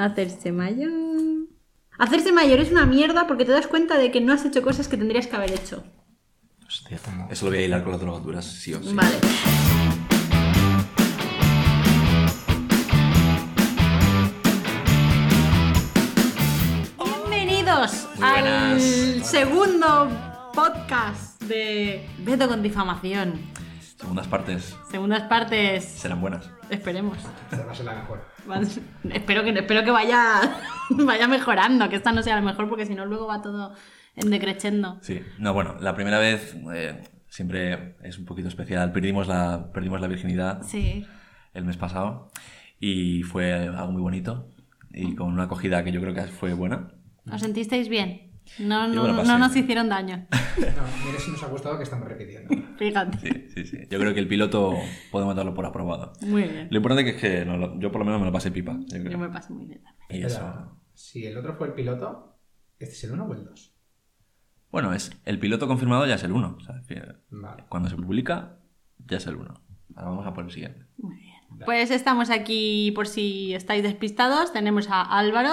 Hacerse mayor. Hacerse mayor es una mierda porque te das cuenta de que no has hecho cosas que tendrías que haber hecho. Hostia, cómo- Eso lo voy a hilar con las drogaduras, sí o sí. Vale. Bienvenidos Muy al buenas. segundo podcast de Veto con difamación. Mm. Segundas partes Segundas partes, serán buenas. esperemos. Esta va a ser la mejor. Van- espero que espero que vaya vaya mejorando, que esta no sea la mejor porque si no luego va todo en decreciendo. Sí. No, bueno, la primera vez eh, siempre es un poquito especial. Perdimos la, perdimos la virginidad Sí. el mes pasado y fue algo muy bonito Mm. y con una acogida que yo creo que fue buena. ¿Os sentisteis bien? No, Yo no, me lo no pasé. nos hicieron daño. No, mire si nos ha gustado que estamos repitiendo. Fíjate. Sí, sí, sí. Yo creo que el piloto podemos darlo por aprobado. Muy bien. Lo importante que es que no lo- yo por lo menos me lo pasé pipa. Yo Yo creo. me paso muy bien. también. Y eso. Espera, Si el otro fue el piloto, ¿este es el 1 o el 2? Bueno, es el piloto confirmado ya es el 1. o sea, que- Vale. Cuando se publica, ya es el 1. Ahora vamos a por el siguiente. Muy bien. Pues estamos aquí por si estáis despistados. Tenemos a Álvaro,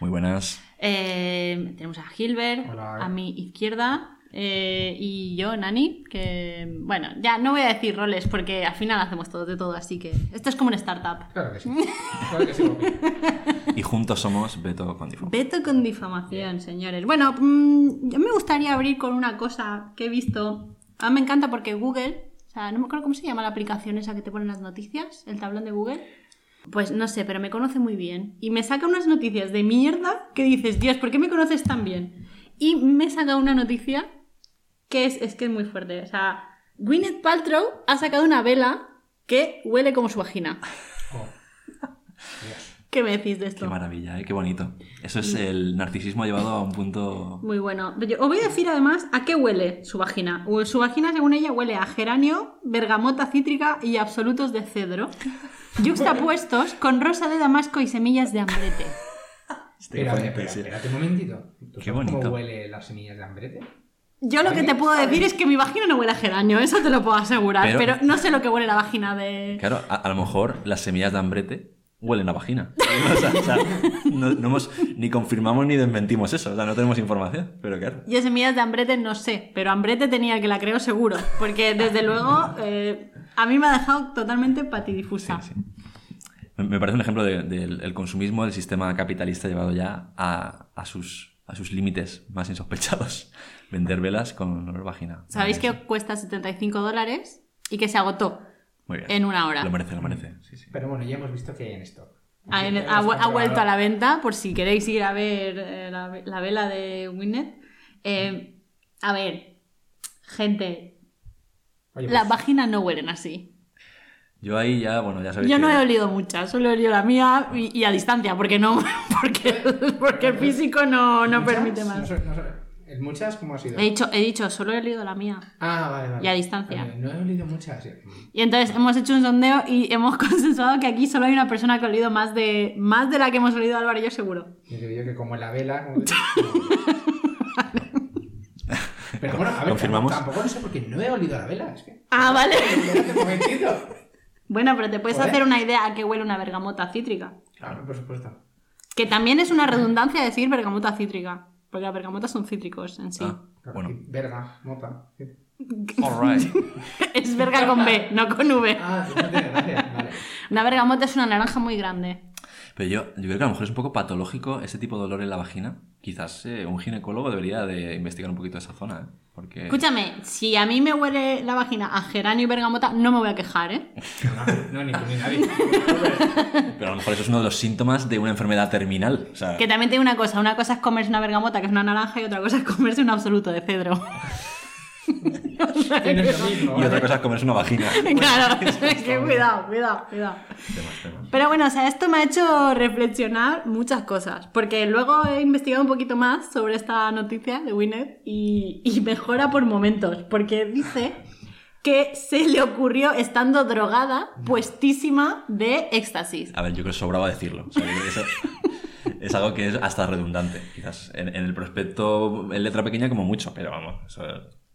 Muy buenas. eh, tenemos a Gilbert, Hola. a mi izquierda. eh, y yo, Nani, que bueno, ya no voy a decir roles porque al final hacemos todo de todo, así que esto es como una startup. Claro que sí. Claro que sí. Gopi. Y juntos somos Beto con Difo. Veto con difamación, señores. Bueno, mm, yo me gustaría abrir con una cosa que he visto. A mí me encanta porque Google, o sea, no me acuerdo cómo se llama la aplicación esa que te ponen las noticias, el tablón de Google. Pues no sé, pero me conoce muy bien. Y me saca unas noticias de mierda que dices, Dios, ¿por qué me conoces tan bien? Y me saca una noticia que es, es que es muy fuerte. O sea, Gwyneth Paltrow ha sacado una vela que huele como su vagina. Oh. Dios. ¿Qué me decís de Qué esto? maravilla, ¿eh? qué bonito. Eso es el narcisismo llevado a un punto. Muy bueno. Yo os voy a decir además a qué huele su vagina. U- Su vagina, según ella, huele a geranio, bergamota cítrica y absolutos de cedro, yuxtapuestos con rosa de damasco y semillas de hambrete. Este Espérate, espérate, espérate un momentito. ¿Tú pues Qué sabes bonito. ¿Cómo huele las semillas de hambrete? Yo lo que te puedo decir es que mi vagina no huele a geranio, eso te lo puedo asegurar, pero, Pero- no sé lo que huele la vagina de... Claro, a, a lo mejor las semillas de hambrete huelen a vagina. O sea, o sea, no, no hemos, ni confirmamos ni desmentimos eso. O sea, no tenemos información. Pero claro. Yo semillas de hambrete no sé, pero hambrete tenía que la creo seguro, porque desde luego eh, a mí me ha dejado totalmente patidifusa. Sí, sí. Me, me parece un ejemplo de- del el consumismo del sistema capitalista llevado ya a, a sus, a sus límites más insospechados. Vender velas con olor a vagina. Sabéis que cuesta 75 dólares y que se agotó Muy bien. en una hora. Lo merece, lo merece. Sí, sí. Pero bueno, ya hemos visto que hay en stock. Ha, Ya hemos Ah, ha vu- ha comprobado. vuelto a la venta por si queréis ir a ver eh, la, ve- la vela de Winnet. Eh, a ver, gente, Oye, las pues, vaginas no huelen así. Yo ahí ya, bueno, ya sabéis Yo que- no he olido muchas, solo he olido la mía y, y a distancia, porque no, porque, porque el físico no, no ¿muchas? permite No más. sé- no sé. ¿El muchas cómo ha sido? He dicho, he dicho, solo he olido la mía. Ah, vale, vale. Y a distancia. Vale, No he olido muchas. Y entonces hemos hecho un sondeo y hemos consensuado que aquí solo hay una persona que ha olido más de, más de la que hemos olido Álvaro y yo seguro. Yo digo yo que como la vela. como- Pero bueno, a ver, ¿Confirmamos? Tampoco no sé porque no he olido la vela. Es que. Ah, vale. Espérate un momentito. Bueno, pero te puedes Joder. hacer una idea a qué huele una bergamota cítrica. Claro, por supuesto. Que también es una redundancia decir bergamota cítrica. Porque las bergamotas son cítricos en sí. Ah, Claro, bueno. y Verga, mota. sí. All right. Es verga con B, no con V. Ah, no tiene gracia, vale. Eh. Una bergamota es una naranja muy grande. Pero yo, yo creo que a lo mejor es un poco patológico ese tipo de dolor en la vagina. Quizás eh, un ginecólogo debería de investigar un poquito esa zona, ¿eh? Porque... Escúchame, si a mí me huele la vagina a geranio y bergamota, no me voy a quejar, ¿eh? No, no, ni tú ni nadie. Pero a lo mejor eso es uno de los síntomas de una enfermedad terminal. O sea, Que también tengo una cosa, una cosa es comerse una bergamota, que es una naranja, y otra cosa es comerse un absoluto de cedro. Que no es lo mismo. y otra ¿vale? cosa es comerse una vagina. claro, es que cuidado, cuidado, cuidado. Temas, temas. Pero bueno, o sea, esto me ha hecho reflexionar muchas cosas, porque luego he investigado un poquito más sobre esta noticia de Winnet y, y mejora por momentos, porque dice que se le ocurrió estando drogada, puestísima de éxtasis. A ver, yo creo que sobraba decirlo. O sea, yo creo que eso es algo que es hasta redundante. Quizás en, en el prospecto, en letra pequeña, como mucho. Pero vamos, eso,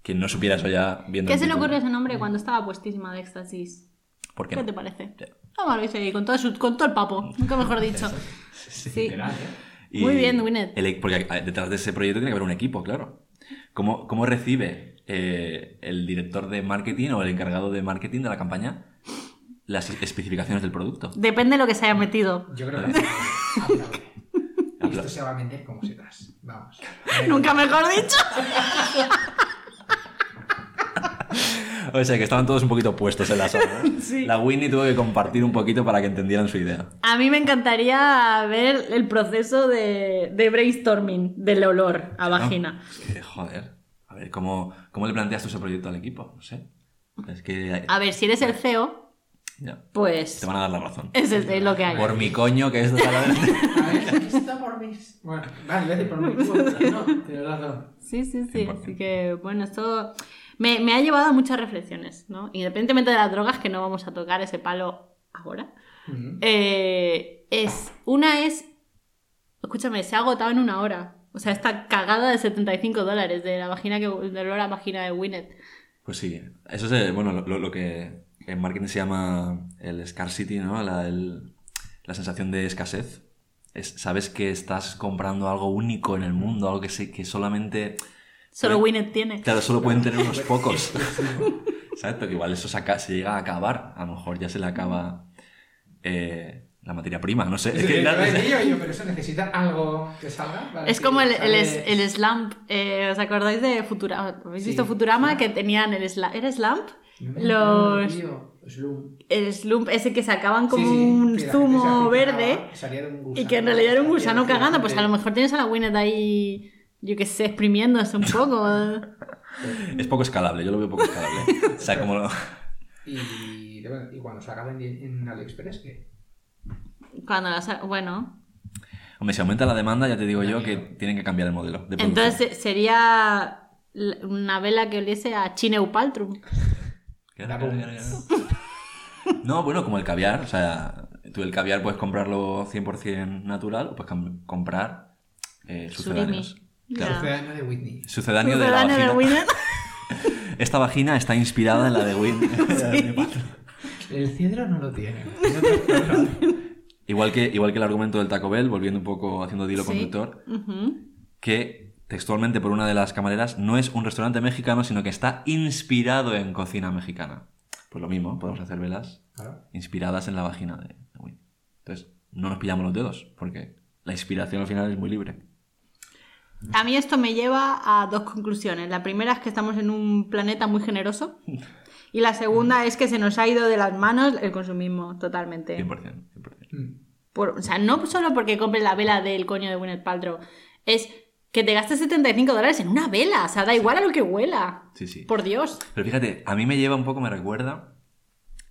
quien no supiera eso ya viendo. ¿Qué el se le título, ocurrió a ese nombre cuando estaba puestísima de éxtasis? ¿Por qué ¿Qué, no? te parece? Vamos a ver, con todo, su- con todo el papo, nunca mejor dicho. Sí. Literal, ¿eh? Y Muy bien, Gwyneth. el- e-, porque a- detrás de ese proyecto tiene que haber un equipo, claro. ¿Cómo, cómo recibe eh, el director de marketing o el encargado de marketing de la campaña las especificaciones del producto? Depende de lo que se haya metido. Yo creo que aplaude. Esto se va a vender como setas. Vamos. Nunca mejor dicho. O sea, que estaban todos un poquito puestos en la sala. ¿no? Sí. La Winnie tuvo que compartir un poquito para que entendieran su idea. A mí me encantaría ver el proceso de, de brainstorming del olor a vagina. Eh, joder. A ver, ¿cómo, ¿cómo le planteas tú ese proyecto al equipo? No sé. Es que A ver, si eres el CEO, ya, pues Ah. te van a dar la razón. es, es lo que hay. Por mi coño, que esto sala A ver, está por mis. Bueno, vale, voy a decir por mis. cuentas. No, te lo razón. Sí, sí, sí. 100%. Así que, bueno, esto me, me ha llevado a muchas reflexiones, ¿no? Independientemente de las drogas, que no vamos a tocar ese palo ahora. Mm. Eh, es, una es, escúchame, se ha agotado en una hora. O sea, esta cagada de 75 dólares de la vagina que, del olor a vagina de Winnet. Pues sí, eso es eh, bueno, lo- lo, lo que en marketing se llama el scarcity, ¿no? La, el- la sensación de escasez. Es- sabes que estás comprando algo único en el mundo, algo que, se- que solamente... Solo Bueno. Winnet tiene. Claro, solo pueden tener unos pocos. Exacto, que igual eso se, aca- se llega a acabar. A lo mejor ya se le acaba eh, la materia prima, no sé. Es que- Yo, yo, yo, pero eso necesita algo que salga. Vale, Es sí, como el, el, sale- es- el slump. eh, ¿Os acordáis de Futurama? ¿Habéis Sí. visto Futurama? Que tenían el slump. ¿Era slump? No me acuerdo, Los, tío, Slum. el slump ese que sacaban Sí, como sí, un que la gente zumo se aplicaba, verde. salía de un Y gusano, que en realidad era un salía gusano gigante. cagando, pues a lo mejor tienes a la Winnet ahí, yo qué sé, exprimiéndose un poco. es poco escalable, yo lo veo poco escalable. O sea, como lo- Y, bueno, y cuando se acaba en, en AliExpress, ¿qué? Cuando las... Bueno. Hombre, si aumenta la demanda, ya te digo yo que tienen que cambiar el modelo. de producción. Entonces sería la- una vela que oliese a Chineu Paltrum. Claro, claro, claro, claro. No, bueno, como el caviar, o sea, tú el caviar puedes comprarlo 100% natural o puedes cam- comprar eh, sucedáneos. Surimi. Claro. Ya. Ciudadano de Whitney. Sucedáneo de la Ciudadano de vagina. Winnet. Esta vagina está inspirada en la de Win. El cedro no lo tiene. igual, que, igual que el argumento del Taco Bell, volviendo un poco, haciendo dilo Sí. conductor, Mm-hmm. Ujú. que textualmente por una de las camareras no es un restaurante mexicano, sino que está inspirado en cocina mexicana. Pues lo mismo, podemos hacer velas Claro. inspiradas en la vagina de, de Winnie. Entonces, no nos pillamos los dedos, porque la inspiración al final es muy libre. A mí esto me lleva a dos conclusiones. La primera es que estamos en un planeta muy generoso. Y la segunda es que se nos ha ido de las manos el consumismo totalmente. 100%. 100%. Mm. Por- o sea, no solo porque compres la vela del coño de Gwyneth Paltrow, es que te gastes 75 dólares en una vela, o sea, da igual a lo que huela. Sí, sí. Por Dios. Pero fíjate, a mí me lleva un poco, me recuerda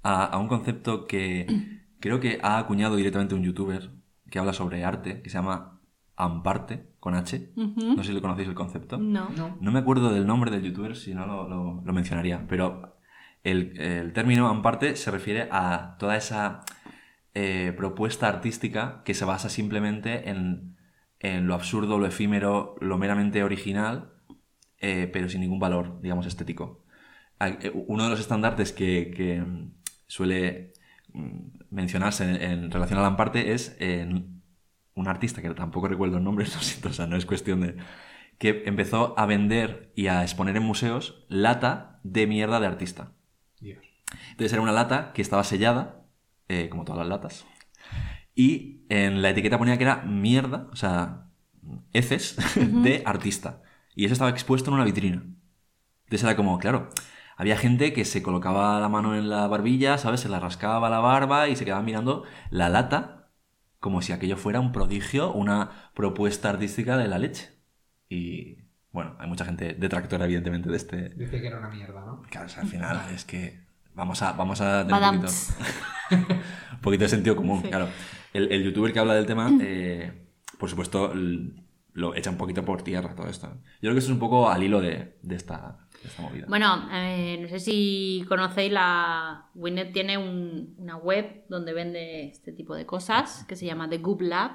a, a un concepto que creo que ha acuñado directamente un youtuber que habla sobre arte, que se llama Amparte, con H. Ujú. No sé si lo conocéis el concepto. No. No. No me acuerdo del nombre del youtuber, si no lo, lo- lo mencionaría, pero el, el término amparte se refiere a toda esa eh, propuesta artística que se basa simplemente en, en lo absurdo, lo efímero, lo meramente original, eh, pero sin ningún valor, digamos, estético. A- eh, Uno de los estandartes que, que, mm, suele mm, mencionarse en, en relación al amparte es en un artista que tampoco recuerdo el nombre, lo siento, o sea, no es cuestión de. que empezó a vender y a exponer en museos lata de mierda de artista. Dios. Entonces era una lata que estaba sellada, eh, como todas las latas, y en la etiqueta ponía que era mierda, o sea, heces de artista. Y eso estaba expuesto en una vitrina. Entonces era como, claro, había gente que se colocaba la mano en la barbilla, ¿sabes? Se la rascaba la barba y se quedaba mirando la lata como si aquello fuera un prodigio, una propuesta artística de la leche. Y bueno, hay mucha gente detractora, evidentemente, de este, Dice que era una mierda, ¿no? Claro, o sea, al final es que vamos a, vamos a tener un Badam. poquito, un poquito de sentido común, Sí. Mm. claro. El, el youtuber que habla del tema, eh, por supuesto, l- lo echa un poquito por tierra todo esto. Yo creo que eso es un poco al hilo de, de esta, de esta movida. Bueno, eh, no sé si conocéis la. Winnet tiene un- una web donde vende este tipo de cosas que se llama The Goop Lab.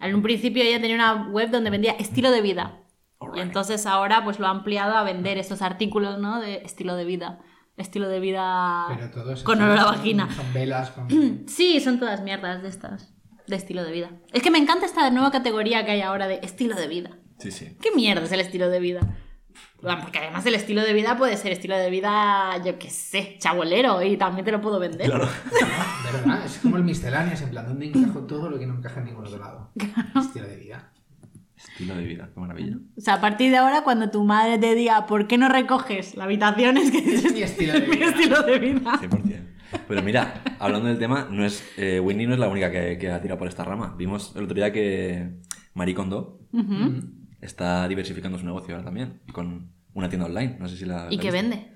En un principio ella tenía una web donde vendía estilo de vida. Y Alright. entonces ahora pues lo ha ampliado a vender estos artículos, ¿no? De estilo de vida. Estilo de vida Pero todos. con esos olor a son- vagina. Son velas. Con... Sí, son todas mierdas de estas. de estilo de vida. Es que me encanta esta nueva categoría que hay ahora de estilo de vida. Sí, sí. ¿Qué mierda es el estilo de vida? Bueno, porque además el estilo de vida puede ser estilo de vida, yo qué sé, chabolero y también te lo puedo vender. Claro. De verdad, es como el misceláneas, en plan, ¿dónde encajo todo lo que no encaja en ningún otro lado? Estilo de vida. Estilo de vida, qué maravilla. O sea, a partir de ahora, cuando tu madre te diga, ¿por qué no recoges la habitación? Es que Es mi estilo de es mi vida. estilo de vida. 100%. Pero mira, hablando del tema, no es, eh, Whitney no es la única que, que ha tirado por esta rama. Vimos el otro día que Marie Kondo Ujú. está diversificando su negocio ahora también, con una tienda online. No sé si la. ¿Y la qué viste. vende?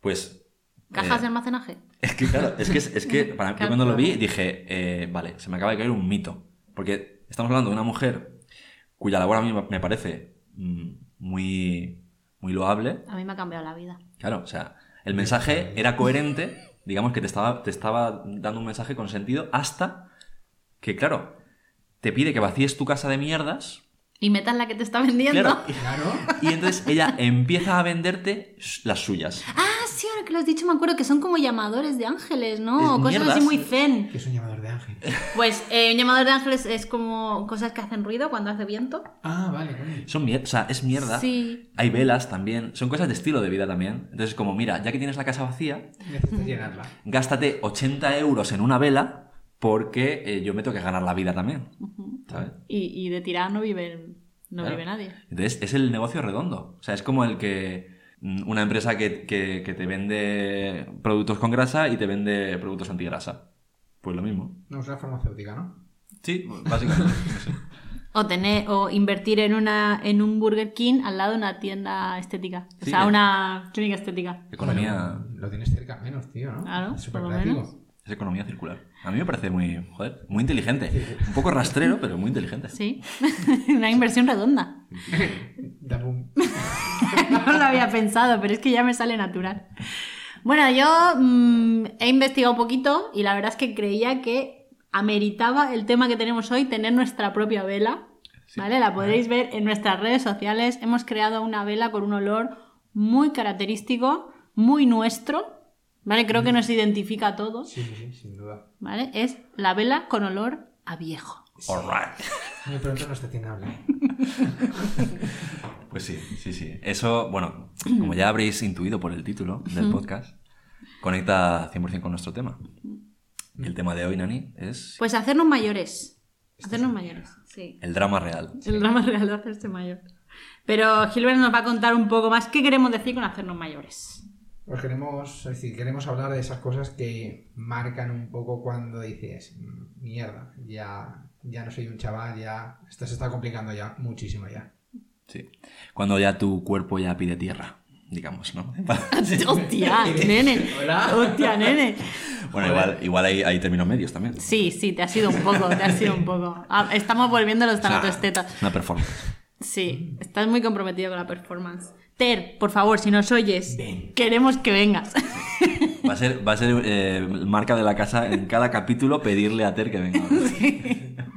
Pues. ¿Cajas eh, de almacenaje? Es que claro, es que, es que para mí, yo Claro. cuando lo vi dije, eh, vale, se me acaba de caer un mito. Porque estamos hablando de una mujer cuya labor a mí me- me parece mm, muy, muy loable. A mí me ha cambiado la vida. Claro, o sea, el mensaje era coherente, digamos que te estaba, te estaba dando un mensaje con sentido hasta que, claro, te pide que vacíes tu casa de mierdas. Y metas la que te está vendiendo. Claro, Claro. y entonces ella empieza a venderte las suyas. Ah, sí, ahora que lo has dicho me acuerdo que son como llamadores de ángeles, ¿no? Es O Oh, cosas mierdas. así muy zen. Que es un llamador de ángel. Pues eh, un llamador de ángeles es como cosas que hacen ruido cuando hace viento. Ah, vale, coño. Son mier- o sea, es mierda. Sí. Hay velas también, son cosas de estilo de vida también. Entonces, como mira, ya que tienes la casa vacía, Necesitas llenarla. gástate 80 euros en una vela porque eh, yo me tengo que ganar la vida también. ¿Sabes? Y, y de tirar no vive, no Claro. vive nadie. Entonces, es el negocio redondo. O sea, es como el que mm, una empresa que, que- que te vende productos con grasa y te vende productos antigrasa. Pues lo mismo. No es una farmacéutica, ¿no? Sí, básicamente. no sé. O tener, o invertir en una, en un Burger King al lado de una tienda estética. O Sí, sea, eh. una clínica estética. Economía, Pero Lo tienes cerca menos, tío, ¿no? Claro, Es súper por lo creativo. menos. es economía circular. A mí me parece muy, joder, muy inteligente. Un poco rastrero, pero muy inteligente. Sí. una inversión redonda. Dame un- no lo había pensado, pero es que ya me sale natural. Bueno, yo mm, he investigado un poquito y la verdad es que creía que ameritaba el tema que tenemos hoy, tener nuestra propia vela. Sí. ¿Vale? La podréis ver en nuestras redes sociales. Hemos creado una vela con un olor muy característico, muy nuestro. ¿Vale? Creo que nos identifica a todos. Mm. Sí, sí, sí, sin duda. ¿Vale? Es la vela con olor a viejo. All right. Muy pronto nuestra tienda habla. Pues sí, sí, sí. Eso, bueno, como ya habréis intuido por el título del podcast, conecta 100% con nuestro tema. Y el tema de hoy, Nani, es Pues hacernos mayores. Hacernos mayores, sí. el drama real. El drama real de hacerse mayor. Pero Gilbert nos va a contar un poco más qué queremos decir con hacernos mayores. Pues queremos, es decir, queremos hablar de esas cosas que marcan un poco cuando dices, "Mm, mierda, ya, ya no soy un chaval, ya, esto se está complicando ya, muchísimo ya. Sí. Cuando ya tu cuerpo ya pide tierra, digamos, ¿no? Ah, Sí. ¡Hostia, nene! Hola. ¡Hostia, nene! Bueno, igual, igual hay, hay términos medios también. Sí, sí, te ha sido un poco, te ha sido un poco. Ah, Estamos volviendo a los O sea, mm. tanatoestetas. una performance. Sí, estás muy comprometido con la performance. Ter, por favor, si nos oyes, queremos que vengas. Va a ser, va a ser eh, marca de la casa en cada capítulo pedirle a Ter que venga.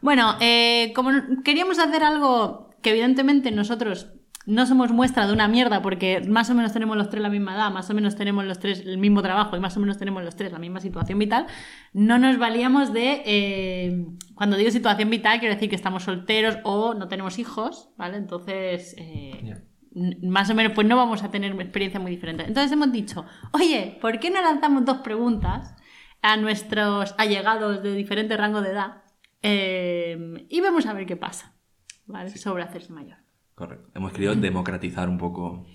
Bueno, eh, como n- queríamos hacer algo que evidentemente nosotros no somos muestra de una mierda porque más o menos tenemos los tres la misma edad, más o menos tenemos los tres el mismo trabajo y más o menos tenemos los tres la misma situación vital, no nos valíamos de... eh, cuando digo situación vital quiero decir que estamos solteros o no tenemos hijos, ¿vale? Entonces... eh, Ya. n- Más o menos, pues no vamos a tener experiencias muy diferentes. Entonces hemos dicho, oye, ¿por qué no lanzamos dos preguntas a nuestros allegados de diferentes rangos de edad eh, y vamos a ver qué pasa ¿vale? sobre hacerse mayor. Correcto. Hemos querido democratizar un poco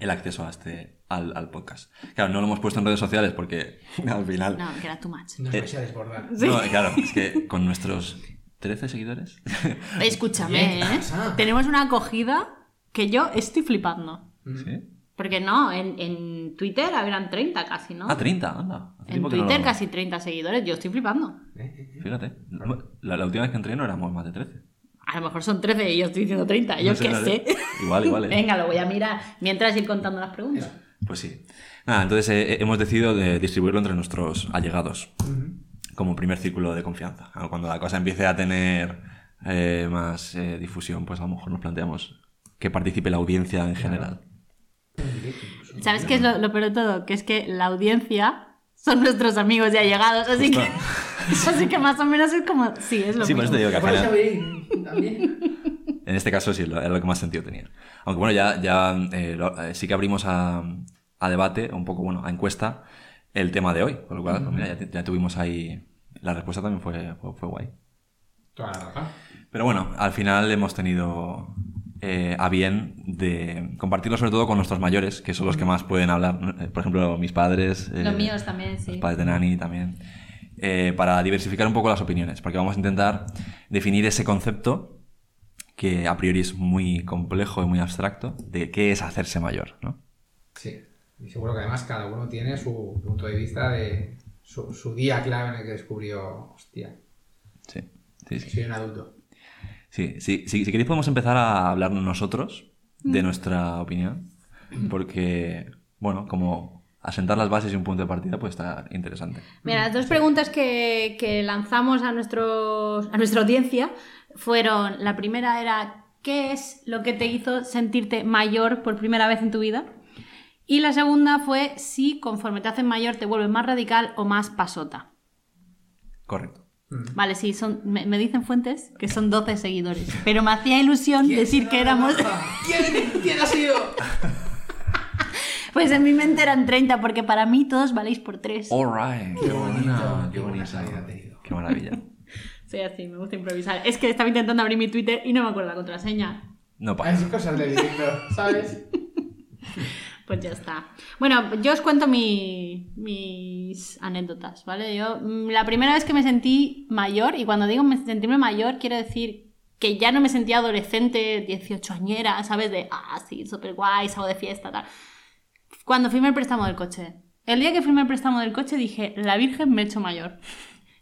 el acceso a este, al, al podcast. Claro, no lo hemos puesto en redes sociales porque al final... No, que era too much. Nos Eh. vais a desbordar. Sí. No, claro, es que con nuestros 13 seguidores. Escúchame, Oye, ¿eh? ¿qué pasa? tenemos una acogida que yo estoy flipando. ¿Sí? Porque no, en, en Twitter eran 30 casi, ¿no? Ah, 30, anda. Hace en tiempo que no Twitter lo- casi 30 seguidores, yo estoy flipando. Eh, eh, eh. Fíjate, la, la última vez que entré no éramos más de 13. A lo mejor son 13 y yo estoy diciendo 30, Ah, yo No sé, qué no sé. sé. Igual, igual, eh. Venga, lo voy a mirar mientras ir contando las preguntas. Pues sí. Nada, entonces eh, hemos decidido de distribuirlo entre nuestros allegados Ujú. como primer círculo de confianza. Ah, Cuando la cosa empiece a tener eh, más eh, difusión, pues a lo mejor nos planteamos que participe la audiencia en general. Un directo incluso. ¿Sabes Pues qué es lo, lo peor de todo? Que es que la audiencia son nuestros amigos ya llegados, así que Justo. Así que más o menos es como. Sí, es lo Sí, mismo. por eso te digo que al ¿Puedes final- abrir también? En este caso sí, lo- era lo que más sentido tenía. Aunque bueno, ya, ya eh, lo- eh, sí que abrimos a, a debate, un poco, bueno, a encuesta, el tema de hoy. Con lo cual, pues mira, ya, te- ya tuvimos ahí. La respuesta también fue, fue, fue guay. Toda la razón. Pero bueno, al final hemos tenido eh, a bien de compartirlo sobre todo con nuestros mayores, que son los que más pueden hablar. ¿no? Eh, Por ejemplo, mis padres. eh, Los míos también, sí. los padres de Nani también, eh, para diversificar un poco las opiniones, porque vamos a intentar definir ese concepto que a priori es muy complejo y muy abstracto de qué es hacerse mayor, ¿no? Sí. Y seguro que además cada uno tiene su punto de vista de su, su día clave en el que descubrió, hostia, Sí. Sí, sí. soy un adulto. Sí, sí, sí, si queréis podemos empezar a hablar nosotros de nuestra opinión, porque, bueno, como asentar las bases y un punto de partida puede estar interesante. Mira, las dos preguntas que, que lanzamos a, nuestros, a nuestra audiencia fueron, la primera era, ¿qué es lo que te hizo sentirte mayor por primera vez en tu vida? Y la segunda fue si conforme te haces mayor te vuelves más radical o más pasota. Correcto. Vale, sí, son, me, me dicen fuentes que son 12 seguidores, pero me hacía ilusión decir que éramos... ¿Quién, quién ha sido? Pues en mi mente eran 30, porque para mí todos valéis por 3. All right. Qué, buena, qué buena bonito. salida ha tenido. Qué maravilla. Soy así, me gusta improvisar. Es que estaba intentando abrir mi Twitter y no me acuerdo la contraseña. No pasa. Hay cosas del directo, ¿sabes? Pues ya está. Bueno, yo os cuento mi- mis anécdotas, ¿vale? Yo mm, la primera vez que me sentí mayor, y cuando digo me- sentirme mayor, quiero decir que ya no me sentía adolescente, 18 añera, ¿sabes? De, ah, sí, súper guay, salgo de fiesta, tal. Cuando firmé el préstamo del coche. El día que firmé el préstamo del coche dije, la Virgen me he hecho mayor.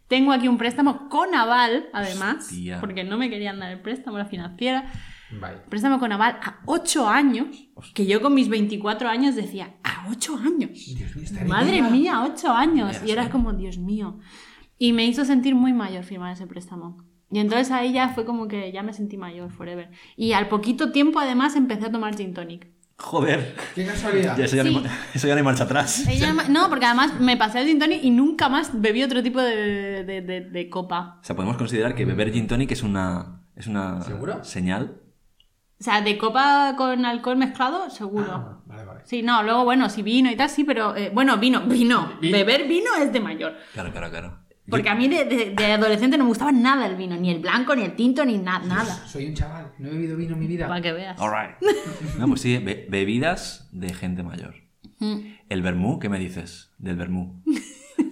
Tengo aquí un préstamo con aval, además, Hostia. porque no me querían dar el préstamo, la financiera Vale. préstamo con aval a 8 años, que yo con mis 24 años decía, a 8 años. Dios mío, esta Madre niña. mía, 8 años. Mira, Y era sí. como, Dios mío. Y me hizo sentir muy mayor firmar ese préstamo. Y entonces ahí ya fue como que ya me sentí mayor forever. Y al poquito tiempo además empecé a tomar gin tonic. Joder. Qué casualidad. Ya, eso, ya no hay Sí. mar- eso ya no hay marcha atrás. Ella ma- No, porque además me pasé el gin tonic y nunca más bebí otro tipo de, de- de- de copa. O sea, podemos considerar que beber gin tonic es una, es una ¿Seguro? señal. O sea, de copa con alcohol mezclado, seguro. Ah, vale, vale. Sí, no, luego bueno, si vino y tal, sí, pero eh, bueno, vino, vino. Vino. Beber vino es de mayor. Claro, claro, claro. Porque a mí de, de- de adolescente no me gustaba nada el vino, ni el blanco, ni el tinto, ni na- nada. Soy un chaval, no he bebido vino en mi vida. Para que veas. Alright. No, pues sí, be- bebidas de gente mayor. Mm. El vermú, ¿qué me dices del vermú? O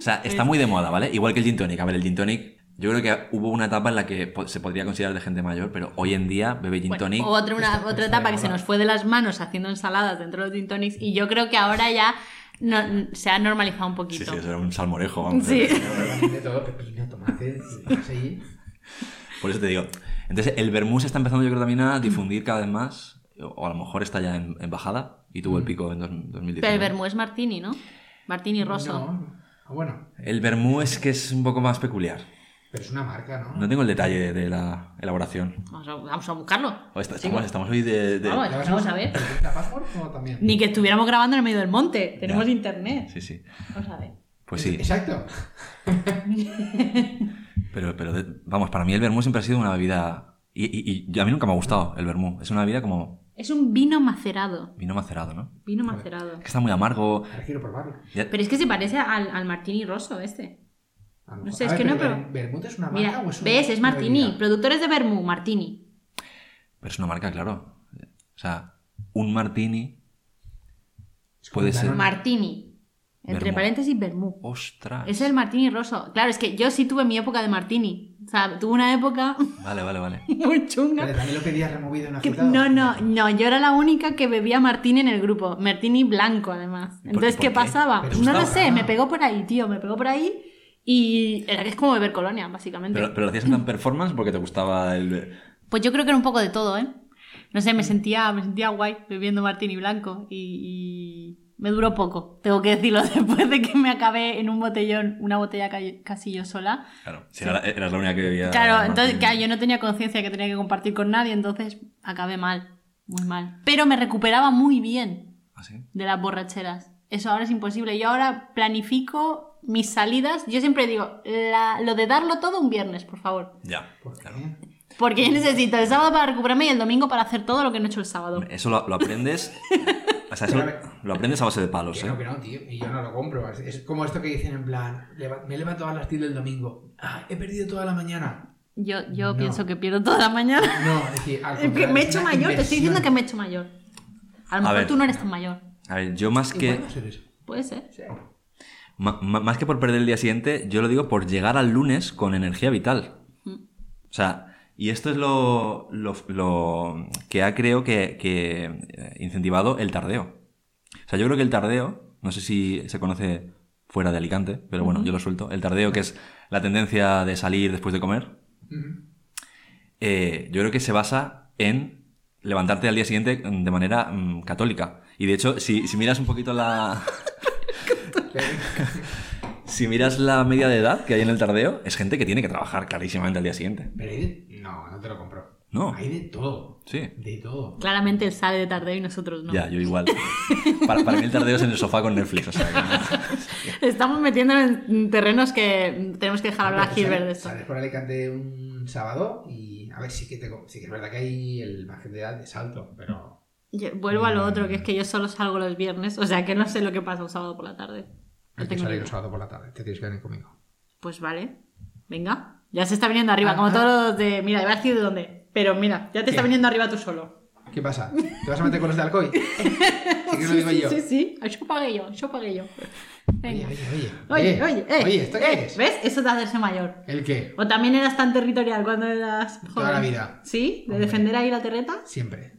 sea, está muy de moda, ¿vale? Igual que el gin tonic. A ver, el gin tonic, yo creo que hubo una etapa en la que po- se podría considerar de gente mayor, pero hoy en día bebe gin Bueno, tonic. otra, una- Está- otra está etapa de que se moda. nos fue de las manos haciendo ensaladas dentro de los gin tonics y yo creo que ahora ya no- se ha normalizado un Sí, poquito. sí, eso era un salmorejo, vamos. Sí. De todo, pepino, tomate, y así. Por eso te digo. Entonces, el vermú se está empezando, yo creo, también a difundir cada vez más. O a lo mejor está ya en, en bajada y tuvo el pico en dos- 2019. Mm. Pero el vermú es martini, ¿no? Martini rosso. No. Ah, Bueno, El vermú es que es un poco más peculiar. pero es una marca, ¿no? No tengo el detalle de, de la elaboración. Vamos, a, vamos a buscarlo. O esta- Chicos, estamos, estamos hoy de... de- Vamos. vas a ver. ¿La Password o también? Ni que estuviéramos grabando en el medio del monte. Tenemos Ya. internet. Sí, sí. Vamos a ver. Pues sí. Exacto. Pero, pero de- vamos, para mí el vermú siempre ha sido una bebida... Y, y- y a mí nunca me ha gustado el vermú. Es una bebida como Es un vino macerado. vino macerado, ¿no? Vino macerado. Que está muy amargo. Ahora quiero probarlo. Ya- Pero es que se parece al, al martini rosso este. A lo No mejor- sé, a es ver, que no, pero pero- ¿Bermud es una marca Mira, o es una ves, es una Martini. bebida? Productores de Bermú, Martini. Pero es una marca, claro. O sea, un martini... Es como Puede un ser... Danone. Martini. Entre Vermú. paréntesis, Bermú. ¡Ostras! Es el Martini Rosso. Claro, es que yo sí tuve mi época de Martini. O sea, tuve una época Vale, vale, vale. muy chunga. Pero también lo pedías removido en que- afilado. no, no, no. Yo era la única que bebía Martini en el grupo. Martini blanco, además. ¿Y por- Entonces, por ¿qué qué? Ah. pasaba? ¿Te no lo gustaba? sé. Me pegó por ahí, tío. Me pegó por ahí. Y era que es como beber colonia, básicamente. Pero, pero lo hacías en plan performance porque te gustaba el... Pues yo creo que era un poco de todo, ¿eh? No sé, me sentía, me sentía guay bebiendo martini blanco y, y me duró poco, tengo que decirlo, después de que me acabé en un botellón, una botella ca- casi yo sola. Claro, si era la- eras la única que bebía... Claro, martini. entonces, claro, yo no tenía conciencia que tenía que compartir con nadie, entonces acabé mal, muy mal. Pero me recuperaba muy bien ¿Ah, sí? de las borracheras. Eso ahora es imposible. Yo ahora planifico mis salidas, yo siempre digo, la- lo de darlo todo un viernes, por favor. Ya, ¿Por claro. qué? Porque yo necesito el sábado para recuperarme y el domingo para hacer todo lo que no he hecho el sábado. Eso lo, lo aprendes. o sea, eso Pero a ver. lo aprendes a base de palos, Que no, que ¿eh? no, tío. Y yo no lo compro. Es, es como esto que dicen en plan, leva- me he levantado a las 10 del domingo. Ah, he perdido toda la mañana. Yo, yo No. pienso que pierdo toda la mañana. No, es decir, al Es que contrario, me he es hecho una mayor, te estoy diciendo que inversión. me he hecho mayor. A lo A mejor ver. tú no eres tan mayor. A ver, yo más que. Igual va a ser eso. Puede ser. Sí. Ma- ma- Más que por perder el día siguiente, yo lo digo por llegar al lunes con energía vital. O sea, y esto es lo, lo- lo que ha, creo, que, que, eh, incentivado el tardeo. O sea, yo creo que el tardeo, no sé si se conoce fuera de Alicante, pero bueno, yo lo suelto. El tardeo, que es la tendencia de salir después de comer, Ujú. eh, yo creo que se basa en levantarte al día siguiente mm, de manera mm, católica. Y de hecho, si, si miras un poquito la... si miras la media de edad que hay en el tardeo, es gente que tiene que trabajar clarísimamente al día siguiente. Pero hay de... No, no te lo compro. No. Hay de todo. Sí. De todo. Claramente él sale de tarde y nosotros no. Ya, yo igual. Para, para mí el tardeo es en el sofá con Netflix. O sea, que- Estamos metiéndonos en terrenos que tenemos que dejar hablar a Pero tú Gilbert de sales- esto. Sales por Alicante un sábado y a ver, sí que, te, co- sí que es verdad que hay el margen de edad de salto, pero Yo- vuelvo a Mm. lo otro, que es que yo solo salgo los viernes, o sea que no sé lo que pasa un sábado por la tarde. No hay tengo que ni salir un idea. sábado por la tarde, te tienes que venir conmigo. Pues vale, venga. Ya se está viniendo arriba, Ah, como ah. todos los de. Mira, iba a decir de dónde. Pero mira, ya te está ¿Qué? viniendo arriba tú solo. ¿Qué pasa? ¿Te vas a meter con los de Alcoy? Sí que lo digo sí, yo. sí, sí. Yo pagué yo, yo pagué yo. Oye, Venga. oye, oye. Oye, oye, eh, oye, ¿esto qué eh, es? ¿Ves? Eso de hacerse mayor. ¿El qué? O también eras tan territorial cuando eras joven. Toda la vida. ¿Sí? ¿De Hombre. defender ahí la terreta? Siempre.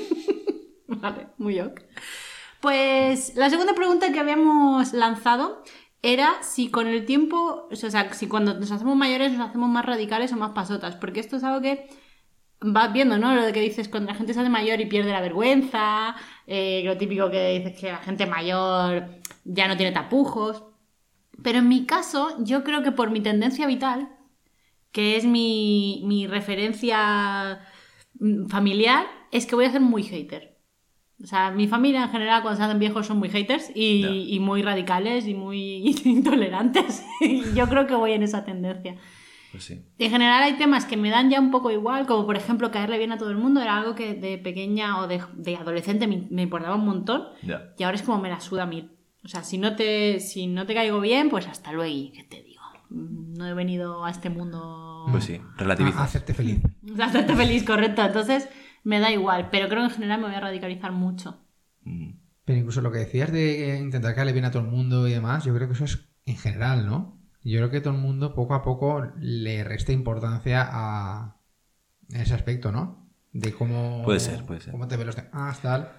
Vale, muy ok. Pues la segunda pregunta que habíamos lanzado era si con el tiempo, o sea, si cuando nos hacemos mayores nos hacemos más radicales o más pasotas, porque esto es algo que vas viendo, ¿no? Lo de que dices cuando la gente se hace mayor y pierde la vergüenza, eh, lo típico que dices que la gente mayor ya no tiene tapujos. Pero en mi caso, yo creo que por mi tendencia vital, que es mi, mi referencia mm, familiar, es que voy a ser muy hater. O sea, mi familia en general cuando se hacen viejos son muy haters y, Ya. y muy radicales y muy intolerantes. Y yo creo que voy en esa tendencia. pues sí. En general hay temas que me dan ya un poco igual, como por ejemplo caerle bien a todo el mundo, era algo que de pequeña o de, de adolescente me, me importaba un montón. Ya. Y ahora es como me la suda mil. O sea, si no te, si no te caigo bien, pues hasta luego. ¿Y qué te digo? Mm, No he venido a este mundo. Pues sí, A- relativiza. hacerte feliz. O sea, hacerte feliz, correcto. Entonces, me da igual. Pero creo que en general me voy a radicalizar mucho. Mm. Pero incluso lo que decías de eh, intentar caerle bien a todo el mundo y demás, yo creo que eso es en general, ¿no? Yo creo que todo el mundo poco a poco le resta importancia a ese aspecto, ¿no? De cómo. Puede ser, puede ser. Cómo te ven los demás, tal.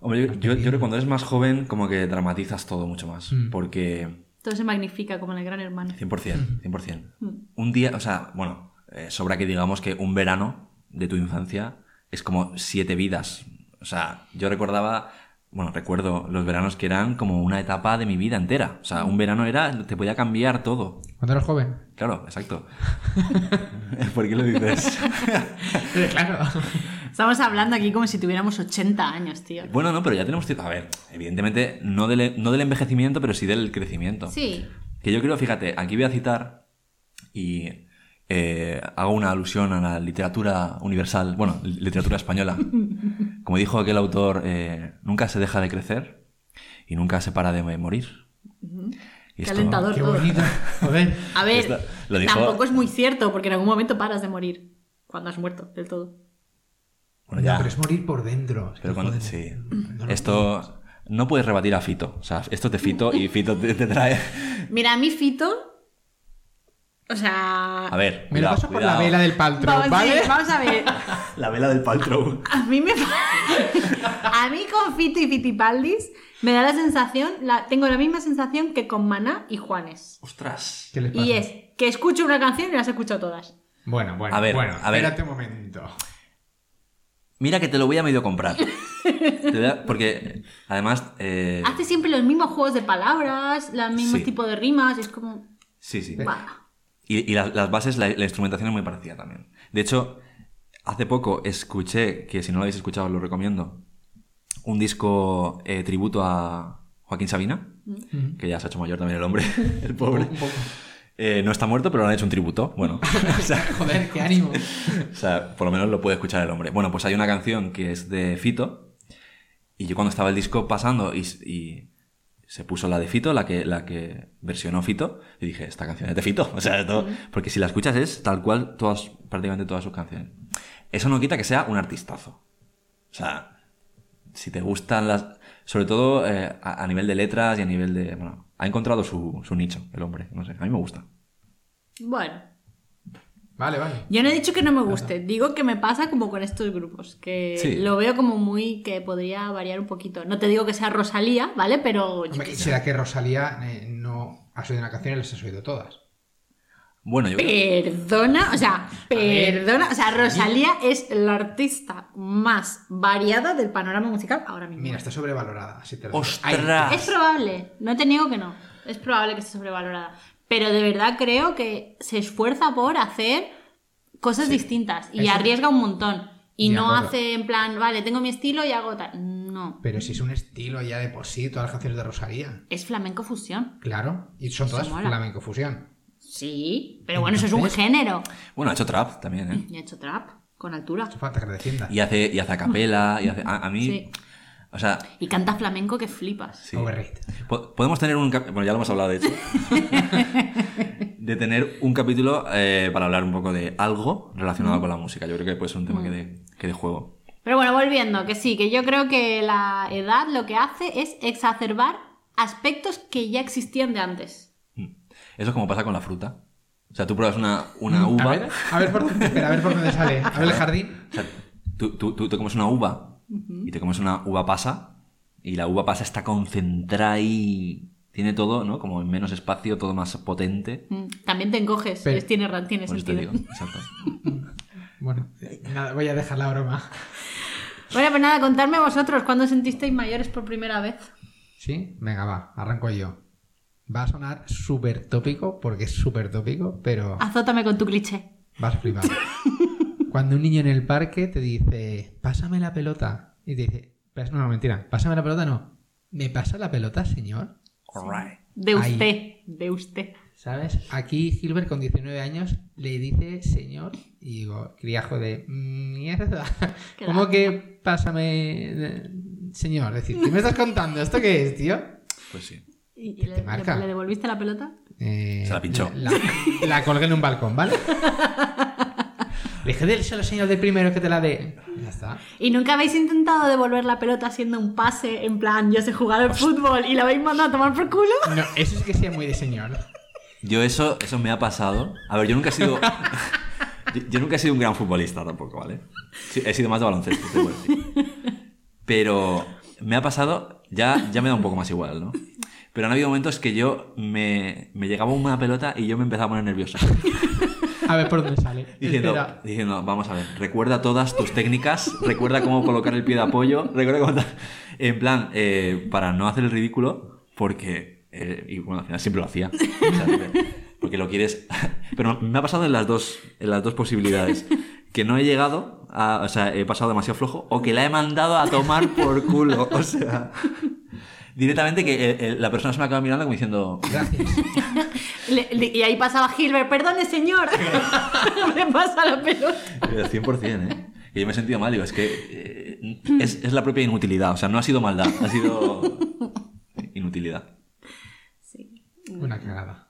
Hombre, yo, yo- yo creo que cuando eres más joven, como que dramatizas todo mucho más. Mm. Porque Todo se magnifica como en el gran hermano. 100%, 100%. Mm. Un día, o sea, bueno, eh, sobra que digamos que un verano de tu infancia es como siete vidas. O sea, yo recordaba, bueno, recuerdo los veranos que eran como una etapa de mi vida entera. O sea, un verano era, te podía cambiar todo. Cuando eras joven. Claro, exacto. ¿Por qué lo dices? claro. Estamos hablando aquí como si tuviéramos 80 años, tío. bueno, no, pero ya tenemos tiempo. A ver, evidentemente, no del, no del envejecimiento, pero sí del crecimiento. Sí. Que yo creo, fíjate, aquí voy a citar y eh, hago una alusión a la literatura universal, bueno, li- literatura española. Como dijo aquel autor, eh, nunca se deja de crecer y nunca se para de morir. Y Qué esto- alentador Qué todo. bonito. Joder. A ver, Esto lo dijo- tampoco es muy cierto porque en algún momento paras de morir cuando has muerto del todo. Bueno, ya, No, pero, pero es morir por dentro. Es que, Pues cuando... joder, Sí. no lo- Esto... No puedes rebatir a Fito. O sea, esto es de Fito y Fito te, te trae... Mira, a mí Fito. O sea. A ver, Me lo cuidado, paso por la cuidado. vela del paltro, Vamos, sí, ¿vale? vamos a ver. La vela del paltrow. A mí me. A mí con Fito y Fitipaldis me da la sensación. la- Tengo la misma sensación que con Maná y Juanes. Ostras. ¿Qué les pasa? Y es que escucho una canción y las escucho todas. Bueno, bueno. A ver, bueno, a ver. Espérate un momento. Mira que te lo voy a medio comprar. Te da- porque además... eh, Hace siempre los mismos juegos de palabras, los mismos Sí. tipos de rimas. Es como. Sí, sí. Buah. Y, y las, las bases, la, la instrumentación es muy parecida también. De hecho, hace poco escuché, que si no lo habéis escuchado os lo recomiendo, un disco eh, tributo a Joaquín Sabina, Ujú. que ya se ha hecho mayor también el hombre, el pobre. Mm. Un poco. Eh, no está muerto, pero le han hecho un tributo. Bueno, o sea, Joder, qué ánimo. o sea, por lo menos lo puede escuchar el hombre. Bueno, pues hay una canción que es de Fito. Y yo cuando estaba el disco pasando y, y se puso la de Fito, la que, la que versionó Fito, y dije, esta canción es de Fito. O sea, todo- porque si la escuchas es tal cual todas, prácticamente todas sus canciones. Eso no quita que sea un artistazo. O sea, si te gustan las... Sobre todo eh, a, a nivel de letras y a nivel de... Bueno, ha encontrado su, su nicho, el hombre. No sé, a mí me gusta. Bueno, Vale, vale. yo no he dicho que no me guste, digo que me pasa como con estos grupos, que Sí. lo veo como muy que podría variar un poquito. No te digo que sea Rosalía, ¿vale? Pero yo Hombre, qué sé. será que Rosalía eh, no has oído una canción y las has oído todas. Eh. Bueno, yo creo- Perdona, o sea, ver. perdona, o sea, Rosalía es la artista más variada del panorama musical ahora mismo. Mira, está sobrevalorada. Así te lo digo. ¡Ostras! Es probable, no te niego que no. Es probable que esté sobrevalorada. Pero de verdad creo que se esfuerza por hacer cosas distintas y Eso- arriesga un montón. Y De no acuerdo. hace en plan, vale, tengo mi estilo y hago tal. No. Pero si es un estilo ya de por sí, todas las canciones de Rosalía. Es flamenco fusión. Claro, y son Eso todas mola. flamenco fusión. Sí, pero bueno, eso es un género. Bueno, ha hecho trap también, ¿eh? Y ha hecho trap con altura. Hace falta que le defiendas. Y hace, y hace a capela, y hace... A, a mí... Sí. O sea, Y canta flamenco que flipas. sí. Overrated. Po- Podemos tener un... cap- Bueno, ya lo hemos hablado, de hecho. de tener un capítulo eh, para hablar un poco de algo relacionado con la música. Yo creo que puede ser un tema que de, que de juego. Pero bueno, volviendo, que sí, que yo creo que la edad lo que hace es exacerbar aspectos que ya existían de antes. Eso es como pasa con la fruta. O sea, tú pruebas una, una uva... Mm, A ver, a ver por dónde, espera, a ver por dónde sale. A ver el jardín. O sea, tú, tú- tú te comes una uva y te comes una uva pasa y la uva pasa está concentrada y tiene todo, ¿no? Como en menos espacio, todo más potente. Mm, También te encoges, Pero- es- tiene, ra- tiene Por eso te sentido. digo, exacto. Bueno, Eh, nada, voy a dejar la broma. Bueno, pues nada, contadme vosotros, ¿cuándo os sentisteis mayores por primera vez? ¿Sí? Venga, va, arranco yo. Va a sonar súper tópico, porque es súper tópico, pero Azótame con tu cliché. vas a flipar. Cuando un niño en el parque te dice, pásame la pelota, y te dice, "Pas- no, no, mentira, pásame la pelota, no. ¿Me pasa la pelota, señor? All right. De Ahí. usted, de usted. ¿Sabes? Aquí Gilbert con 19 años le dice señor y digo, criajo de mierda. Qué ¿Cómo lástima. que pásame eh, señor? Es decir, ¿qué me estás contando? ¿Esto qué es, tío? Pues sí. ¿Y Te- le, te le- marca. le devolviste la pelota? Eh, Se la pinchó. La, la colgué en un balcón, ¿vale? Le dije, déle solo señor del primero que te la dé. Ya está. ¿Y nunca habéis intentado devolver la pelota haciendo un pase en plan, yo sé jugar al fútbol y la habéis mandado a tomar por culo? No, eso sí que sea muy de señor. Yo eso, eso me ha pasado. A ver, yo nunca he sido... yo, yo nunca he sido un gran futbolista tampoco, ¿vale? Sí, he sido más de baloncesto, te puedo decir. Pero me ha pasado... Ya, ya me da un poco más igual, ¿no? Pero han habido momentos que yo me, me llegaba una pelota y yo me empezaba a poner nervioso. A ver por dónde sale. Diciendo, Espera. diciendo, vamos a ver, recuerda todas tus técnicas, recuerda cómo colocar el pie de apoyo, recuerda cómo tal". En plan, eh, para no hacer el ridículo, porque. eh, y bueno, al final siempre lo hacía. O sea, siempre- porque lo quieres. Pero me ha pasado en las dos, en las dos posibilidades. Que no he llegado, a- o sea, he pasado demasiado flojo, o que la he mandado a tomar por culo. O sea. Directamente que eh, eh, la persona se me acaba mirando como diciendo. Gracias. Le- le- y ahí pasaba Gilbert, perdone señor, me pasa la pelota. Pero 100%, ¿eh? Que yo me he sentido mal, digo, es que eh, es, es la propia inutilidad, o sea, no ha sido maldad, ha sido inutilidad. Sí. Una cagada.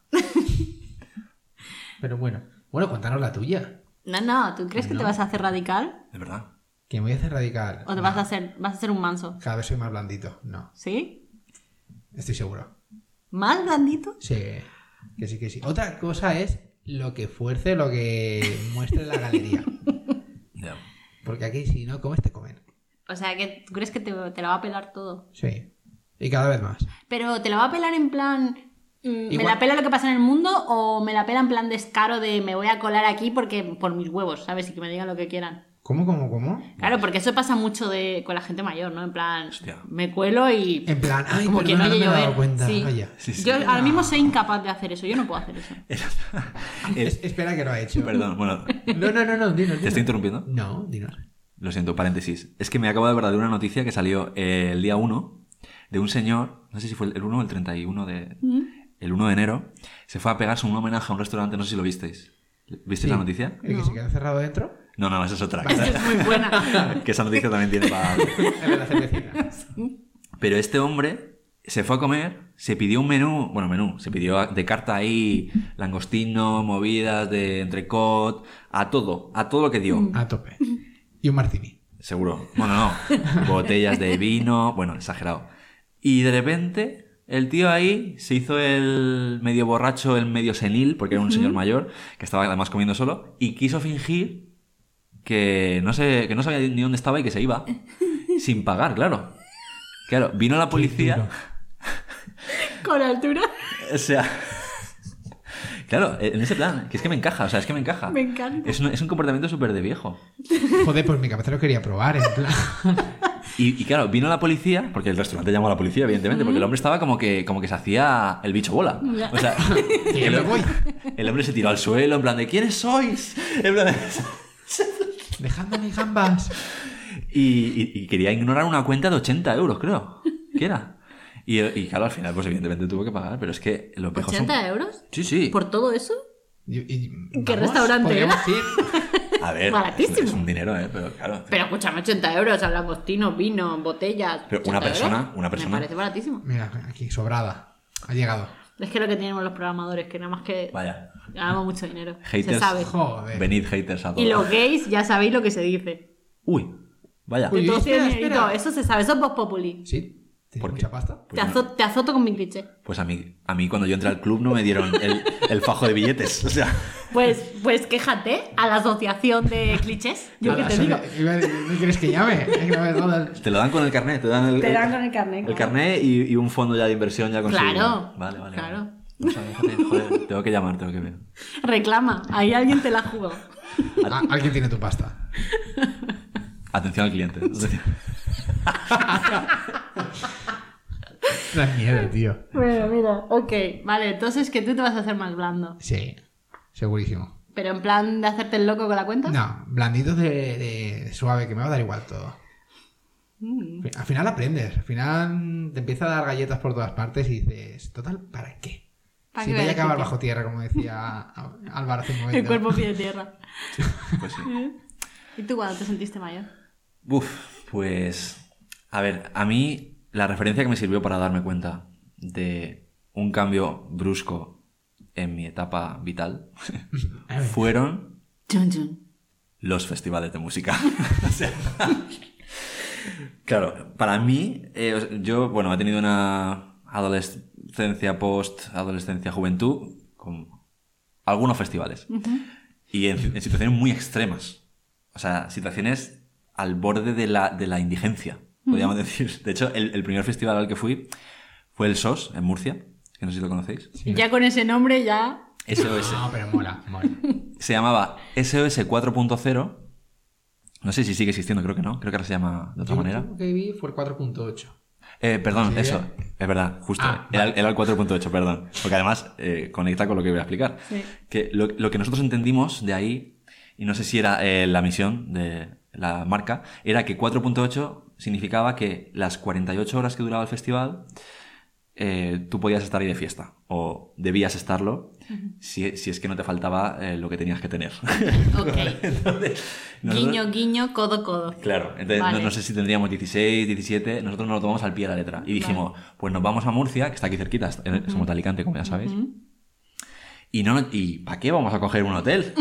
Pero bueno. Bueno, cuéntanos la tuya. No, no, ¿tú crees que te vas a hacer radical? De verdad. Que me voy a hacer radical. ¿O te No. vas a hacer, vas a ser un manso? Cada vez soy más blandito. No, ¿Sí? estoy seguro. ¿Más blandito? Sí, que sí, que sí. Otra cosa es lo que fuerce, lo que muestre la galería. Ya. Porque aquí si no comes, te comen. O sea, que tú crees que te, te la va a pelar todo. Sí. Y cada vez más. Pero te la va a pelar en plan. mm, ¿Me Igual- la pela lo que pasa en el mundo o me la pela en plan descaro de me voy a colar aquí porque por mis huevos, ¿sabes? Y que me digan lo que quieran. ¿Cómo, cómo, cómo? Claro, porque eso pasa mucho de, con la gente mayor, ¿no? En plan, Hostia. me cuelo y. En plan, ay, como que no, perdona, no me he llego a dado ver. ¿eh? cuenta. Ah, Sí. Vaya. Sí, sí. Yo ahora mismo soy incapaz de hacer eso, yo no puedo hacer eso. Es- Ah, Es- espera que lo ha hecho. perdón, bueno, te No, no, no, no, dinos. dinos. estoy interrumpiendo. No, dinos. Lo siento, paréntesis. Es que me acabo de verdad de una noticia que salió eh, el día 1 de un señor, no sé si fue el 1 o el 31 de... ¿Mm? El 1 de enero se fue a pegarse un homenaje a un restaurante, no sé si lo visteis. ¿Visteis Sí. la noticia? El que No. se queda cerrado dentro. No, no, esa es otra. Esa es muy buena. que esa noticia también tiene para... El de la cervecita. Pero este hombre se fue a comer, se pidió un menú, bueno, menú, se pidió de carta ahí, langostino, movidas de entrecot, a todo, a todo lo que dio, A tope. Y un martini. seguro. Bueno, no, botellas de vino, bueno, exagerado. Y de repente, el tío ahí se hizo el medio borracho, el medio senil, porque era un señor mayor, que estaba además comiendo solo, y quiso fingir que no, sé, que no sabía ni dónde estaba y que se iba, sin pagar, claro. Claro, vino la policía. Con altura. O sea. Claro, en ese plan, que es que me encaja, o sea, es que me encaja. Me encanta. Ah, Es un, es un comportamiento súper de viejo. Joder, pues mi cabeza lo quería probar, en plan. Y, y claro, vino la policía, porque el restaurante llamó a la policía, evidentemente, porque el hombre estaba como que, como que se hacía el bicho bola. Ya. O sea, Que me voy. el hombre se tiró al suelo, en plan de ¿quiénes sois? En plan de- Dejadme mis gambas. y, y- y quería ignorar una cuenta de 80 euros, creo. ¿Qué era? Y, y claro, al final, pues evidentemente tuvo que pagar, pero es que los viejos son- ¿80 euros? Sí, sí. ¿Por todo eso? Y- y- ¿Qué restaurante podríamos ir. A ver, Baratísimo. es, es un dinero, ¿eh? Pero claro. Pero escúchame, 80 euros, langostino, vino, botellas. Pero una 80 euros. persona, una persona. Me parece baratísimo. Mira, aquí, sobrada. Ha llegado. Es que lo que tenemos los programadores, que nada más que Vaya. ganamos mucho dinero. Se Haters. sabe. Joder. Venid haters a todos. Y los gays, ya sabéis lo que se dice. Uy, vaya. Uy, Todos espera, tienen dinerito, espera. eso se sabe, eso es Vox Populi. Sí, tiene ¿Por qué? mucha pasta. Te, azo- te azoto con mi cliché. Pues a mí, a mí cuando yo entré al club no me dieron el, el fajo de billetes. O sea, Pues, pues quéjate a la asociación de clichés. Yo que Nada, te eso digo. que- iba a decir, ¿No quieres que llame? Es que no me jodas. te lo dan con el carnet, te dan el, Te dan con el carnet, el claro. carnet y, y un fondo ya de inversión ya conseguido. Claro, Vale, vale. claro. vale. No sabía, joder, joder, tengo que llamar, tengo que ver. Reclama, ahí alguien te la jugó. Ah, Alguien tiene tu pasta. Atención al cliente. La mierda, tío. Bueno, mira, ok. Vale, entonces que tú te vas a hacer más blando. Sí, segurísimo. Pero en plan de hacerte el loco con la cuenta. No, blanditos de, de suave, que me va a dar igual todo. Mm. Al final aprendes, al final te empieza a dar galletas por todas partes y dices, total, ¿para qué? ¿Para si qué voy voy a a acabar decir bajo tierra, como decía Álvaro hace un momento. El cuerpo pide tierra. Pues sí. ¿Y tú cuándo te sentiste mayor? Uf, pues. A ver, a mí la referencia que me sirvió para darme cuenta de un cambio brusco en mi etapa vital A ver, fueron Chun, chun. los festivales de música. O sea, claro, para mí, eh, o sea, yo, bueno, he tenido una adolescencia post, adolescencia juventud, con algunos festivales. Y en, en situaciones muy extremas. O sea, situaciones al borde de la, de la indigencia, podríamos decir. De hecho, el, el primer festival al que fui fue el SOS, en Murcia, que no sé si lo conocéis. Y ya con ese nombre ya... SOS Ah, No, pero mola, mola. se llamaba SOS 4.0. No sé si sigue existiendo, creo que no. Creo que ahora se llama de otra Yo manera. lo que vi fue el 4.8. Eh, perdón, Sí. eso. Es verdad, justo. Ah, era, era el 4.8, perdón. Porque además eh, conecta con lo que voy a explicar. Sí. Que lo, lo que nosotros entendimos de ahí, y no sé si era eh, la misión de la marca, era que 4.8 significaba que las 48 horas que duraba el festival, eh, tú podías estar ahí de fiesta. O debías estarlo si, si es que no te faltaba eh, lo que tenías que tener. Ok. Entonces, nosotros- Guiño, guiño, codo, codo. Claro, entonces Vale. no, no sé si tendríamos 16, 17, nosotros nos lo tomamos al pie de la letra. Y dijimos, pues nos vamos a Murcia, que está aquí cerquita, est- somos de Alicante, como ya sabéis. Y, no, no- ¿Y para qué vamos a coger un hotel?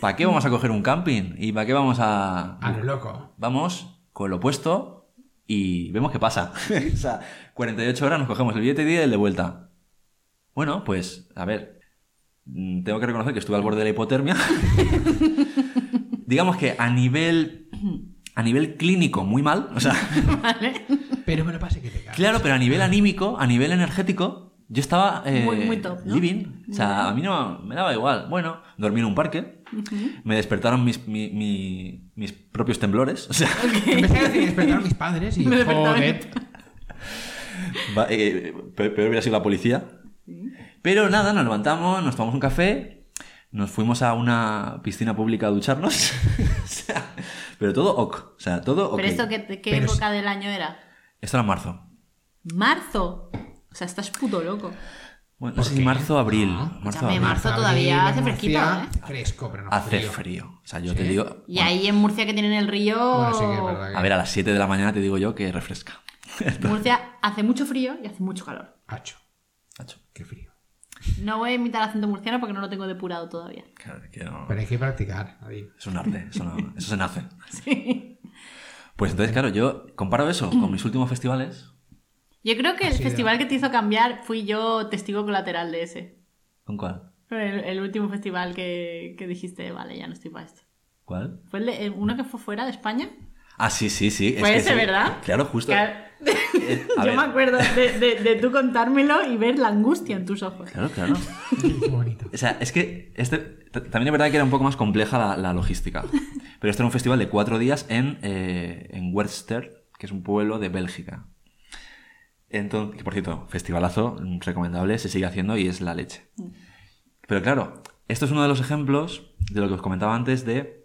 ¿Para qué vamos a coger un camping? ¿Y para qué vamos a...? A lo loco. Vamos con lo opuesto y vemos qué pasa. o sea, 48 horas nos cogemos el billete de ida y el de vuelta. Bueno, pues, a ver, mm, tengo que reconocer que estuve al borde de la hipotermia. Digamos que a nivel, a nivel clínico muy mal, o sea, Pero me lo pasé que te cago. claro, pero a nivel anímico, a nivel energético, yo estaba eh, Muy- muy top, ¿no? living. O sea, a mí no me daba igual. Bueno, dormí en un parque, me despertaron mis, mi- mi- mis propios temblores, o sea, Empecé a decir despertar a mis padres y Me despertaron. joder. Va- eh, eh, pe- peor hubiera sido la policía. Pero nada, nos levantamos, nos tomamos un café, nos fuimos a una piscina pública a ducharnos. O sea, pero todo ok. O sea, todo ok. ¿Pero esto qué, qué Pero época del año era? Esto era en marzo. Marzo. O sea, estás puto loco. Bueno, ¿Por sí, qué? Ah. marzo, abril. No. marzo, Escúchame, abril. marzo. todavía hace fresquito, Murcia, ¿eh? Fresco, pero no Hace frío. frío. O sea, yo Sí. te digo. Y ahí en Murcia que tienen el río. Bueno, sí que es verdad que A ver, a las 7 de la mañana te digo yo que refresca. Murcia hace mucho frío y hace mucho calor. Hacho, Nacho. qué frío. No voy a imitar acento murciano porque no lo tengo depurado todavía. Claro, que no- Pero hay que practicar, David. Es un arte, eso, no- eso se nace. Sí. Pues entonces, claro, yo comparo eso con mis últimos festivales. Yo creo que el Así de- festival que te hizo cambiar fui yo testigo colateral de ese. ¿Con cuál? Pero El, el último festival que, que dijiste, vale, ya no estoy para esto. ¿Cuál? ¿Fue el de- el- uno que fue fuera de España? Ah, sí, sí, sí. es Fue que ese, sí. ¿verdad? Claro, justo. Claro. Eh, a Yo ver. me acuerdo de, de- de tú contármelo y ver la angustia en tus ojos. Claro, claro. Qué bonito. O sea, es que este, t- también es verdad que era un poco más compleja la, la logística. Pero este era un festival de cuatro días en, eh, en Werster, que es un pueblo de Bélgica. Entonces, que por cierto, festivalazo mm, recomendable, se sigue haciendo y es la leche. Mm. Pero claro, esto es uno de los ejemplos de lo que os comentaba antes de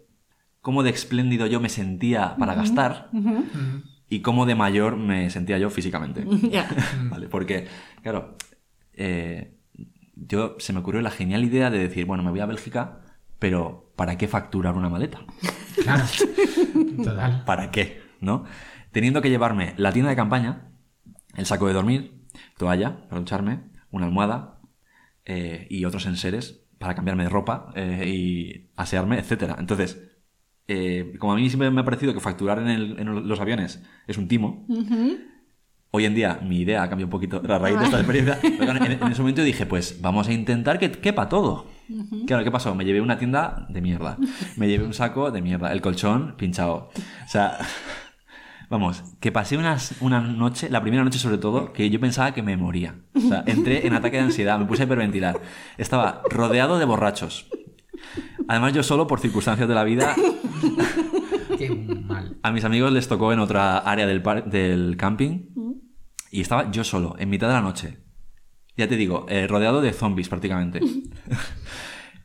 cómo de espléndido yo me sentía para gastar Ujú. y cómo de mayor me sentía yo físicamente. Ya. Mm. Vale, porque, claro, eh, yo se me ocurrió la genial idea de decir, bueno, me voy a Bélgica, pero ¿para qué facturar una maleta? Claro. Total. ¿Para qué? ¿No? Teniendo que llevarme la tienda de campaña, el saco de dormir, toalla para ducharme, una almohada eh, y otros enseres para cambiarme de ropa eh, y asearme, etcétera. Entonces, eh, como a mí siempre me ha parecido que facturar en, el- en los aviones es un timo, Ujú. Hoy en día mi idea ha cambiado un poquito a raíz de esta experiencia. Pero claro, en, en ese momento dije, pues vamos a intentar que quepa todo. Claro, ¿qué pasó? Me llevé una tienda de mierda. Me llevé un saco de mierda. El colchón pinchado. O sea, vamos, que pasé unas, una noche, la primera noche sobre todo, que yo pensaba que me moría. O sea, entré en ataque de ansiedad, me puse a hiperventilar. Estaba rodeado de borrachos. Además yo solo por circunstancias de la vida Qué mal. a mis amigos les tocó en otra área del, par- del camping y estaba yo solo, en mitad de la noche. Ya te digo, eh, rodeado de zombies prácticamente.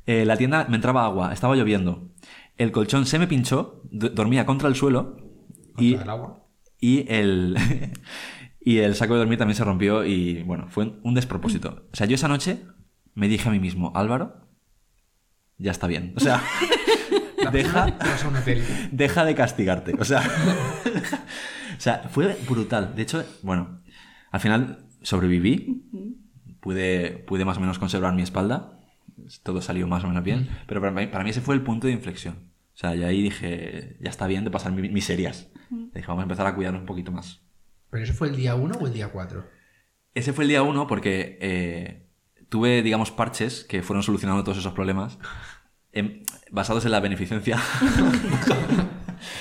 Eh, la tienda me entraba agua, estaba lloviendo. El colchón se me pinchó, d- dormía contra el suelo y, Contra el agua. y el, y el saco de dormir también se rompió y bueno, fue un- un despropósito. O sea, yo esa noche me dije a mí mismo, Álvaro, ya está bien. O sea, La deja, persona te vas a un hotel. deja de castigarte. O sea, o sea, fue brutal. De hecho, bueno, al final sobreviví. Mm-hmm. Pude, pude más o menos conservar mi espalda. Todo salió más o menos bien. Pero para mí, para mí ese fue el punto de inflexión. O sea, y ahí dije, ya está bien de pasar mi- miserias. Dije, vamos a empezar a cuidarnos un poquito más. ¿Pero eso fue el día 1 o el día 4? Ese fue el día uno porque eh, tuve, digamos, parches que fueron solucionando todos esos problemas em, basados en la beneficencia.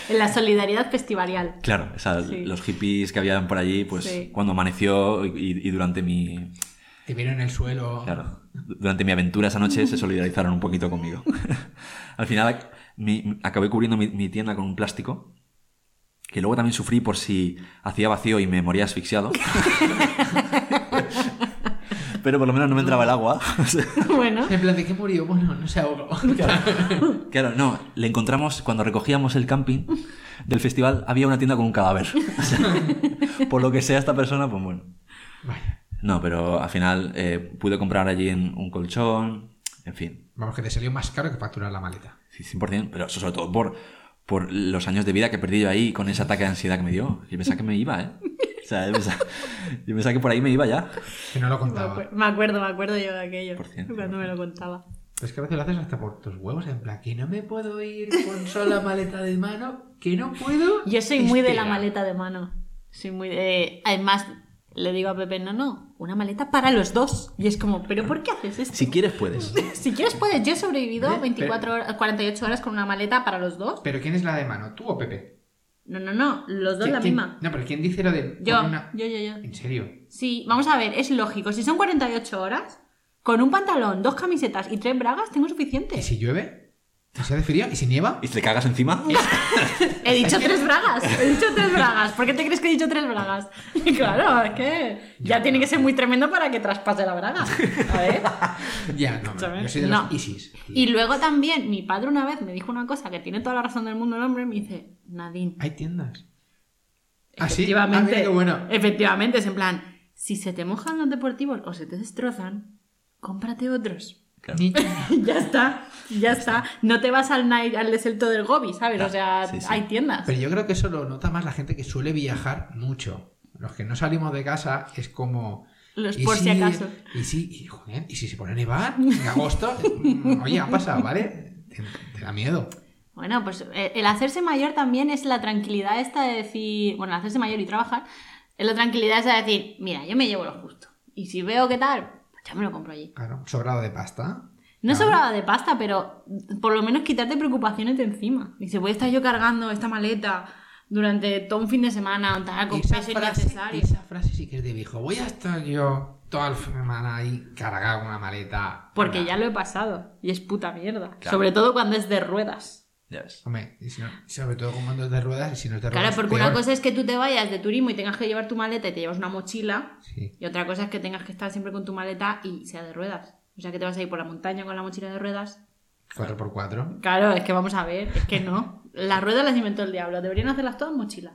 En la solidaridad festivalial. Claro, o sea, Sí. los hippies que habían por allí, pues Sí. cuando amaneció y, y durante mi Te vieron en el suelo. claro, durante mi aventura esa noche se solidarizaron un poquito conmigo. Al final mi- acabé cubriendo mi, mi tienda con un plástico que luego también sufrí por si hacía vacío y me moría asfixiado. Pero por lo menos no me entraba el agua. Bueno, En plan, ¿de qué murió? Bueno, no se ahogó. Claro, no, le encontramos cuando recogíamos el camping del festival había una tienda con un cadáver. O sea, por lo que sea esta persona, pues bueno. Vale. No, pero al final eh, pude comprar allí en un colchón, en fin, Vamos, que te salió más caro que facturar la maleta. sí, 100%, pero eso sobre todo por, por los años de vida que perdí yo ahí con ese ataque de ansiedad que me dio. Yo pensaba que me iba, ¿eh? O sea, yo pensaba, yo pensaba que por ahí me iba ya. Que no lo me contaba. acuer- me acuerdo, me acuerdo yo de aquello. Por cierto. Cuando me lo contaba. Pero es que a veces lo haces hasta por tus huevos, en plan, que no me puedo ir con solo la maleta de mano, que no puedo. Yo soy muy de la Espera. maleta de mano. Soy muy de- Además, le digo a Pepe, no, no, una maleta para los dos. Y es como, ¿pero por qué haces esto? Si quieres, puedes. Si quieres puedes, yo he sobrevivido Pero- 24 horas, 48 horas con una maleta para los dos. ¿Pero quién es la de mano? ¿Tú o Pepe? No, no, no, los dos ¿Qui- la quién- misma. No, pero ¿quién dice lo de.? Yo, con una- yo, yo, yo. ¿En serio? Sí, vamos a ver, es lógico. Si son 48 horas, con un pantalón, dos camisetas y tres bragas tengo suficiente. ¿Y si llueve? ¿Y si hace frío? ¿Y si nieva? ¿Y te cagas encima? He dicho tres bragas, he dicho tres bragas. ¿Por qué te crees que he dicho tres bragas? Y claro, es que ya tiene que ser muy tremendo para que traspase la braga. A ver. Ya, no, ¿Sabes? yo soy de No. los ISIS. Y luego también, mi padre una vez me dijo una cosa que tiene toda la razón del mundo el hombre, me dice, Nadine, Hay tiendas. ¿Ah, sí? Ah, Efectivamente. mira qué bueno. Efectivamente, es en plan, si se te mojan los deportivos o se te destrozan, cómprate otros. Claro. Ni- ya está, ya está. No te vas al, Nike- al desierto del Gobi, ¿sabes? Claro, o sea, sí, sí. hay tiendas. Pero yo creo que eso lo nota más la gente que suele viajar mucho. Los que no salimos de casa es como... Los ¿y por si acaso. Y si, y, joder, ¿y si se pone a nevar en agosto? Mm, Oye, ha pasado, ¿vale? Te, te da miedo. Bueno, pues eh, el hacerse mayor también es la tranquilidad esta de decir, bueno, el hacerse mayor y trabajar, es la tranquilidad esa de decir, mira, yo me llevo lo justo. Y si veo que tal, pues ya me lo compro allí. Claro, sobrado de pasta. No Claro. sobraba de pasta, pero por lo menos quitarte preocupaciones de encima. Dice, voy a estar yo cargando esta maleta durante todo un fin de semana, un tal, con peso innecesario. esa frase sí que es de viejo. Voy a estar yo toda la semana ahí cargado con una maleta. Porque Anda. ya lo he pasado. Y es puta mierda. Claro. Sobre todo cuando es de ruedas. Ya ves. Hombre, y si no- sobre todo con mandos de ruedas y si no es de ruedas. Claro, porque peor. una cosa es que tú te vayas de turismo y tengas que llevar tu maleta y te llevas una mochila. Sí. Y otra cosa es que tengas que estar siempre con tu maleta y sea de ruedas. O sea, que te vas a ir por la montaña con la mochila de ruedas. 4x4. Claro, es que vamos a ver, es que no. Las ruedas las inventó el diablo, deberían hacerlas todas en mochila.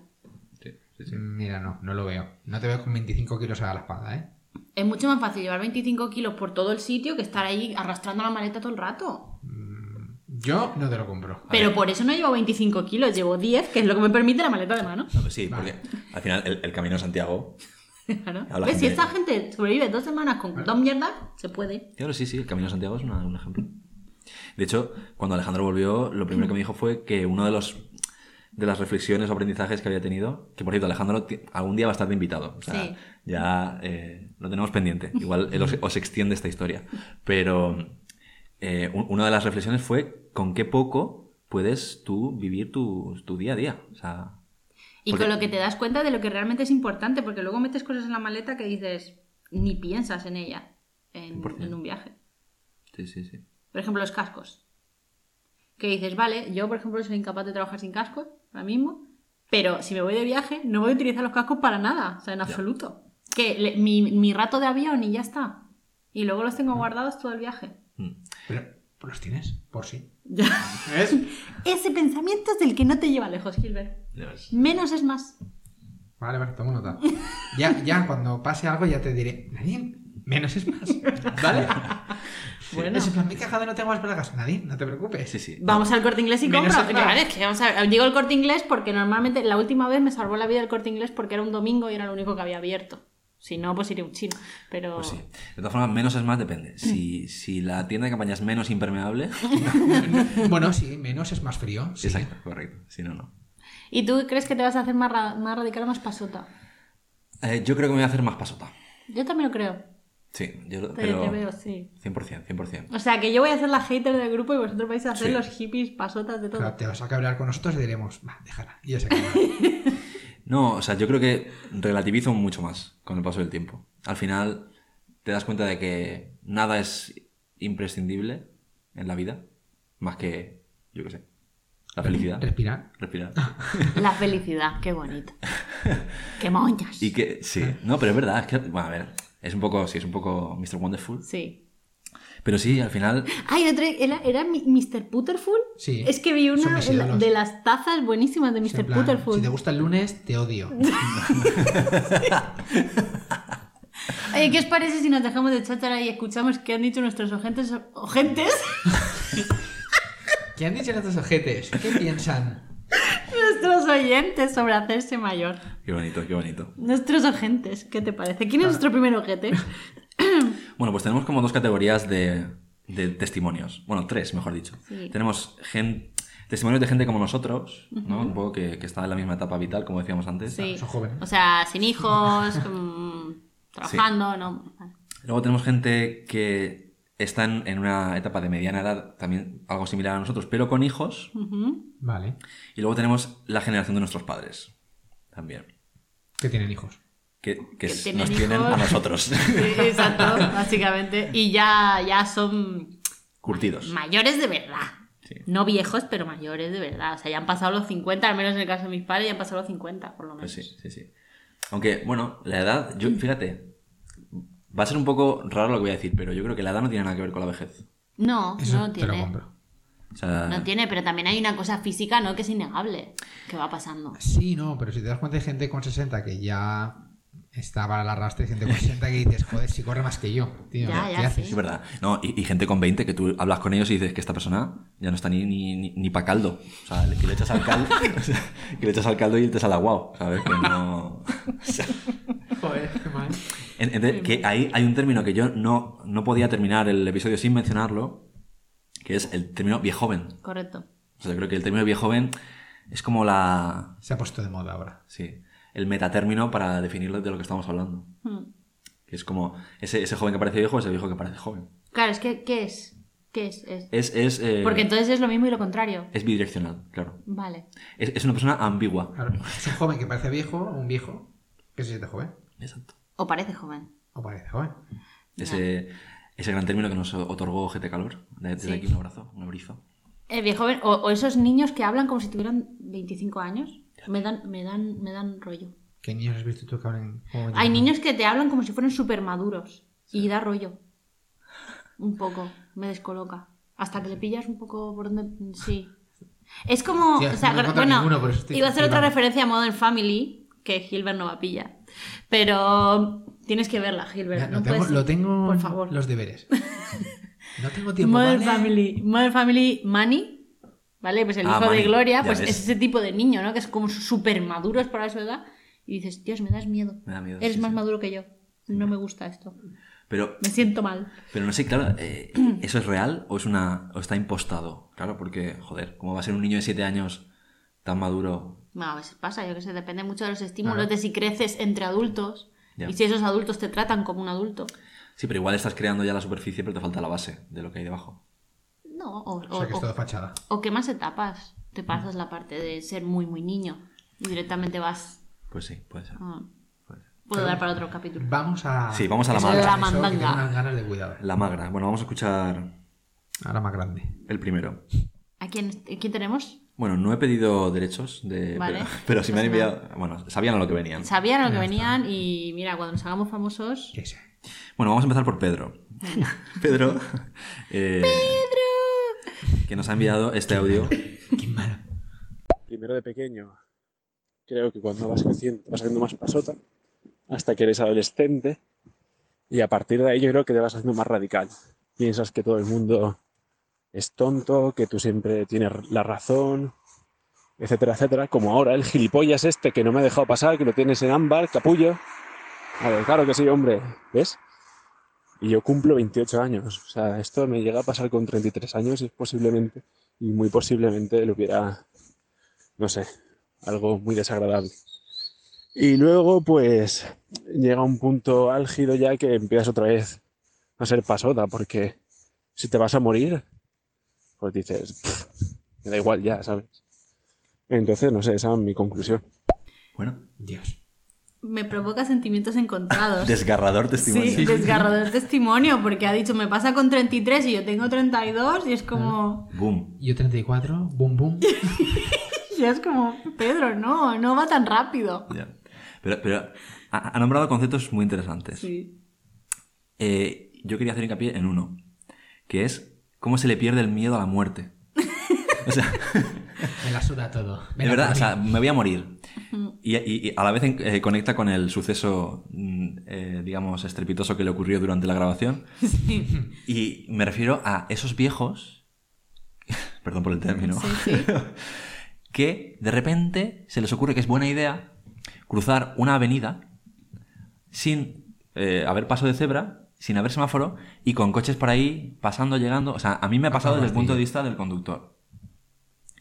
Sí, sí, sí. Mira, no, no lo veo. No te veo con 25 kilos a la espalda, ¿eh? Es mucho más fácil llevar 25 kilos por todo el sitio que estar ahí arrastrando la maleta todo el rato. Yo no te lo compro. Pero por eso no llevo 25 kilos, llevo 10, que es lo que me permite la maleta de mano. No, pues sí, Vale. porque al final el, el camino a Santiago. Claro. Habla Ves, si gente de esta eso. gente sobrevive dos semanas con dos mierdas, se puede. Claro, sí, sí, el camino a Santiago es una- un ejemplo. De hecho, cuando Alejandro volvió, lo primero que me dijo fue que uno de los de las reflexiones o aprendizajes que había tenido, que por cierto, Alejandro ti- algún día va a estar de invitado. O sea, Sí. ya eh, lo tenemos pendiente. Igual él os, os extiende esta historia. Pero eh, un- una de las reflexiones fue con qué poco puedes tú vivir tu, tu día a día. O sea, Y Porque- con lo que te das cuenta de lo que realmente es importante, porque luego metes cosas en la maleta que dices, ni piensas en ella en, 100%. en un viaje. sí, sí, sí. Por ejemplo, los cascos. Que dices, vale, yo por ejemplo soy incapaz de trabajar sin cascos ahora mismo, pero si me voy de viaje no voy a utilizar los cascos para nada, o sea, en absoluto. Que le- mi, mi rato de avión y ya está. Y luego los tengo guardados todo el viaje. Mm. Pero los tienes, por sí. Ya. ¿Ves? Ese pensamiento es del que no te lleva lejos, Gilbert. Ya ves. Menos es más. Vale, vale, tomo nota. Ya, ya cuando pase algo ya te diré, Nadie, menos es más. ¿Vale? Bueno. Es en plan, mi caja de no tengo más bragas. Nadie, no te preocupes. Sí, sí. Vamos al corte inglés y Menos compro. es más. Claro, es que vamos a- Digo el corte inglés porque normalmente la última vez me salvó la vida el corte inglés porque era un domingo y era lo único que había abierto. Si no, pues iría un chino. Pero. Pues sí. De todas formas, menos es más, depende. Si, si la tienda de campaña es menos impermeable. Bueno, sí, menos es más frío. Sí. Exacto, correcto. Si no, no. ¿Y tú crees que te vas a hacer más, ra- más radical o más pasota? Eh, yo creo que me voy a hacer más pasota. Yo también lo creo. Sí, yo lo- Te, pero te veo, sí. 100%, 100%. O sea, que yo voy a ser la hater del grupo y vosotros vais a ser Sí. los hippies pasotas de todo. Claro, te vas a cabrear con nosotros y diremos, va, déjala. Y ya se acaba. No, o sea, yo creo que relativizo mucho más con el paso del tiempo. Al final te das cuenta de que nada es imprescindible en la vida, más que, yo qué sé, la felicidad, Respirar. Ah. respirar. La felicidad, qué bonito. qué moñas. Y que, sí, Ah. no, pero es verdad, es que, bueno, a ver, es un poco, sí, es un poco Mr. Wonderful, Sí. pero sí, al final Ay, otro, ¿era, era mi- Mr. Putterful? Sí, Es que vi son una mis de, la- ídolos. de las tazas buenísimas de Es en Mr. plan, Putterful. Si te gusta el lunes, te odio. Oye, ¿qué os parece si nos dejamos de cháchara y escuchamos qué han dicho nuestros ojentes? ¿Ojentes? ¿Qué han dicho estos ojetes? ¿Qué piensan? nuestros oyentes sobre hacerse mayor. Qué bonito, qué bonito. Nuestros ojentes, ¿qué te parece? Ah. ¿Quién es nuestro primer ojete? Bueno, pues tenemos como dos categorías de, de testimonios. Bueno, tres, mejor dicho. Sí. Tenemos gen- testimonios de gente como nosotros, ¿no? Un poco que, que está en la misma etapa vital, como decíamos antes. Sí. Son jóvenes. O sea, sin hijos, mm, trabajando, ¿no? Luego tenemos gente que está en, en una etapa de mediana edad, también algo similar a nosotros, pero con hijos. Ujú. Vale. Y luego tenemos la generación de nuestros padres, también. Que tienen hijos. Que, que es- tienen nos tienen hijos. a nosotros, Sí, exacto, básicamente. Y ya, ya son curtidos. mayores de verdad. Sí. No viejos, pero mayores de verdad. O sea, ya han pasado los 50, al menos en el caso de mis padres, ya han pasado los 50, por lo menos. Pues sí, sí, sí. Aunque, bueno, la edad, yo, fíjate, va a ser un poco raro lo Ah. que voy a decir, pero yo creo que la edad no tiene nada que ver con la vejez. No, Eso no te lo tiene. compro. O sea, No tiene, pero también hay una cosa física, ¿no? Que es innegable. Que va pasando. Sí, no, pero si te das cuenta hay gente con 60 que ya está para el arrastre, y gente con 60 que dices, joder, si corre más que yo, tío, Ya, ¿qué ya, haces? sí. Es verdad. No, y, y gente con 20 que tú hablas con ellos y dices que esta persona ya no está ni, ni, ni, para caldo. O sea, le- que le echas al caldo, o sea, que le echas al caldo y te sale aguao, ¿sabes? Que no. o sea, Joder, qué mal. en- entonces, que ahí hay un término que yo no, no podía terminar el episodio sin mencionarlo, que es el término viejoven. Correcto. O sea, yo creo que el término viejoven es como la. Se ha puesto de moda ahora. Sí, el metatérmino para definir de lo que estamos hablando. Hmm. Que es como ese, ese joven que parece viejo es el viejo que parece joven. Claro, es que, ¿qué es? ¿Qué es? Es- Es, es, eh, Porque entonces es lo mismo y lo contrario. es bidireccional, claro. Vale. Es, es una persona ambigua. Claro, es un joven que parece viejo o un viejo que se siente joven Exacto. O parece joven. o parece joven. Ese, ese gran término que nos otorgó GT Calor. De- Desde Sí. aquí un abrazo, un abrizo. El viejo Eh, joven, o, o esos niños que hablan como si tuvieran 25 años, me dan, me dan, me dan rollo. ¿Qué niños has visto tú que hablan joven? Hay niños que te hablan como si fueran súper maduros y da rollo. Un poco, me descoloca. Hasta que le pillas un poco por donde... Sí. Es como... Sí, o sea, no he encontrado bueno, ninguno, por eso estoy iba a hacer otra flipando. referencia a Modern Family, que Gilbert no va a pillar. Pero tienes que verla, Gilbert. Ya, no lo, tengo, puedes- lo tengo Por favor. los deberes. No tengo tiempo, Modern ¿vale? Family, Modern Family Money, ¿vale? Pues el Ah, hijo Manny, de Gloria, ya pues ves. es ese tipo de niño, ¿no? Que es como súper maduros para su edad. Y dices, Dios, me das miedo. Me da miedo, Eres sí, más sí. maduro que yo. No me gusta esto. Pero, Me siento mal. pero no sé, claro, eh, ¿eso es real o, es una, o está impostado? Claro, porque, joder, ¿cómo va a ser un niño de 7 años tan maduro? Bueno, a veces pasa, yo que sé, depende mucho de los estímulos, Claro. de si creces entre adultos Ya. y si esos adultos te tratan como un adulto. Sí, pero igual estás creando ya la superficie, pero te falta la base de lo que hay debajo. No, o, O sea que o- es todo fachada. o quemas etapas. Te Mm. pasas la parte de ser muy, muy niño y directamente vas. Pues sí, puede ser. ah, puede ser. puedo dar para otro capítulo. Vamos a... Sí, vamos a la Eso- manga. La eso, que mandanga. tengo unas ganas de cuidado. La magra. Bueno, vamos a escuchar Ahora más grande. el primero. ¿A quién, a quién tenemos? Bueno, no he pedido derechos de. Vale. Pero, pero si me han Pues enviado. Bueno, sabían a lo que venían. Sabían a lo que venían y mira, cuando nos hagamos famosos. ¿Qué sé? Bueno, vamos a empezar por Pedro. Pedro. ¡Pedro! Que nos ha enviado este audio. Qué malo. primero de pequeño, creo que cuando vas creciendo, vas haciendo más pasota, hasta que eres adolescente, y a partir de ahí yo creo que te vas haciendo más radical. Piensas que todo el mundo es tonto, que tú siempre tienes la razón, etcétera, etcétera. Como ahora, el gilipollas este que no me ha dejado pasar, que lo tienes en ámbar, capullo. A ver, claro que sí, hombre, ¿ves? Y yo cumplo 28 años. O sea, esto me llega a pasar con 33 años y es posiblemente, y muy posiblemente lo hubiera no sé, algo muy desagradable. Y luego, pues, llega un punto álgido ya que empiezas otra vez a ser pasota, porque si te vas a morir, pues dices, "Pff, me da igual ya, ¿sabes? Entonces, no sé, esa es mi conclusión. Bueno, Dios. Me provoca sentimientos encontrados. desgarrador testimonio. Sí, desgarrador testimonio, porque ha dicho, me pasa con 33 y yo tengo 32 y es como, Boom. Yo 34, boom, boom. y es como, Pedro, no, no va tan rápido. Ya. Pero, pero ha, ha nombrado conceptos muy interesantes. Sí. Eh, yo quería hacer hincapié en uno, que es cómo se le pierde el miedo a la muerte. O sea, Me la suda todo. Es verdad, o sea, me voy a morir. Y, y- y a la vez en- eh, conecta con el suceso, mm, eh, digamos, estrepitoso que le ocurrió durante la grabación. Sí, Y me refiero a esos viejos, perdón por el término, sí, sí. que de repente se les ocurre que es buena idea cruzar una avenida sin eh, haber paso de cebra, sin haber semáforo y con coches por ahí pasando, llegando. O sea, a mí me ha pasado desde el punto de vista del conductor.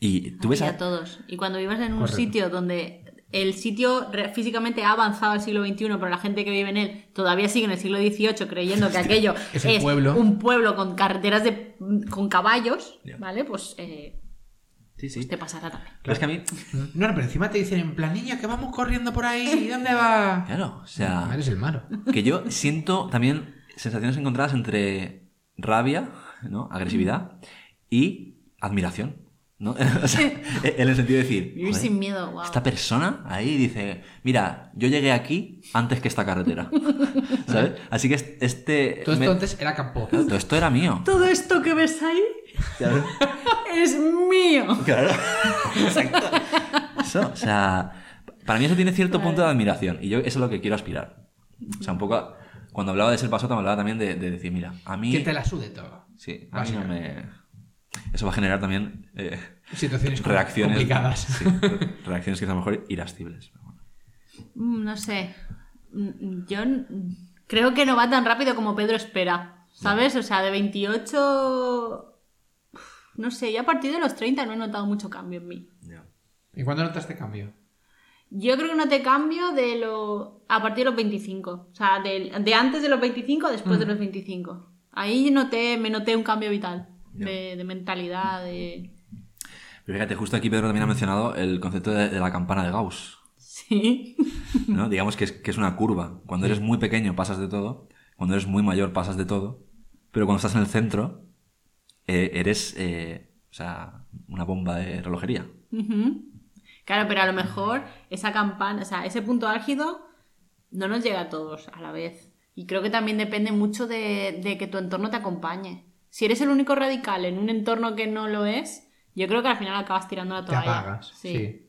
Y tú ves Así a- a todos. Y cuando vivas en un Correcto. sitio donde el sitio re- físicamente ha avanzado al siglo XXI, pero la gente que vive en él todavía sigue en el siglo XVIII creyendo que aquello Es un pueblo. un pueblo con carreteras de, con caballos, Ya. ¿vale? Pues eh, Sí, sí. te pasará también. Pero es que a mí No, no, pero encima te dicen en plan, niño, que vamos corriendo por ahí. ¿Y dónde va? Claro, o sea, Ah, Eres el malo. que yo siento también sensaciones encontradas entre rabia, ¿no? Agresividad y admiración, ¿no? O sea, en el sentido de decir, Vivir "Joder, sin miedo, wow. esta persona ahí dice, mira, yo llegué aquí antes que esta carretera, ¿sabes? Así que es- este... Todo esto me- antes era campo. Claro, todo esto era mío. Todo esto que ves ahí Claro. ¡Es mío! Claro. Exacto. Eso, o sea, para mí eso tiene cierto punto de admiración y yo eso es lo que quiero aspirar. O sea, un poco, a- cuando hablaba de ser pasota, me hablaba también de, de decir, mira, a mí... Que te la sude todo. Sí, a mí no me... Eso va a generar también eh, Situaciones com- reacciones... complicadas. Sí, reacciones que a lo mejor irascibles. pero bueno. Mm, No sé. Mm, Yo n- creo que no va tan rápido como Pedro espera. ¿Sabes? O sea, de 28. Uf, No sé, yo a partir de los 30 no he notado mucho cambio en mí. Ya. ¿Y cuándo notas este cambio? Yo creo que no te cambio de lo... a partir de los 25. O sea, del- de, antes de los 25 a después Mm. de los 25. Ahí noté, me noté un cambio vital. Ya. De, de mentalidad, de... Pero fíjate, justo aquí Pedro también ha mencionado el concepto de, de la campana de Gauss. Sí. ¿no? Digamos que es, que es una curva. Cuando eres muy pequeño pasas de todo, cuando eres muy mayor pasas de todo, pero cuando estás en el centro eh, eres eh, o sea, una bomba de relojería. Ujú. Claro, pero a lo mejor esa campana, o sea, ese punto álgido no nos llega a todos a la vez. Y creo que también depende mucho de, de que tu entorno te acompañe. Si eres el único radical en un entorno que no lo es, yo creo que al final acabas tirando la Te toalla. apagas. Sí.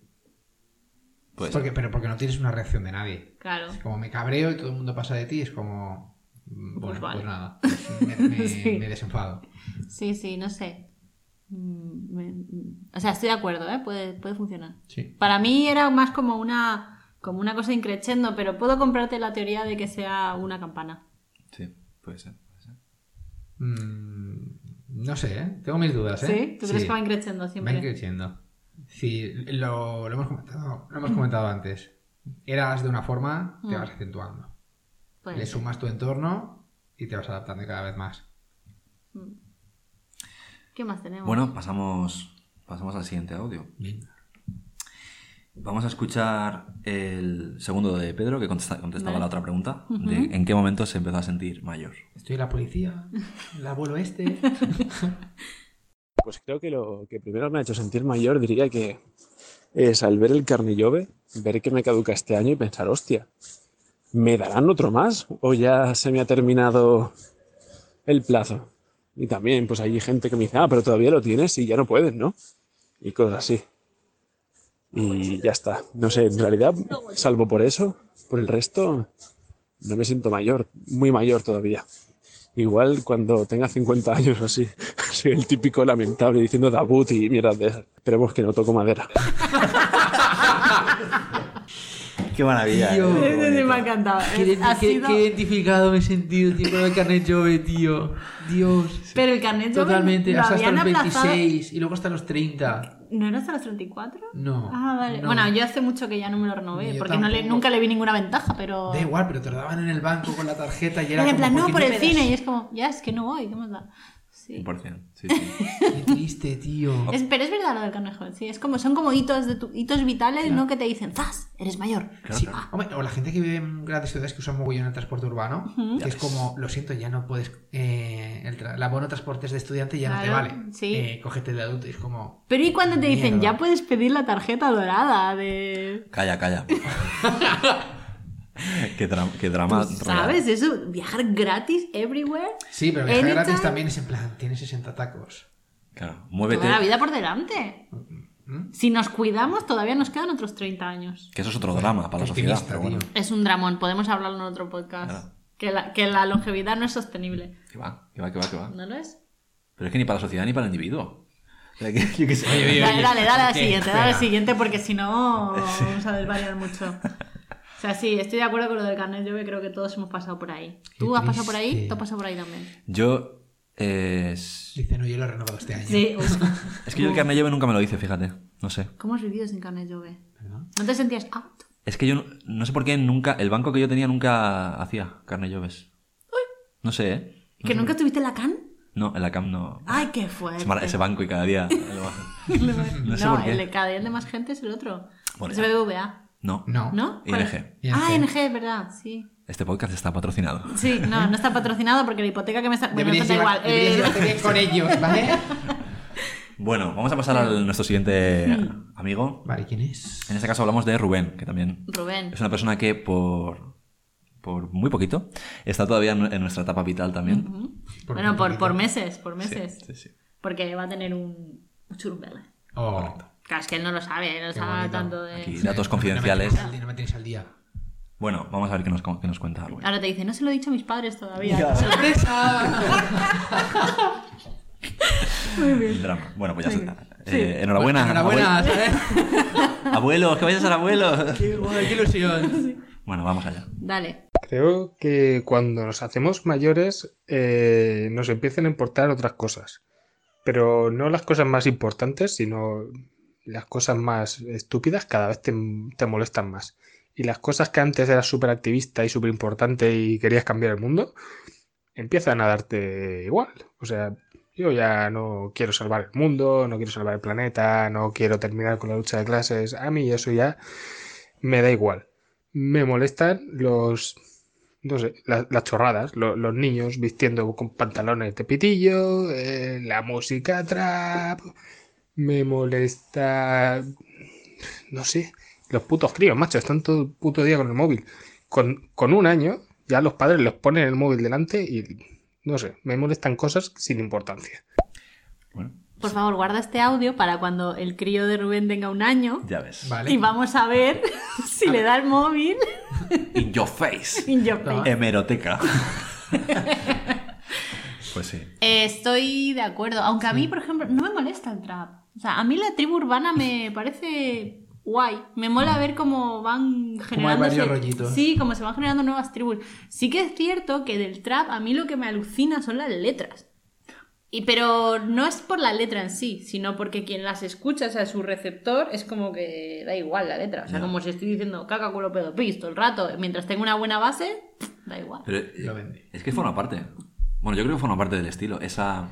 Pues, Porque- pero porque no tienes una reacción de nadie. Claro. Es como me cabreo y todo el mundo pasa de ti. Es como. mm, Pues Bueno, pues, vale. nada. Pues me, me- Sí. me desenfado. Sí, sí, no sé. Mm, me- mm, O sea, estoy de acuerdo, ¿eh? Puede, puede funcionar. Sí. Para mí era más como una, como una cosa increchendo, pero puedo comprarte la teoría de que sea una campana. sí, puede ser, puede ser. Mm, no sé, ¿eh? Tengo mis dudas, ¿eh? ¿Sí? ¿Tú crees Sí. que va increchendo Va siempre? creciendo. Sí, lo, lo hemos comentado, lo hemos comentado antes. Eras de una forma, te Mm. vas acentuando. Puede Le ser. sumas tu entorno y te vas adaptando cada vez más. ¿Qué más tenemos? Bueno, pasamos, pasamos al siguiente audio. Venga. Vamos a escuchar el segundo de Pedro que contesta- contestaba Vale. la otra pregunta de en qué momento se empezó a sentir mayor. Estoy en la policía, el abuelo este. Pues creo que lo que primero me ha hecho sentir mayor diría que es al ver el carnillove, ver que me caduca este año y pensar, hostia, ¿me darán otro más? ¿O ya se me ha terminado el plazo? Y también, pues hay gente que me dice, ah, pero todavía lo tienes y ya no puedes, ¿no? Y cosas así. Y ya está. No sé, en realidad, salvo por eso, por el resto, no me siento mayor, muy mayor todavía. Igual cuando tenga 50 años o así, soy el típico lamentable diciendo Dabut y mierda de esas. Esperemos que no toco madera. Qué maravilla. Tío. eh, qué Ese Este sí me ha bonito. encantado. Es- Qué, ha identi- qué- sido- qué identificado me he sentido, tío, con el carnet Jove, eh, tío. Dios. Pero el carnet joven Totalmente, lo hasta, hasta habían los aplazado. 26 y luego hasta los 30. ¿No era hasta los 34? No. Ah, vale. no. Bueno, yo hace mucho que ya no me lo renové, Yo porque no le- tampoco. nunca le vi ninguna ventaja, pero... Da igual, pero te lo daban en el banco con la tarjeta y era. Era en como, plan, no, qué por el me das? cine, y es como, ya, es que no voy, ¿qué más da? Sí. 100%. Sí, sí. Qué triste, tío. Es- pero es verdad lo del carnet joven, sí, es como, son como hitos, de tu- hitos vitales, ¿no? Que te dicen, ¡zas! Eres mayor. Claro, Sí, claro. hombre, o la gente que vive en grandes ciudades que usa mogollón el transporte urbano, que es como, lo siento, ya no puedes, eh, el, tra- el abono de transportes de estudiante ya no te Claro, vale. sí. Eh, cógete el de adulto y es como, Pero ¿y cuando te dicen, Mierda. ya puedes pedir la tarjeta dorada de... Calla, calla. por favor. qué, dra- qué drama. ¿Sabes? Eso, viajar gratis, everywhere. sí, pero viajar Anytime. gratis también es en plan, tienes 60 tacos. Claro, muévete. Toda la vida por delante. Mm. Si nos cuidamos, todavía nos quedan otros 30 años. Que eso es otro drama para la sociedad. Optimista, Pero bueno, tío. Es un dramón, podemos hablarlo en otro podcast. Claro. Que, la, que la longevidad no es sostenible. que va, que va, que va, Ah. que va. ¿No lo es? Pero es que ni para la sociedad ni para el individuo. O sea, que- yo qué sé. dale, dale, dale al ¿qué? siguiente, dale al Espera. siguiente, porque si no vamos a desvariar mucho. O sea, sí, estoy de acuerdo con lo del carnet yo creo que todos hemos pasado por ahí. Tú has pasado por ahí, triste. tú has pasado por ahí también. Yo. eh, es... Dice, no, yo lo he renovado este año. Sí, uy, es que yo el carnet Jove nunca me lo hice, fíjate. No sé. ¿cómo has vivido sin carnet Jove? ¿Verdad? ¿No te sentías ah, out? Es que yo no, no sé por qué nunca. El banco que yo tenía nunca hacía carne lloves. No sé, ¿eh? ¿Que nunca estuviste en la CAN? No, en la CAM no. ¡Ay, qué fuerte! Ese mar- Ese banco y cada día. lo bajan. no, No sé por qué. el de cada día el de más gente es el otro. Bueno, es BBVA. No. No. ¿No? ING. ¿Cuál? Ah, ING. ING, verdad, sí. Este podcast está patrocinado. Sí, no, no está patrocinado porque la hipoteca que me está. Bueno, Deberías esto da llevar- igual. deberías Eh, llevarte bien con ellos, ¿vale? Bueno, vamos a pasar a nuestro siguiente Mm. amigo. Vale, ¿quién es? En este caso hablamos de Rubén, que también Rubén. Es una persona que por, por muy poquito Mm. está todavía en en nuestra etapa vital también. Bueno, por, por meses, por meses. Sí, sí, sí. Porque va a tener un, un churumbel. Oh, Claro, es que él no lo sabe, él no Qué sabe bonito. tanto de... Aquí, datos confidenciales. No me, no me tienes al día. Bueno, vamos a ver qué nos, qué nos cuenta Arwen. Ahora te dice, no se lo he dicho a mis padres todavía. Ya. Muy bien. El drama. Bueno, pues ya está. Sí. Eh, enhorabuena. Pues Enhorabuena, ¿sabes? abue- Abuelos, que vayas al abuelo. Qué guay, qué ilusión. Bueno, vamos allá. Dale. Creo que cuando nos hacemos mayores eh, nos empiezan a importar otras cosas. Pero no las cosas más importantes, sino las cosas más estúpidas cada vez te, te molestan más. Y las cosas que antes eras súper activista y súper importante y querías cambiar el mundo, empiezan a darte igual. O sea, yo ya no quiero salvar el mundo, no quiero salvar el planeta, no quiero terminar con la lucha de clases. A mí eso ya me da igual. Me molestan los no sé, la- las chorradas, lo- los niños vistiendo con pantalones de pitillo, eh, la música trap, me molesta, no sé, los putos críos, macho, están todo el puto día con el móvil. Con, con un año ya los padres los ponen el móvil delante y, no sé, me molestan cosas sin importancia. Bueno, Por favor, guarda este audio para cuando el crío de Rubén tenga un año ya ves. Vale. y vamos a ver si le da el móvil In your face. in your face. Hemeroteca. pues sí. Eh, estoy de acuerdo, aunque a mí, por ejemplo, no me molesta el trap. O sea, a mí la tribu urbana me parece guay. Me mola ver cómo van generando... varios rollitos. Sí, cómo se van generando nuevas tribus. Sí que es cierto que del trap a mí lo que me alucina son las letras. Y, pero no es por la letra en sí, sino porque quien las escucha, o sea, su receptor, es como que da igual la letra. O sea, Ya. como si estoy diciendo caca, culo, pedo, pis todo el rato. Mientras tenga una buena base, da igual. Pero, eh, Lo vendí. Es que forma parte. Bueno, yo creo que forma parte del estilo. Esa,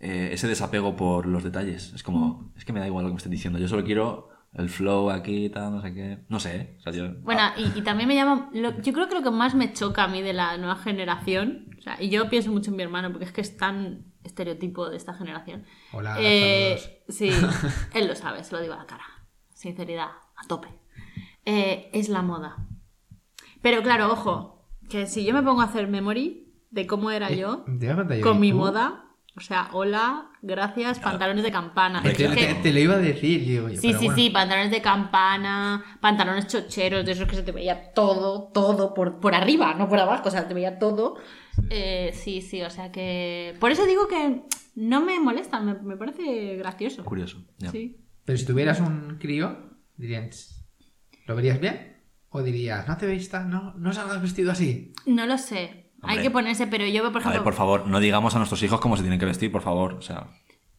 eh, ese desapego por los detalles. Es como, es que me da igual lo que me estén diciendo. Yo solo quiero el flow aquí, tal, no sé qué. No sé. O sea, yo- Bueno, Ah, y, y también me llama. lo- yo creo que lo que más me choca a mí de la nueva generación, o sea, y yo pienso mucho en mi hermano porque es que es tan estereotipo de esta generación. Hola, Eh, saludos. sí, él lo sabe, se lo digo a la cara. Sinceridad, a tope. Eh, es la moda. Pero claro, ojo, que si yo me pongo a hacer memory de cómo era Eh, yo te voy a contar yo, con ¿y mi tú? moda, o sea, hola, gracias, pantalones de campana. Eh, Es Te, Claro. que- te- te lo iba a decir, digo yo. Sí, pero sí, bueno. sí, pantalones de campana, pantalones chocheros, de esos que se te veía todo, todo, por, por arriba, no por abajo, o sea, te veía todo. Eh, Sí, sí, o sea que... Por eso digo que no me molesta, me, me parece gracioso. curioso. ya. Sí. Pero si tuvieras un crío, dirían, "Ch, ¿lo verías bien? O dirías, no te vistas, no, no salgas vestido así. No lo sé, hay Hombre. que ponerse, pero yo, por A ejemplo... ver, por favor, no digamos a nuestros hijos cómo se tienen que vestir, por favor. O sea,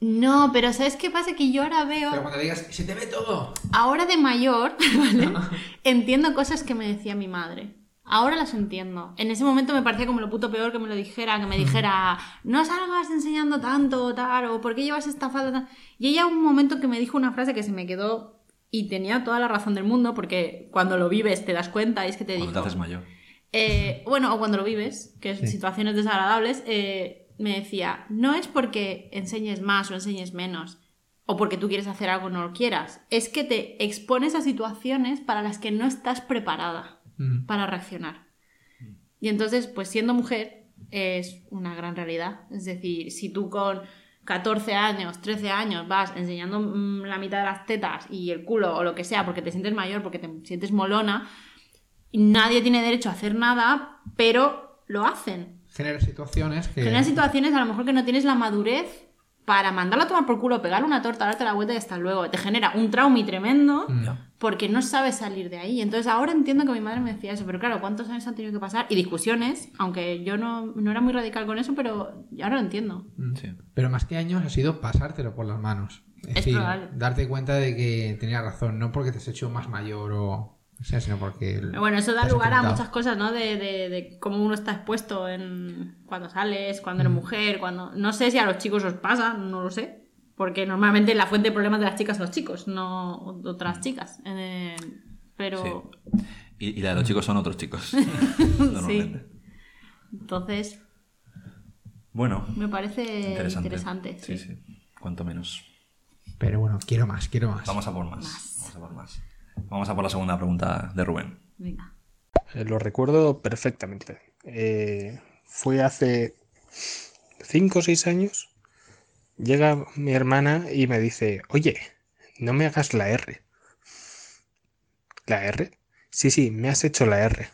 No, pero ¿sabes qué pasa? Que yo ahora veo... Pero cuando digas, se te ve todo. Ahora de mayor, ¿vale? entiendo cosas que me decía mi madre. Ahora las entiendo. En ese momento me parecía como lo puto peor que me lo dijera, que me dijera, no salgas enseñando tanto o tal, o por qué llevas esta falda tan-?". Y ella hubo un momento que me dijo una frase que se me quedó y tenía toda la razón del mundo, porque cuando lo vives te das cuenta y es que te cuando te dijo, haces mayor. eh, bueno, o cuando lo vives, que es Sí. situaciones desagradables, eh, me decía, no es porque enseñes más o enseñes menos, o porque tú quieres hacer algo o no lo quieras, es que te expones a situaciones para las que no estás preparada Mm. para reaccionar. Y entonces, pues siendo mujer es una gran realidad. Es decir, si tú con 14 años, 13 años vas enseñando mm, la mitad de las tetas y el culo o lo que sea porque te sientes mayor, porque te sientes molona, nadie tiene derecho a hacer nada, pero lo hacen. Genera situaciones que... Generan situaciones a lo mejor que no tienes la madurez para mandarla a tomar por culo, pegar una torta, darte la vuelta y hasta luego. Te genera un traumi tremendo Mm. Ya. porque no sabes salir de ahí. Entonces ahora entiendo que mi madre me decía eso, pero claro, ¿cuántos años han tenido que pasar? Y discusiones, aunque yo no, no era muy radical con eso, pero ya ahora lo entiendo. Mm. Sí. Pero más que años ha sido pasártelo por las manos. Es, Es decir, probable. darte cuenta de que tenías razón, no porque te has hecho más mayor o... o sea, sino porque... Pero bueno, eso te da has lugar a enfrentado. muchas cosas, ¿no? De, de- de cómo uno está expuesto en cuando sales, cuando Mm. eres mujer, cuando... No sé si a los chicos os pasa, no lo sé. Porque normalmente la fuente de problemas de las chicas son los chicos, no Mm. otras chicas. Eh, pero... Y, y la de los chicos son otros chicos. normalmente. Entonces, Bueno, me parece interesante. interesante. sí, sí. sí. Cuanto menos. Pero bueno, quiero más, quiero más. Vamos a por más. Más. Vamos a por más. Vamos a por la segunda pregunta de Rubén. Venga. Eh, lo recuerdo perfectamente. Eh, fue hace 5 o 6 años Llega mi hermana y me dice, oye, no me hagas la R. ¿La R? Sí, sí, me has hecho la R.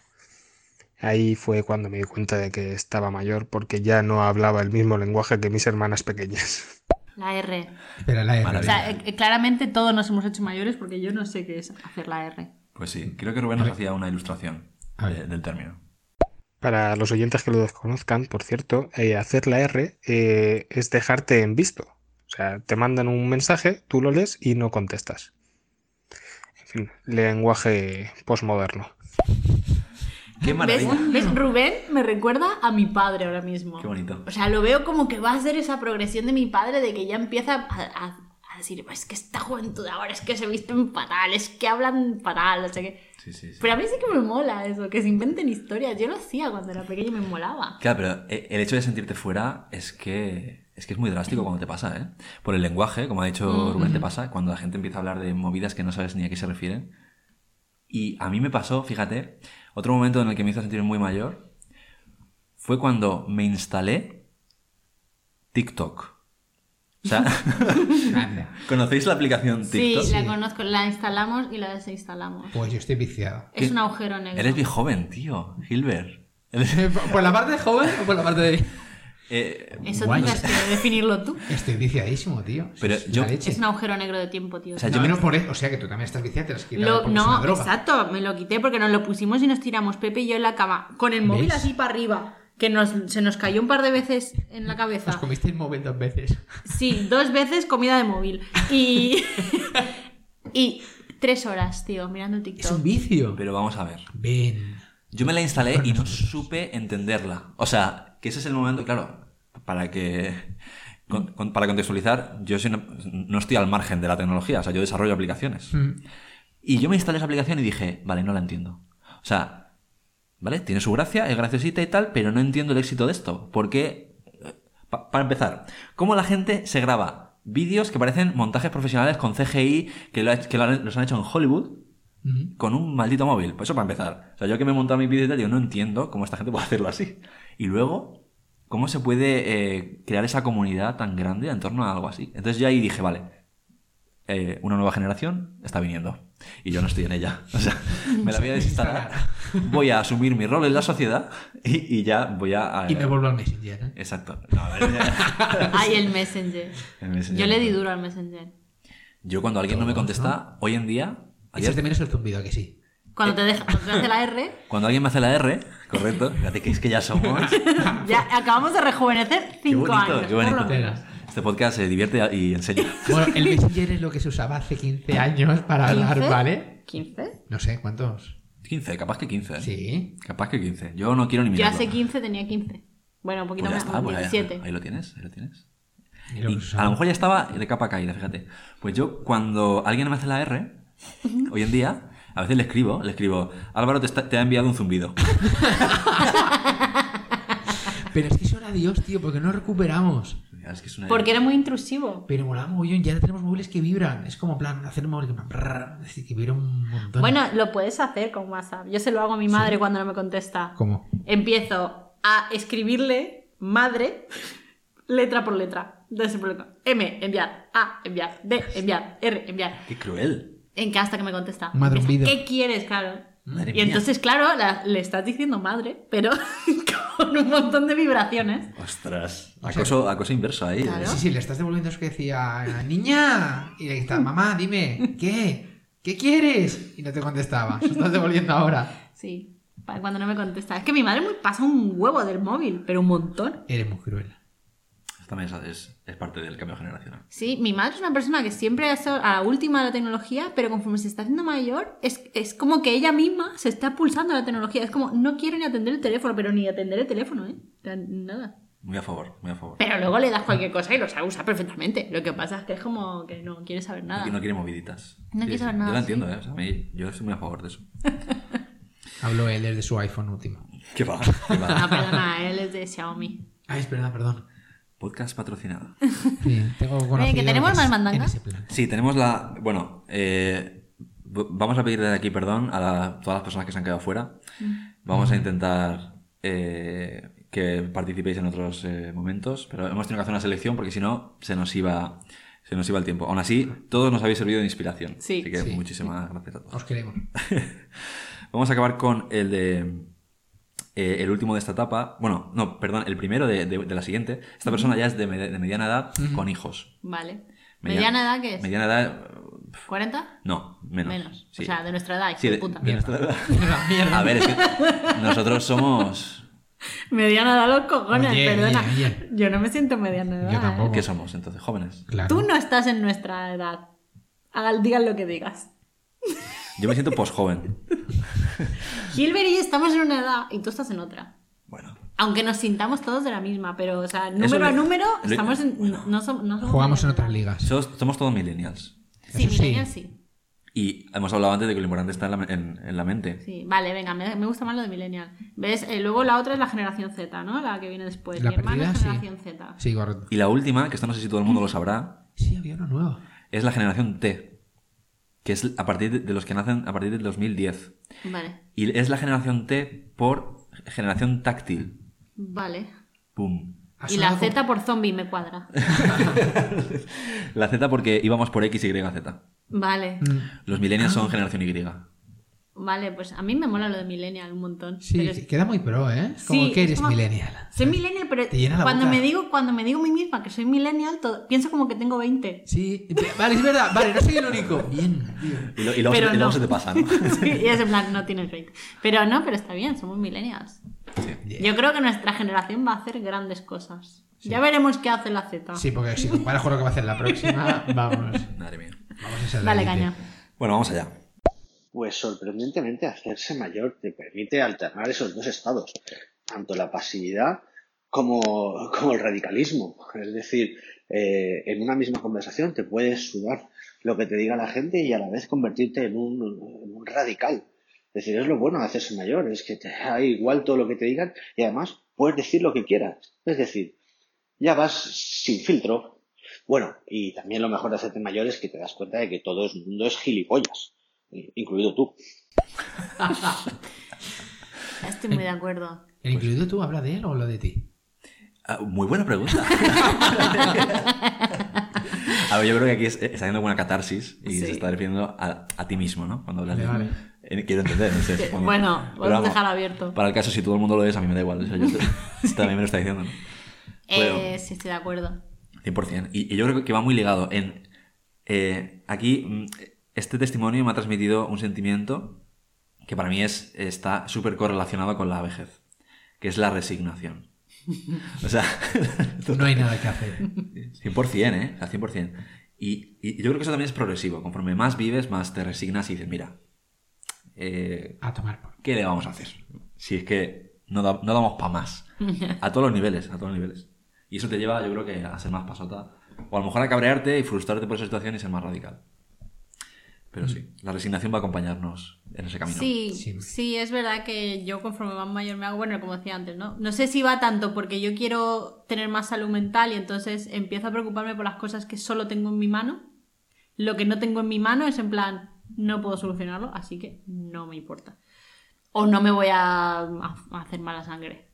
Ahí fue cuando me di cuenta de que estaba mayor porque ya no hablaba el mismo lenguaje que mis hermanas pequeñas. La R. Espera, la R. O sea, eh, eh, claramente todos nos hemos hecho mayores porque yo no sé qué es hacer la R. Pues sí, creo que Rubén nos hacía una ilustración A ver. de- del término. Para los oyentes que lo desconozcan, por cierto, eh, hacer la R eh, es dejarte en visto. O sea, te mandan un mensaje, tú lo lees y no contestas. En fin, lenguaje posmoderno. ¡Qué ¿Ves? maravilla! ¿Ves? Rubén me recuerda a mi padre ahora mismo. ¡Qué bonito! O sea, lo veo como que va a ser esa progresión de mi padre de que ya empieza a, a- a decir, "Pues es que esta juventud ahora es que se visten fatal, es que hablan fatal, o sea que... Sí, sí, sí. Pero a mí sí que me mola eso, que se inventen historias. Yo lo hacía cuando era pequeña y me molaba. Claro, pero eh, el hecho de sentirte fuera es que es que es muy drástico cuando te pasa, ¿eh? Por el lenguaje, como ha dicho Mm. Rubén, te pasa cuando la gente empieza a hablar de movidas que no sabes ni a qué se refieren. Y a mí me pasó, fíjate, otro momento en el que me hizo sentir muy mayor fue cuando me instalé TikTok. O sea, Anda. ¿conocéis la aplicación TikTok? Sí, la conozco, la instalamos y la desinstalamos. Pues yo estoy viciado. Es ¿Qué? un agujero negro. Eres bien joven, tío, Hilbert. Eres- Eh, ¿Por por la parte de joven o por la parte de.? eh, Eso Guay. tendrás que definirlo tú. Estoy viciadísimo, tío. Eso Pero es yo- la leche. Es un agujero negro de tiempo, tío. O sea, No, yo me- menos por eso. O sea, que tú también estás viciado, te lo has quitado Lo- porque es no, una droga. exacto, me lo quité porque nos lo pusimos y nos tiramos Pepe y yo en la cama, con el móvil ¿Ves? así para arriba, que nos, se nos cayó un par de veces en la Os cabeza. comiste el móvil dos veces. Sí, dos veces comida de móvil. Y, y tres horas, tío, mirando Es un TikTok. vicio. pero vamos a ver. Ven. Yo me la instalé y no supe entenderla. O sea, que ese es el momento, claro, para que. con- con- para contextualizar, yo soy una- no estoy al margen de la tecnología, o sea, yo desarrollo aplicaciones. Mm. Y yo me instalé esa aplicación y dije, vale, no la entiendo. O sea, ¿vale? Tiene su gracia, es graciosita y tal, pero no entiendo el éxito de esto. Porque, eh, pa- para empezar, ¿cómo la gente se graba vídeos que parecen montajes profesionales con CGI que, lo ha- que lo han- los han hecho en Hollywood? Mm. con un maldito móvil. Pues eso para empezar. O sea, yo que me he montado mi vídeo y tal, digo, no entiendo cómo esta gente puede hacerlo así. Y luego, ¿cómo se puede eh, crear esa comunidad tan grande en torno a algo así? Entonces yo ahí dije, vale, eh, una nueva generación está viniendo. Y yo no estoy en ella. O sea, me la voy a desinstalar. Voy a asumir mi rol en la sociedad y, y ya voy a... Y me vuelvo al Messenger. ¿eh? Exacto. No, a ver, ya- Ay, el Messenger. El Messenger. Yo le di duro al Messenger. Yo cuando alguien no me contesta, hoy en día... Echas ayer- de menos el zumbido, ¿a que sí. Eh. Cuando te, deja, cuando te hace la R, cuando alguien me hace la R, correcto, fíjate que es que ya somos... ya acabamos de rejuvenecer cinco años. qué por lo bonito. menos. Este podcast se divierte y enseña. Bueno, el Messenger es lo que se usaba hace 15 años para hablar, ¿Quince? ¿vale? ¿Quince? No sé, ¿cuántos? 15, capaz que 15. ¿eh? Sí. Capaz que 15. Yo no quiero ni Yo mirarlo. hace 15 tenía 15. Bueno, un Pues poquito ya más, está, pues ahí- 17. ahí lo tienes, ahí lo tienes. Ni lo Y que a se lo usaba. mejor ya estaba de capa caída, fíjate. Pues yo, cuando alguien me hace la R, hoy en día, a veces le escribo, le escribo, Álvaro te, está- te ha enviado un zumbido. Pero es que eso era Dios, tío, porque no recuperamos. Es que es una- Porque era muy intrusivo. Pero molaba mogollón, ya tenemos móviles que vibran. Es como, en plan, hacer un móvil que, en plan, brrr, es decir, que vibra un montón. Bueno, lo puedes hacer con WhatsApp. Yo se lo hago a mi madre cuando no me contesta. ¿Cómo? Empiezo a escribirle madre letra por letra. Entonces, por ejemplo, M, enviar. A, enviar. B, enviar. R, enviar. Qué cruel. En que hasta que me contesta. Madre Empieza, vida. ¿Qué quieres, claro? Madre y mía. entonces, claro, la- le estás diciendo madre, pero con un montón de vibraciones. Ostras. Acoso, acoso inverso ahí. ¿eh? Claro. Sí, sí, le estás devolviendo eso que decía, niña. Y le dices, mamá, dime, ¿qué? ¿Qué quieres? Y no te contestaba. Se lo estás devolviendo ahora. Sí, para cuando no me contesta. Es que mi madre me pasa un huevo del móvil, pero un montón. Eres muy cruel. Esta mesa es, es parte del cambio generacional. Sí, mi madre es una persona que siempre es a la última de la tecnología, pero conforme se está haciendo mayor, es, es como que ella misma se está pulsando la tecnología. Es como, no quiero ni atender el teléfono, pero ni atender el teléfono, ¿eh? O sea, Nada. Muy a favor, muy a favor. Pero luego le das cualquier cosa y lo sabe usar perfectamente. Lo que pasa es que es como que no quiere saber nada. No, no quiere moviditas. No quiere saber Yo nada, la sí. entiendo, ¿eh? O sea, a mí- yo soy muy a favor de eso. Habló él desde su iPhone último. ¿Qué va? ¿Qué va? No, Ah, perdona, él es de Xiaomi. Ay, es verdad, perdón. Podcast patrocinado. Sí, tengo conocido que tenemos es- más mandanga. en ese plan. Sí, tenemos la. Bueno, eh, v- vamos a pedir desde aquí perdón a la- todas las personas que se han quedado fuera. Vamos a intentar eh, que participéis en otros eh, momentos, pero hemos tenido que hacer una selección porque si no se nos iba se nos iba el tiempo. Aún así, todos nos habéis servido de inspiración. Sí. Así que Sí. muchísimas gracias a todos. Os queremos. Vamos a acabar con el de. eh, el último de esta etapa. Bueno, no, perdón, el primero de, de- de la siguiente. Esta persona ya es de, med- de mediana edad con hijos. Vale. ¿Mediana edad qué es? Mediana edad. eh, ¿40? No, menos. Menos. Sí. O sea, de nuestra edad, hijo Sí, de de- puta. de nuestra edad. Mierda, mierda. A ver, es que nosotros somos. Mediana edad los cojones, Oye, perdona. oye, oye. Yo no me siento mediana edad. Yo tampoco. ¿Qué somos entonces? Jóvenes. ¿eh? Claro. Tú no estás en nuestra edad. Hagan- digan lo que digas. Yo me siento posjoven. Gilbert y yo estamos en una edad y tú estás en otra. Bueno. Aunque nos sintamos todos de la misma, pero, o sea, número le- a número, le- estamos en, no, som- no somos Jugamos en mediana otras edad. ligas. Somos, somos todos millennials. Sí, Eso sí. millennial sí. Y hemos hablado antes de que lo importante está en la, en- en la mente. Sí, vale, venga, me, me gusta más lo de Millennial. ¿Ves? Eh, luego la otra es la generación Z, ¿no? La que viene después. La Mi hermano perdida, es sí. generación Z. Sí, correcto. Y la última, que esta no sé si todo el mundo lo sabrá, Sí, había una nueva. es la generación T, que es a partir de- de los que nacen a partir del 2010. Vale, Y es la generación T por generación táctil. vale. ¡Pum! Ha Y la sonado Z por zombie me cuadra. La Z porque íbamos por X, Y, Z. Vale, como- Mm, Los millennials son generación Y. vale, pues a mí me mola lo de Millennial un montón. Sí, pero es- que- queda muy pro, ¿eh? sí, Como que es eres como- millennial. Soy millennial, pero Te llena la cuando boca. me digo cuando me digo a mí misma que soy millennial, todo- pienso como que tengo 20. Sí, vale, es verdad. Vale, no soy el único. Bien, tío. Y, lo- y luego, Pero se, y no. luego se te pasa, ¿no? Sí, y es en plan, no tienes 20. Pero no, pero está bien, somos millennials. Yeah. Yo creo que nuestra generación va a hacer grandes cosas. Ya veremos qué hace la Z. Sí, porque si comparas con lo que va a hacer la próxima, vamos. Madre mía. Vamos a ser la Dale élite. caña. Bueno, vamos allá. Pues sorprendentemente hacerse mayor te permite alternar esos dos estados, tanto la pasividad como, como el radicalismo. Es decir, eh, en una misma conversación te puedes sudar lo que te diga la gente y a la vez convertirte en un, en un radical. Es decir, es lo bueno de hacerse mayor, es que te da igual todo lo que te digan y además puedes decir lo que quieras. Es decir, ya vas sin filtro. Bueno, y también lo mejor de hacerte mayor es que te das cuenta de que todo el mundo es gilipollas, incluido tú. Estoy muy de acuerdo. Pues ¿El incluido tú habla de él o habla de ti? Ah, muy buena pregunta. a ver, yo creo que aquí es- está haciendo una catarsis y Sí. se está refiriendo a, a ti mismo, ¿no? Cuando hablas de. Vale, vale. Eh, Quiero entender, no sé, Que- supongo. bueno, Pero vamos a dejar abierto. Para el caso, si todo el mundo lo es, a mí me da igual. O sea, yo estoy- también me lo está diciendo, ¿no? Eh, sí, estoy de acuerdo. 100%. Y, y yo creo que va muy ligado en... eh, aquí, mm, este testimonio me ha transmitido un sentimiento que para mí es, está súper correlacionado con la vejez, que es la resignación. O sea, No hay nada que hacer. 100%, ¿eh? O sea, 100%. Y, y yo creo que eso también es progresivo. Conforme más vives, más te resignas y dices, mira, eh, A tomar por. ¿qué le vamos a hacer? Si es que no, da- no damos para más. A todos los niveles, a todos los niveles. Y eso te lleva, yo creo que, a ser más pasota. O a lo mejor a cabrearte y frustrarte por esa situación y ser más radical. Pero sí, la resignación va a acompañarnos en ese este camino. Sí, Sí. sí, es verdad que yo conforme más mayor me hago, bueno, como decía antes, ¿no? No sé si va tanto porque yo quiero tener más salud mental y entonces empiezo a preocuparme por las cosas que solo tengo en mi mano. Lo que no tengo en mi mano es en plan, no puedo solucionarlo, así que no me importa. O no me voy a, a- a hacer mala sangre.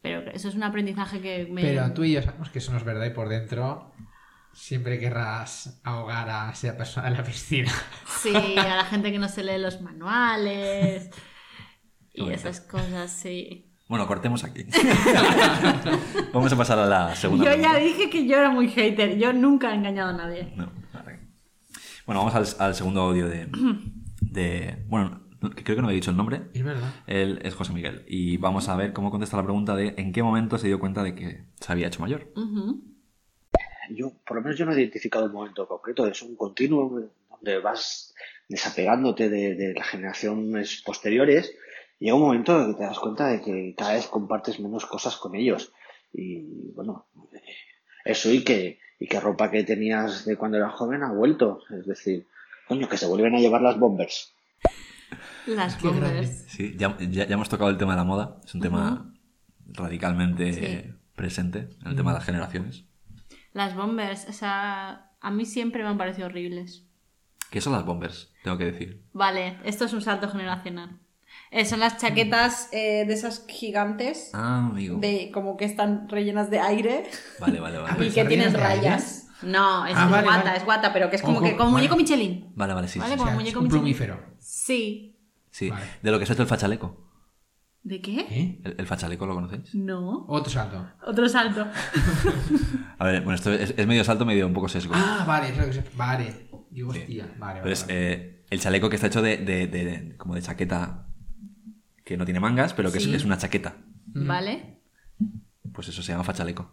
Pero eso es un aprendizaje que me... Pero tú y yo sabemos que eso no es verdad y por dentro siempre querrás ahogar a esa persona en la piscina. Sí, a la gente que no se lee los manuales y Bueno. esas cosas, sí. Bueno, cortemos aquí. Vamos a pasar a la segunda. Yo ya pregunta. dije que yo era muy hater, yo nunca he engañado a nadie. No, vale. Bueno, vamos al, al segundo audio de, de... Bueno, no- creo que no he dicho el nombre. Es verdad. Él es José Miguel. Y vamos a ver cómo contesta la pregunta de en qué momento se dio cuenta de que se había hecho mayor. Ujú. yo, por lo menos yo no he identificado un momento concreto, es un continuo donde vas desapegándote de, de las generaciones posteriores, y llega un momento en que te das cuenta de que cada vez compartes menos cosas con ellos. Y bueno, eh, eso y que, y que ropa que tenías de cuando eras joven ha vuelto. Es decir, coño, que se vuelven a llevar las bombers. Las Qué grande. bombers. Sí, ya, ya- ya hemos tocado el tema de la moda. Es un tema radicalmente Sí. eh, presente en el tema de las generaciones. Las bombers, o sea, a mí siempre me han parecido horribles. ¿Qué son las bombers? Tengo que decir. Vale, esto es un salto generacional. Eh, son las chaquetas eh, de esas gigantes, Ah, amigo. de como que están rellenas de aire Vale, vale, y vale. que ¿Esas tienen rellenas de aire? rayas. No, es, Ah, es vale, guata, vale. es guata, pero que es como Ojo, que como vale. muñeco Michelin. Vale, vale, sí, sí, Vale, sí. O sea, Como es muñeco un Michelin. plumífero. Sí. Sí. Vale. De lo que se ha hecho el fachaleco. ¿De qué? ¿Eh? ¿El, el fachaleco lo conocéis? No. Otro salto. Otro salto. A ver, bueno, esto es, es medio salto, medio un poco sesgo. Ah, vale, es lo que se... Vale. Digo, hostia, vale, Pero vale. es vale. eh, el chaleco que está hecho de, de- de- de- como de chaqueta que no tiene mangas, pero que es- Sí. es, una chaqueta. Vale. Pues eso se llama fachaleco.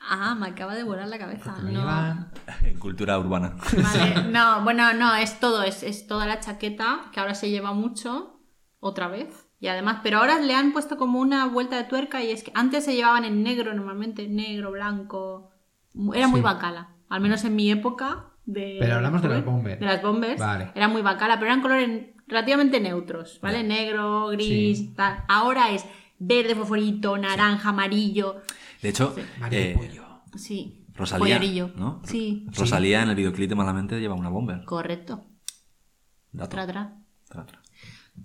Ah, me acaba de volar la cabeza. Te lo No. llevan. En cultura urbana. Vale, no, bueno, no, es todo, es, es toda la chaqueta, que ahora se lleva mucho, otra vez. Y además, pero ahora le han puesto como una vuelta de tuerca y es que antes se llevaban en negro normalmente, negro, blanco. Era muy Sí. bacala, al menos en mi época de... Pero hablamos de las bombers. De las bombers. Vale. Era muy bacala, pero eran colores relativamente neutros, ¿vale? Negro, gris, Sí. tal. Ahora es verde, fosforito, naranja, amarillo. De hecho, Vale, eh, pollo. Sí. Rosalía, Pollerillo. ¿no? Sí, Rosalía en el videoclip de Malamente lleva una bomber. correcto. Dato. Tra, tra. Tra, tra.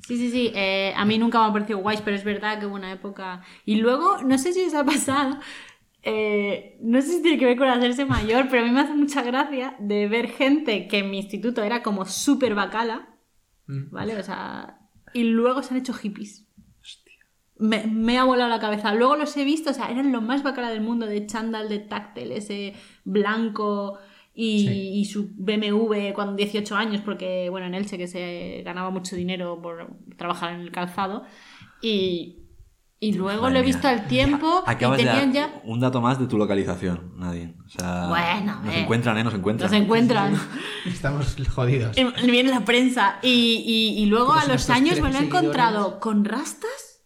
Sí, sí, sí. eh, a mí nunca me ha parecido guays, pero es verdad que hubo una época. Y luego, no sé si os ha pasado. eh, no sé si tiene que ver con hacerse mayor, pero a mí me hace mucha gracia de ver gente que en mi instituto era como súper bacala, Mm. ¿vale? O sea. Y luego se han hecho hippies. Me, me ha volado la cabeza. Luego los he visto, o sea, eran lo más bacala del mundo de chándal de táctil, ese blanco y, Sí. y su BMW cuando 18 años, porque, bueno, en Elche que se ganaba mucho dinero por trabajar en el calzado. Y, y luego Madre lo he mía. visto al tiempo y Acabas de dar tenían ya... un dato más de tu localización, nadie. O sea, Bueno, a nos ver. encuentran, ¿eh? Nos encuentran. Los encuentran. Estamos jodidos. Y- y Viene la prensa. Y, y- y luego Como a si los nuestros años tres me lo he seguidores- encontrado con rastas,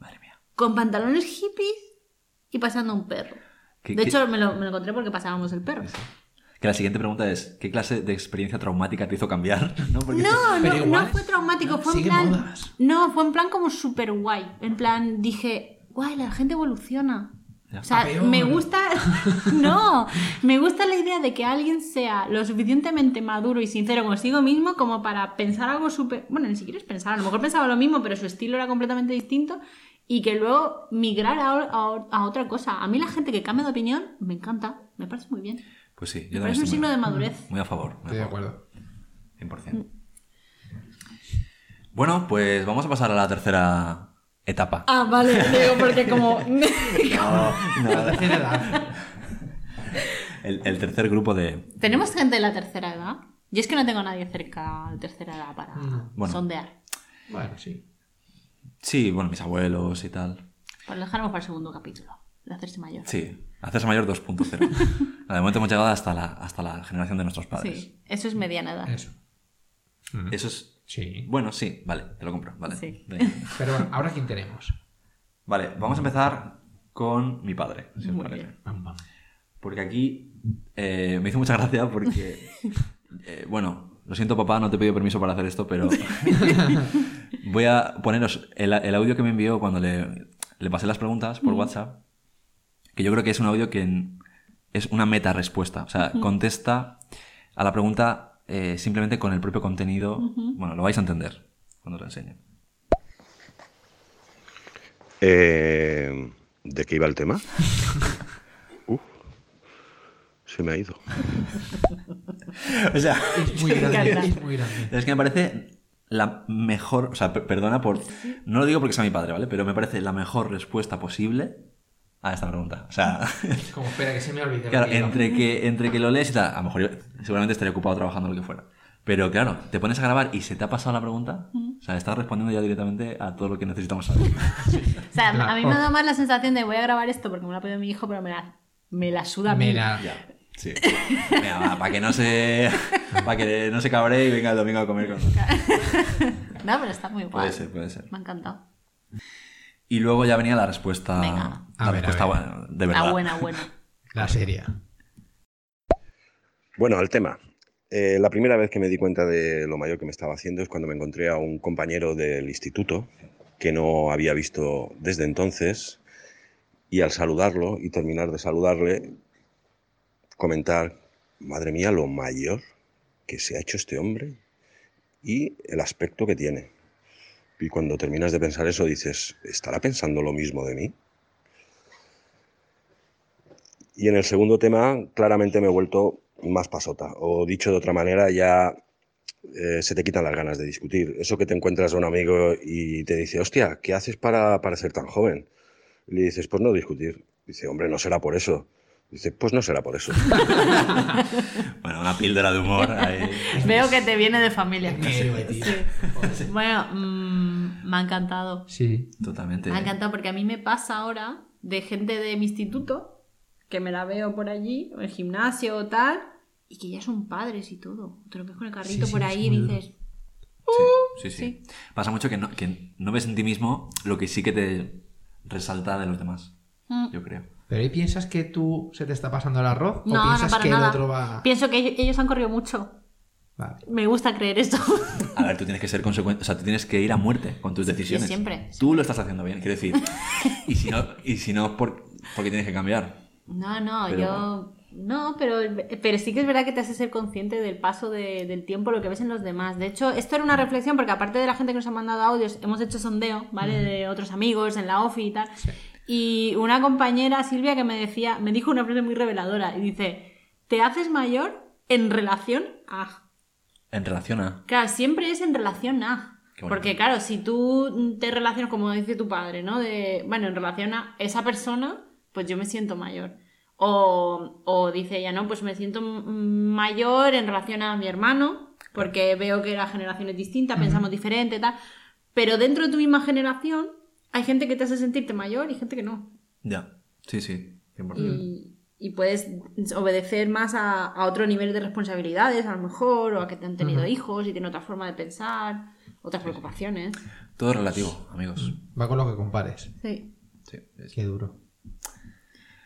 Madre mía. con pantalones hippies y pasando un perro. ¿Qué- de qué- hecho, me lo, me lo encontré porque pasábamos el perro. Que la siguiente pregunta es, ¿qué clase de experiencia traumática te hizo cambiar? No, Porque- No, Pero no, igual no fue traumático, no, fue en sigue plan. modas. No, fue en plan como súper guay. En plan, dije, guay, la gente evoluciona. Ya. O sea, A peor. me gusta. No, me gusta la idea de que alguien sea lo suficientemente maduro y sincero consigo mismo como para pensar algo súper. Bueno, ni siquiera es pensar, a lo mejor pensaba lo mismo, pero su estilo era completamente distinto y que luego migrara a, a- a otra cosa. A mí la gente que cambia de opinión me encanta, me parece muy bien. Pues sí, Me yo también parece un estoy signo muy, de madurez. muy a favor. muy a Estoy de favor. acuerdo. 100%. Bueno, pues vamos a pasar a la tercera etapa. Ah, vale, digo, porque como... La tercera edad. El, el tercer grupo de... ¿Tenemos gente de la tercera edad? Yo es que no tengo a nadie cerca de tercera edad para No. Bueno. sondear. Bueno, sí. Sí, bueno, mis abuelos y tal. Pues lo dejaremos para el segundo capítulo, de hacerse mayor. Sí, hacerse mayor 2.0. Nada, De momento hemos llegado hasta la, hasta la generación de nuestros padres. Sí, eso es mediana edad. Eso. Mm. Eso es... Sí. Bueno, sí, vale, te lo compro. Vale. Sí. Venga. Pero bueno, ahora quién tenemos. Vale, vamos a empezar con mi padre, si os Muy parece. Pam, pam. Porque aquí eh, me hizo mucha gracia porque, eh, bueno, lo siento papá, no te he pedido permiso para hacer esto, pero voy a poneros el, el audio que me envió cuando le, le pasé las preguntas por WhatsApp, que yo creo que es un audio que en- es una meta respuesta, o sea, contesta a la pregunta eh, simplemente con el propio contenido, bueno, lo vais a entender cuando os lo enseñe. Eh, ¿De qué iba el tema? Uh, se me ha ido. O sea, Es muy grande. Es muy grande. Es que me parece la mejor, o sea, per- perdona por, no lo digo porque sea mi padre, ¿vale? Pero me parece la mejor respuesta posible a esta pregunta. O sea, Es como, espera, que se me olvide. lo claro, que iba. entre que, entre que lo lees y tal, a lo mejor yo- seguramente estaría ocupado trabajando lo que fuera. Pero claro, te pones a grabar y se te ha pasado la pregunta, o sea, estás respondiendo ya directamente a todo lo que necesitamos saber. O sea, Claro. a mí me da más la sensación de voy a grabar esto porque me lo ha pedido mi hijo, pero me la, me la suda a mí. Me la- ya, sí. Venga, va, para que no se, para que no se cabre y venga el domingo a comer con No, pero está muy guay. Puede ser, puede ser. Me ha encantado. Y luego ya venía la respuesta, Venga. la A ver, a respuesta ver. bueno, de verdad. La buena, buena. La serie. Bueno, al tema. Eh, la primera vez que me di cuenta de lo mayor que me estaba haciendo es cuando me encontré a un compañero del instituto que no había visto desde entonces y al saludarlo y terminar de saludarle, comentar, madre mía, lo mayor que se ha hecho este hombre y el aspecto que tiene. Y cuando terminas de pensar eso dices, ¿estará pensando lo mismo de mí? Y en el segundo tema claramente me he vuelto más pasota. O dicho de otra manera, ya eh, se te quitan las ganas de discutir. Eso que te encuentras a un amigo y te dice, hostia, ¿qué haces para parecer tan joven? Y le dices, pues no discutir. Dice, hombre, no será por eso. Dice, pues no será por eso. Bueno, una píldora de humor ahí. Veo que te viene de familia. Héroe, tío. Sí. Bueno, mm, me ha encantado. Sí. Totalmente. Me ha encantado porque a mí me pasa ahora de gente de mi instituto que me la veo por allí, o en el gimnasio o tal, y que ya son padres y todo. Te lo ves con el carrito Sí, sí, por es ahí y muy duro. dices, "Uh, Sí, sí, sí. Pasa mucho que no, que no ves en ti mismo lo que sí que te resalta de los demás, "Mm". yo creo. Pero ahí piensas que tú se te está pasando el arroz o no, no piensas para que nada. el otro va. Pienso que ellos- ellos han corrido mucho. Ah. Vale. Me gusta creer esto. A ver, tú tienes que ser consecuente, o sea, tú tienes que ir a muerte con tus decisiones. siempre. Tú lo estás haciendo bien, quiero decir. Y si no, y si no por, porque tienes que cambiar. No, no, Pero yo. No, pero, pero sí que es verdad que te hace ser consciente del paso de- del tiempo, lo que ves en los demás. De hecho, esto era una reflexión porque aparte de la gente que nos ha mandado audios, hemos hecho sondeo, ¿vale? De otros amigos en la OFI y tal. Y una compañera, Silvia, que me decía, me dijo una frase muy reveladora y dice, te haces mayor en relación a... En relación a. Claro, siempre es en relación a. Qué bonito. Porque claro, si tú te relacionas, como dice tu padre, ¿no? De, bueno, en relación a esa persona, pues yo me siento mayor. O, o dice ella, no, pues me siento mm, mayor en relación a mi hermano, porque veo que la generación es distinta, pensamos diferente, tal. Pero dentro de tu misma generación hay gente que te hace sentirte mayor y gente que no. Ya. Sí, sí. 100%. Y, y puedes obedecer más a, a otro nivel de responsabilidades, a lo mejor, o a que te han tenido hijos y tienen otra forma de pensar, otras preocupaciones. Todo relativo, amigos. Va con lo que compares. Sí. Sí, es Qué duro.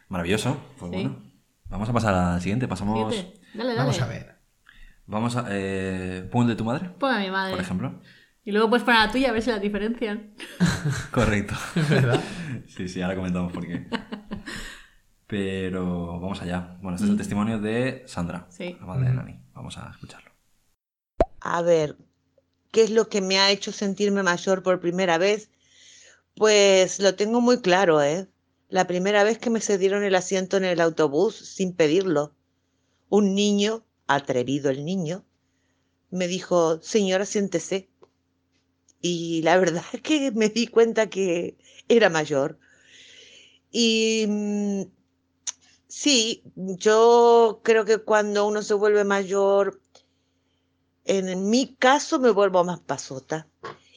maravilloso. Pues Sí. bueno. Vamos a pasar a la siguiente. Pasamos. Fíjate. Dale, dale. Vamos a ver. Vamos a. Eh, ¿Pon de tu madre? Pon a Pues mi madre. Por ejemplo. Y luego pues para la tuya, a ver si la diferencian. Correcto. ¿Verdad? Sí, sí, ahora comentamos por qué. Pero vamos allá. Bueno, este es el testimonio de Sandra, Sí. la madre de Nani. Vamos a escucharlo. A ver, ¿qué es lo que me ha hecho sentirme mayor por primera vez? Pues lo tengo muy claro, ¿eh? La primera vez que me cedieron el asiento en el autobús sin pedirlo. Un niño, atrevido el niño, me dijo, señora, siéntese. Y la verdad es que me di cuenta que era mayor. Y mm, sí, yo creo que cuando uno se vuelve mayor, en mi caso me vuelvo más pasota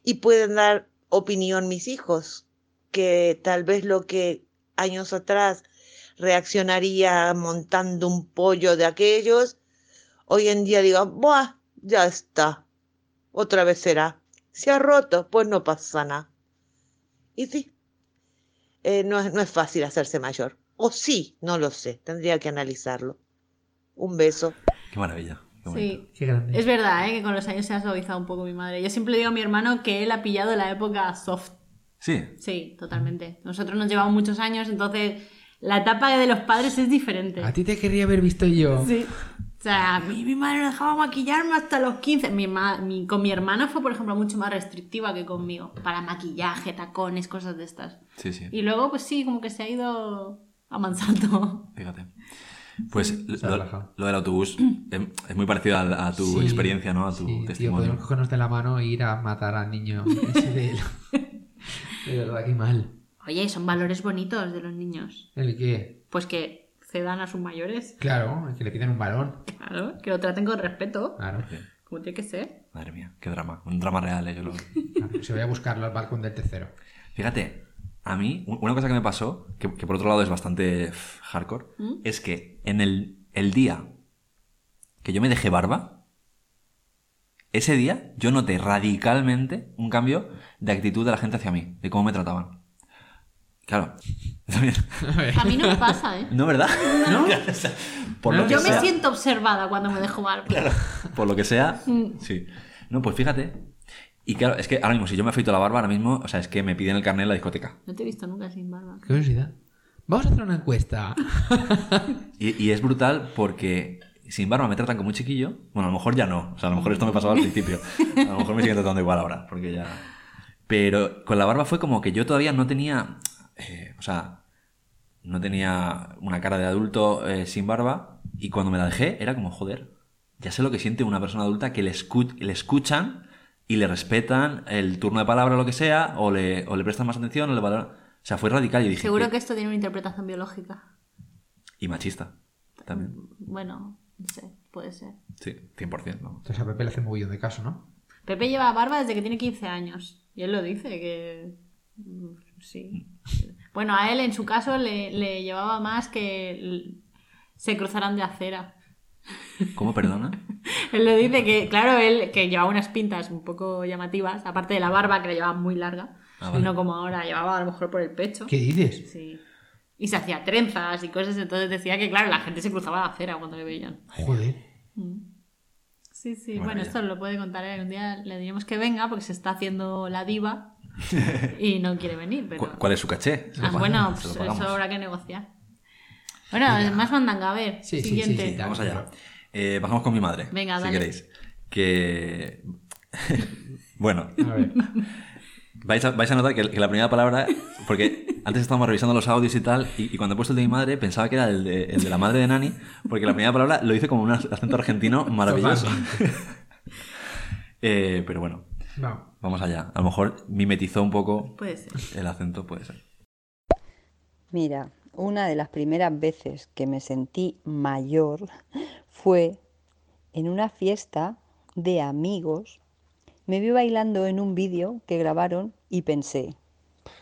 y pueden dar opinión mis hijos, que tal vez lo que años atrás reaccionaría montando un pollo de aquellos, hoy en día digo, ¡buah! Ya está, otra vez será. Se ha roto, pues no pasa nada. Y sí, eh, no, es, no es fácil hacerse mayor. O sí, no lo sé, tendría que analizarlo. Un beso. Qué maravilla. Qué bonito. Sí. Qué grande. Es verdad, ¿eh? que con los años se ha suavizado un poco mi madre. Yo siempre digo a mi hermano que él ha pillado la época soft. Sí. Sí, totalmente. Nosotros nos llevamos muchos años, entonces la etapa de los padres es diferente. A ti te querría haber visto yo. Sí. O sea, a mí mi madre no dejaba maquillarme hasta los 15. Mi ma- mi- con mi hermana fue, por ejemplo, mucho más restrictiva que conmigo. Para maquillaje, tacones, cosas de estas. Sí, sí. Y luego, pues sí, como que se ha ido avanzando. Fíjate. Pues Se ha lo, relajado. lo del autobús em, es muy parecido al- a, tu Sí, experiencia, ¿no? A tu sí, tío, testimonio. podemos cogernos de la mano e ir a matar al niño ese de De verdad, qué mal. Oye, son valores bonitos de los niños. ¿El qué? Pues que cedan a sus mayores. Claro, el que le piden un balón. Claro, que lo traten con respeto, Claro. como tiene que ser. Madre mía, qué drama. Un drama real, eh, yo lo- claro, Se voy a buscarlo al balcón del tercero. Fíjate, a mí, u- una cosa que me pasó, que, que por otro lado es bastante pff, hardcore, ¿Mm? es que en el, el día que yo me dejé barba, ese día yo noté radicalmente un cambio de actitud de la gente hacia mí, de cómo me trataban. Claro. También- A mí no me pasa, ¿eh? No, ¿verdad? ¿No? O sea, por lo que Yo me sea- siento observada cuando me dejo barba. por lo que sea. Mm. Sí. No, pues fíjate. Y claro, es que ahora mismo, si yo me afeito la barba, ahora mismo, o sea, es que me piden el carnet en la discoteca. No te he visto nunca sin barba. Qué curiosidad. Vamos a hacer una encuesta. Y, y es brutal porque sin barba me tratan como un chiquillo. Bueno, a lo mejor ya no. O sea, a lo mejor esto me pasaba al principio. A lo mejor me siguen tratando igual ahora, porque ya. Pero con la barba fue como que yo todavía no tenía, eh, o sea, no tenía una cara de adulto eh, sin barba y cuando me la dejé era como, joder, ya sé lo que siente una persona adulta que le, escu- le escuchan y le respetan el turno de palabra o lo que sea, o le, o le prestan más atención, o le valoran. O sea, fue radical y dije, Seguro "Uy", que esto tiene una interpretación biológica. y machista también. Bueno, no sé, puede ser. Sí, 100%. ¿no? Entonces a Pepe le hace un mogollón de caso, ¿no? Pepe lleva barba desde que tiene 15 años. Y él lo dice, que. mm, Sí. Bueno, a él en su caso le, le llevaba más que l- se cruzaran de acera. ¿Cómo, perdona? Él lo dice que, claro, él que llevaba unas pintas un poco llamativas, aparte de la barba que la llevaba muy larga, Ah, vale. no como ahora, llevaba a lo mejor por el pecho. ¿Qué dices? Sí. Y se hacía trenzas y cosas, entonces decía que, claro, la gente se cruzaba la acera cuando le veían. Joder. Sí, sí, Bueno, bueno, ya. esto lo puede contar él. Un día le diremos que venga porque se está haciendo la diva y no quiere venir. Pero... ¿Cu- ¿Cuál es su caché? Se lo Ah, pagamos, bueno, se pues lo eso pagamos. habrá que negociar. Bueno, más mandanga, a ver. Sí, sí, siguiente. sí, sí, dale. Vamos allá. Eh, bajamos con mi madre. Venga, si dale. queréis. Que. bueno, A ver. vais a, vais a notar que, que la primera palabra. Porque antes estábamos revisando los audios y tal. Y, y cuando he puesto el de mi madre, pensaba que era el de, el de la madre de Nani. Porque la primera palabra lo hice como un acento argentino maravilloso. Eh, pero bueno, Vamos. vamos allá. A lo mejor mimetizó un poco Puede ser. el acento, puede ser. Mira, una de las primeras veces que me sentí mayor fue en una fiesta de amigos. Me vi bailando en un vídeo que grabaron y pensé,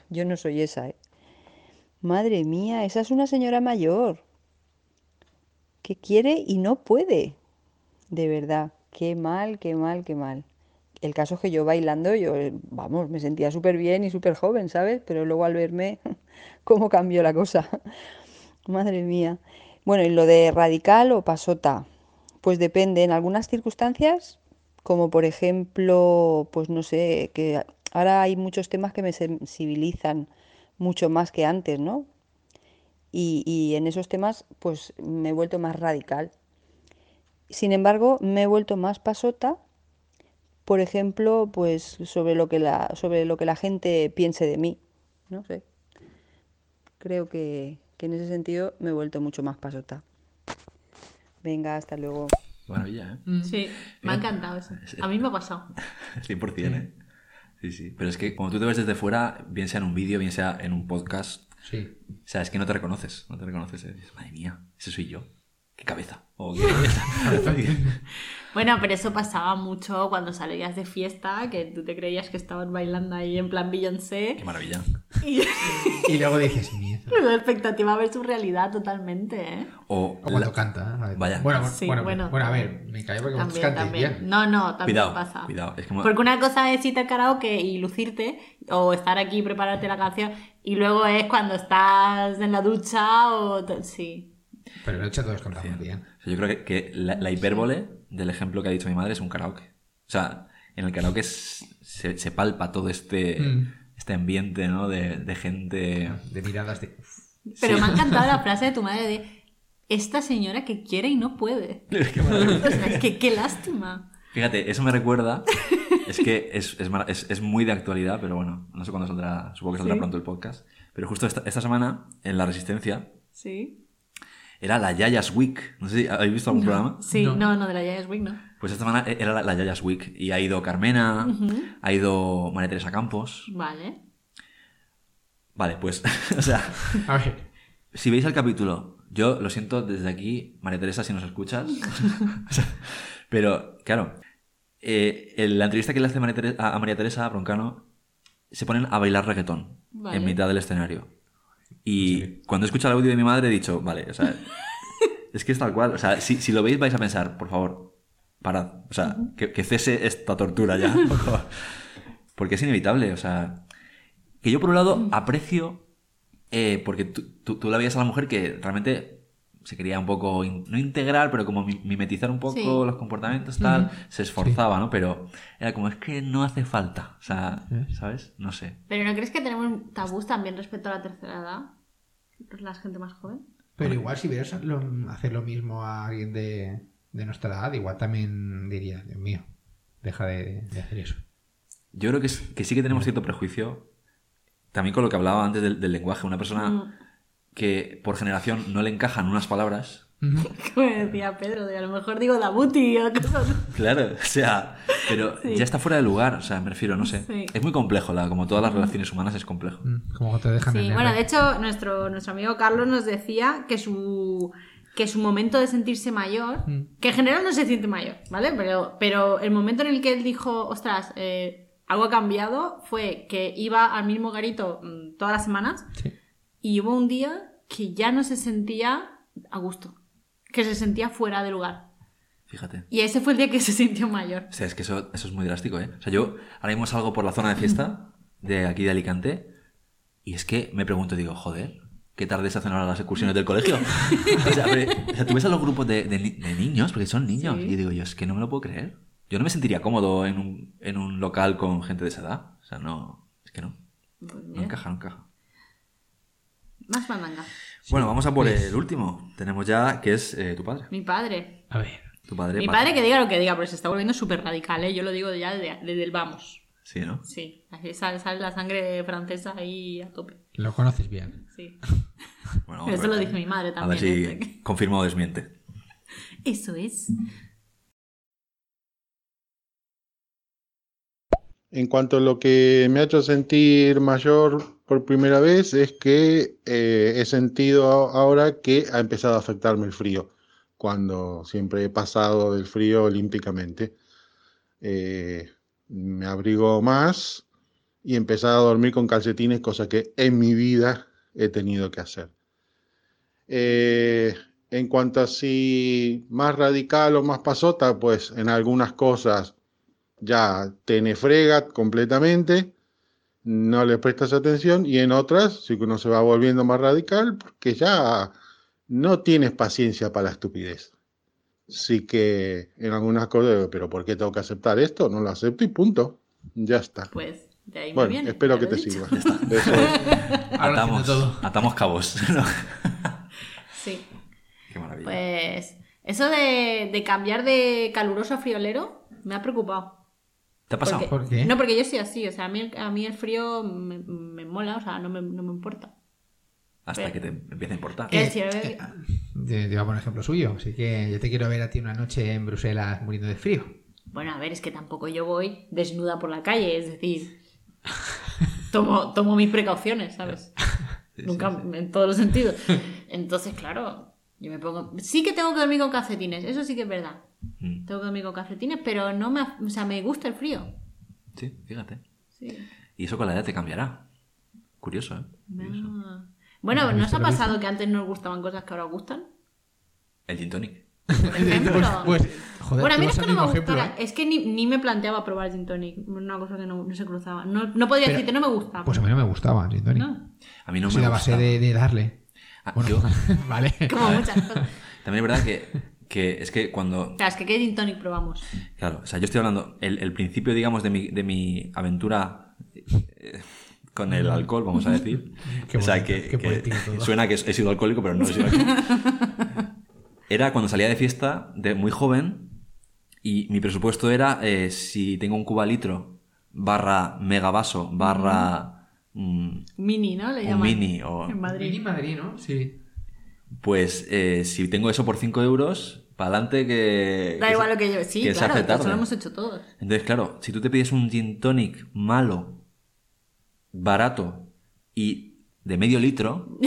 yo no soy esa, ¿eh? Madre mía, esa es una señora mayor que quiere y no puede. De verdad, qué mal, qué mal, qué mal. El caso es que yo bailando, yo, eh, vamos, me sentía súper bien y súper joven, ¿sabes? Pero luego al verme, cómo cambió la cosa. Madre mía. Bueno, y lo de radical o pasota, pues depende. En algunas circunstancias, como por ejemplo, pues no sé, que ahora hay muchos temas que me sensibilizan mucho más que antes, ¿no? Y, y en esos temas, pues me he vuelto más radical. Sin embargo, me he vuelto más pasota, por ejemplo, pues sobre lo que la, sobre lo que la gente piense de mí. No sé. Creo que, que en ese sentido me he vuelto mucho más pasota. Venga, hasta luego. Maravilla, ¿eh? Mm. Sí, me ha encantado eso. A mí me ha pasado. 100%, ¿eh? Sí, sí. Pero es que cuando tú te ves desde fuera, bien sea en un vídeo, bien sea en un podcast, Sí. O sea, es que no te reconoces, no te reconoces. eh. Dices, madre mía, ese soy yo. ¿Qué cabeza? O, "¿Qué cabeza?". Bueno, pero eso pasaba mucho cuando salías de fiesta, que tú te creías que estabas bailando ahí en plan Qué Beyoncé. maravilla. Y Y luego dices, mierda. la expectativa ver su realidad totalmente, ¿eh? O, O cuando la- canta. ¿eh? Vaya. Bueno, bueno, Sí, bueno, bueno. bueno, a ver, me callo porque vosotros También, cantéis también. bien. No, no, también Cuidado, pasa. cuidado. Es que Porque una cosa es irte al karaoke y lucirte, o estar aquí y prepararte la canción, y luego es cuando estás en la ducha o... t- Sí. Pero lo he hecho todos cantando bien. o sea, yo creo que, que la, la hipérbole del ejemplo que ha dicho mi madre es un karaoke. O sea, en el karaoke s- se, se palpa todo este, Mm. este ambiente, ¿no? De, de gente. De miradas de. Pero Sí. me ha encantado la frase de tu madre de esta señora que quiere y no puede. Qué maravilla. O sea, es que qué lástima. Fíjate, eso me recuerda. Es que es, es mara- es- es muy de actualidad, pero bueno, no sé cuándo saldrá. Supongo que saldrá pronto el podcast. Pero justo esta, esta semana, en La Resistencia, Sí. era la Yayas Week. No sé si habéis visto algún programa. Sí, No. no, no, de la Jazz Week, no. Pues esta semana era la, la Yayas Week y ha ido Carmena, ha ido María Teresa Campos. Vale. Vale, pues, o sea, A ver. si veis el capítulo, yo lo siento desde aquí, María Teresa, si nos escuchas. O sea, pero, claro, eh, en la entrevista que le hace María Tere- a, a María Teresa Broncano, se ponen a bailar reggaetón Vale. en mitad del escenario. Y cuando he escuchado el audio de mi madre he dicho, vale, o sea, es que es tal cual. O sea, si, si lo veis vais a pensar, por favor, parad. O sea, que, que cese esta tortura ya. por favor. Porque es inevitable, o sea... Que yo por un Mm. lado aprecio, eh, porque tú, tú, tú la veías a la mujer que realmente se quería un poco, in- no integrar, pero como mi- mimetizar un poco Sí. los comportamientos, tal, se esforzaba, ¿no? Pero era como, es que no hace falta, o sea, ¿sabes? No sé. Pero ¿no crees que tenemos tabús también respecto a la tercera edad? La gente más joven. Pero igual si vieras lo- hacer lo mismo a alguien de, de nuestra edad, igual también diría, Dios mío, deja de, de hacer eso. Yo creo que, es- que sí que tenemos cierto prejuicio, también con lo que hablaba antes del, del lenguaje. Una persona Mm. que por generación no le encajan unas palabras. Como decía Pedro, de a lo mejor digo Dabuti o cosas. Claro, o sea, pero Sí. ya está fuera de lugar, o sea, me refiero, no sé. Sí. Es muy complejo, la, como todas las relaciones humanas es complejo. Mm, Como te dejan en Sí, el bueno, de hecho, nuestro, nuestro amigo Carlos nos decía que su, que su momento de sentirse mayor, Mm. que en general no se siente mayor, ¿vale? Pero, pero el momento en el que él dijo, ostras, eh, algo ha cambiado, fue que iba al mismo garito mm, todas las semanas y hubo un día que ya no se sentía a gusto, que se sentía fuera de lugar. Fíjate. Y ese fue el día que se sintió mayor. O sea, es que eso, eso es muy drástico, ¿eh? O sea, yo ahora mismo salgo por la zona de fiesta de aquí de Alicante y es que me pregunto, digo, joder, ¿qué tarde se hacen ahora las excursiones del colegio? o, sea, pero- o sea, tú ves a los grupos de, de ni- de niños, porque son niños, y digo yo, es que no me lo puedo creer. Yo no me sentiría cómodo en un, en un local con gente de esa edad. O sea, no, es que no. No Pues mira. encaja, no encaja. Más mandanga. Bueno, vamos a por Pues el último. Tenemos ya, que es eh, tu padre. Mi padre. A ver. Tu padre. Mi Paco. padre que diga lo que diga, pero se está volviendo súper radical, ¿eh? Yo lo digo ya desde, desde el vamos. Sí, ¿no? Sí, así sale, sale la sangre francesa ahí a tope. Lo conoces bien. Sí. Pero Bueno, vamos eso a lo ver. dice mi madre A ver también. ¿eh? si confirma o desmiente. Eso es. En cuanto a lo que me ha hecho sentir mayor por primera vez es que eh, he sentido a- ahora que ha empezado a afectarme el frío, cuando siempre he pasado del frío olímpicamente. Eh, me abrigo más y he empezado a dormir con calcetines, cosa que en mi vida he tenido que hacer. Eh, en cuanto a si más radical o más pasota, pues en algunas cosas ya te nefrega completamente, no le prestas atención y en otras sí que uno se va volviendo más radical porque ya no tienes paciencia para la estupidez. Así que en algunas cosas, digo, pero ¿por qué tengo que aceptar esto? No lo acepto y punto. Ya está. Pues de ahí me bueno, viene, espero ya que lo te he dicho. sirva. Eso es. atamos, atamos cabos. ¿no? Sí. Qué maravilla. Pues eso de, de cambiar de caluroso a friolero me ha preocupado. ¿Te ha pasado? Pues, Porque- No, porque yo soy así, o sea, a mí, el- a mí el frío me, me mola, o sea, no me, no me importa. Hasta que te empiece a importar. Quiero decir, a eh, ver, Te, te voy a poner ejemplo suyo. Así que yo te quiero ver a ti una noche en Bruselas muriendo de frío. Bueno, a ver, es que tampoco yo voy desnuda por la calle, es decir, tomo, tomo mis precauciones, ¿sabes? Nunca, en todos los sentidos. Entonces, claro, yo me pongo... Sí que tengo que dormir con calcetines, eso sí que es verdad. Mm. Tengo que dormir con calcetines, pero no me... af- O sea, me gusta el frío. Sí, fíjate. Sí. Y eso con la edad te cambiará. Curioso, ¿eh? Ah. Bueno, ¿Has ¿no os visto ha lo que pasado que antes nos gustaban cosas que ahora os gustan? El gin tonic. Ejemplo. pues, joder, bueno, a mí no ibas es que al no me mismo gustara, ejemplo, ¿eh? es que ni, ni me planteaba probar gin tonic, una cosa que no, no se cruzaba. No, no podía Pero- decirte, no me gusta. Pues a mí no me gustaba, Gin Tonic. A mí no Ha me sido a base gustaba. Ah, de, de darle. Bueno, yo- vale. Como muchas cosas. También es verdad que, que es que cuando... Claro, es que qué gin tonic probamos. Claro, o sea, yo estoy hablando... El, el principio, digamos, de mi, de mi aventura eh, con el alcohol, vamos a decir. Qué o sea, bonito, que, qué que poético todo. suena que he sido alcohólico, pero no he sido alcohólico. Era cuando salía de fiesta de muy joven y mi presupuesto era eh, si tengo un cuba litro barra megavaso barra... mm, Mini, ¿no? Le Un llaman. mini o- En Madrid. Mini Madrid, ¿no? Sí. Pues eh, si tengo eso por 5 euros, para adelante que. Da que igual se- lo que yo. Sí, que se claro, hace esto tarde. lo hemos hecho todos. Entonces, claro, si tú te pides un gin tonic malo, barato y de medio litro,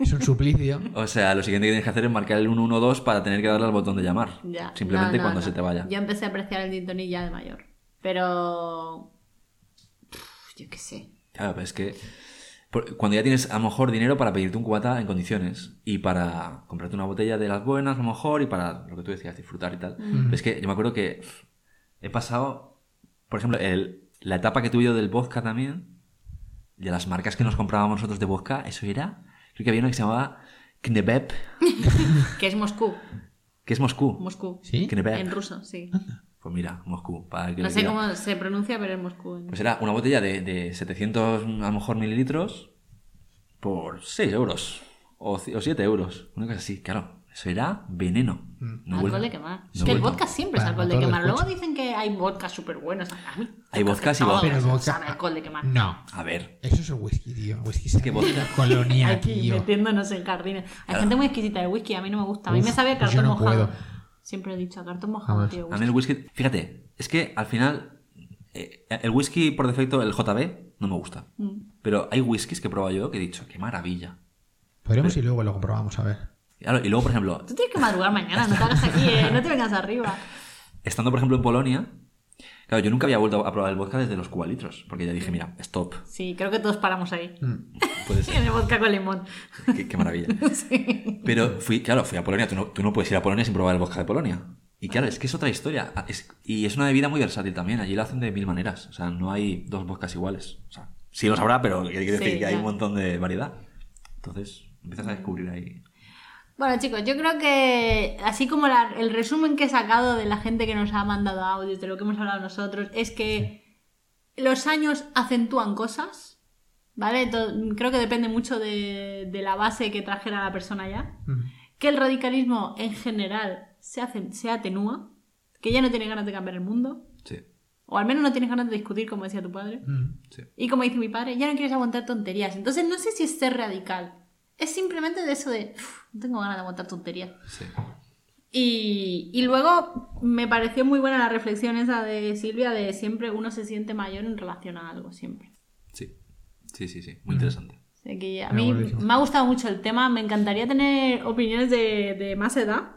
Es un suplicio. o sea, lo siguiente que tienes que hacer es marcar el 112 para tener que darle al botón de llamar. Ya. No, Simplemente no, cuando no. se te vaya. Yo empecé a apreciar el gin tonic ya de mayor. Pero. Pff, yo qué sé. Claro, pero es que. por- Cuando ya tienes a lo mejor dinero para pedirte un cubata en condiciones y para comprarte una botella de las buenas a lo mejor y para lo que tú decías, disfrutar y tal. Mm. Pero es que yo me acuerdo que pff, he pasado, por ejemplo, el- la etapa que tuve yo del vodka también, de las marcas que nos comprábamos nosotros de vodka, eso era, creo que había una que se llamaba Knebep, Que es Moscú. que es Moscú. Moscú. Knebep. En ruso, sí. Pues mira, Moscú. Para que No lo sé diga. cómo se pronuncia, pero es Moscú. Pues era una botella de, de 700, a lo mejor, mililitros por 6 euros o, ci- o 7 euros. Una cosa así, claro. Eso era veneno. No alcohol vuelvo. de quemar. No es que el vuelvo. vodka siempre es Mm. Para alcohol de todo lo quemar. Luego escucho. dicen que hay vodka súper buenos. A mí Hay vodka y todos vodka. Pero vodka- saben alcohol de quemar. No. A ver. Eso es el whisky, tío. Whisky es que vodka. colonia, Aquí tío. metiéndonos en jardines. Hay gente muy exquisita de whisky, a mí no me gusta. A mí Uf, me sabe a pues cartón yo no mojado. puedo. Siempre he dicho a cartón mojado, tío. A mí el whisky. Fíjate, es que al final. eh, el whisky por defecto, el JB, no me gusta. Mm. Pero hay whiskies que he probado yo que he dicho, qué maravilla. Podríamos ir luego, lo comprobamos, a ver. Claro, Y luego, por ejemplo, Tú tienes que madrugar mañana, no te hagas aquí, eh, no te vengas arriba. estando por ejemplo en Polonia, claro, yo nunca había vuelto a probar el vodka desde los cubalitros porque ya dije, mira, stop, Sí, creo que todos paramos ahí. Mm, puede ser, En el vodka con limón. qué, qué maravilla. Sí. Pero fui, claro, fui a Polonia, tú no, tú no puedes ir a Polonia sin probar el vodka de Polonia. Y claro, es que es otra historia. Ah, es- y es una bebida muy versátil también, allí lo hacen de mil maneras. O sea, no hay dos vodkas iguales. O sea, sí los habrá, pero quiere decir Sí, que hay ya. un montón de variedad. Entonces, empiezas a descubrir ahí. Bueno, chicos, yo creo que así como la- el resumen que he sacado de la gente que nos ha mandado audios, de lo que hemos hablado nosotros, es que los años acentúan cosas, ¿vale? To- creo que depende mucho de, de la base que trajera la persona ya. Mm. Que el radicalismo en general se, hace, se atenúa, que ya no tiene ganas de cambiar el mundo, Sí. o al menos no tienes ganas de discutir, como decía tu padre. Mm. Sí. Y como dice mi padre, ya no quieres aguantar tonterías. Entonces no sé si es ser radical. Es simplemente de eso de, "Uf, no tengo ganas de aguantar tonterías. Sí. Y, y luego me pareció muy buena la reflexión esa de Silvia de siempre uno se siente mayor en relación a algo, siempre. Sí, sí, sí, sí. muy interesante. O sea que a Ah, mí buenísimo. me ha gustado mucho el tema, me encantaría tener opiniones de, de más edad,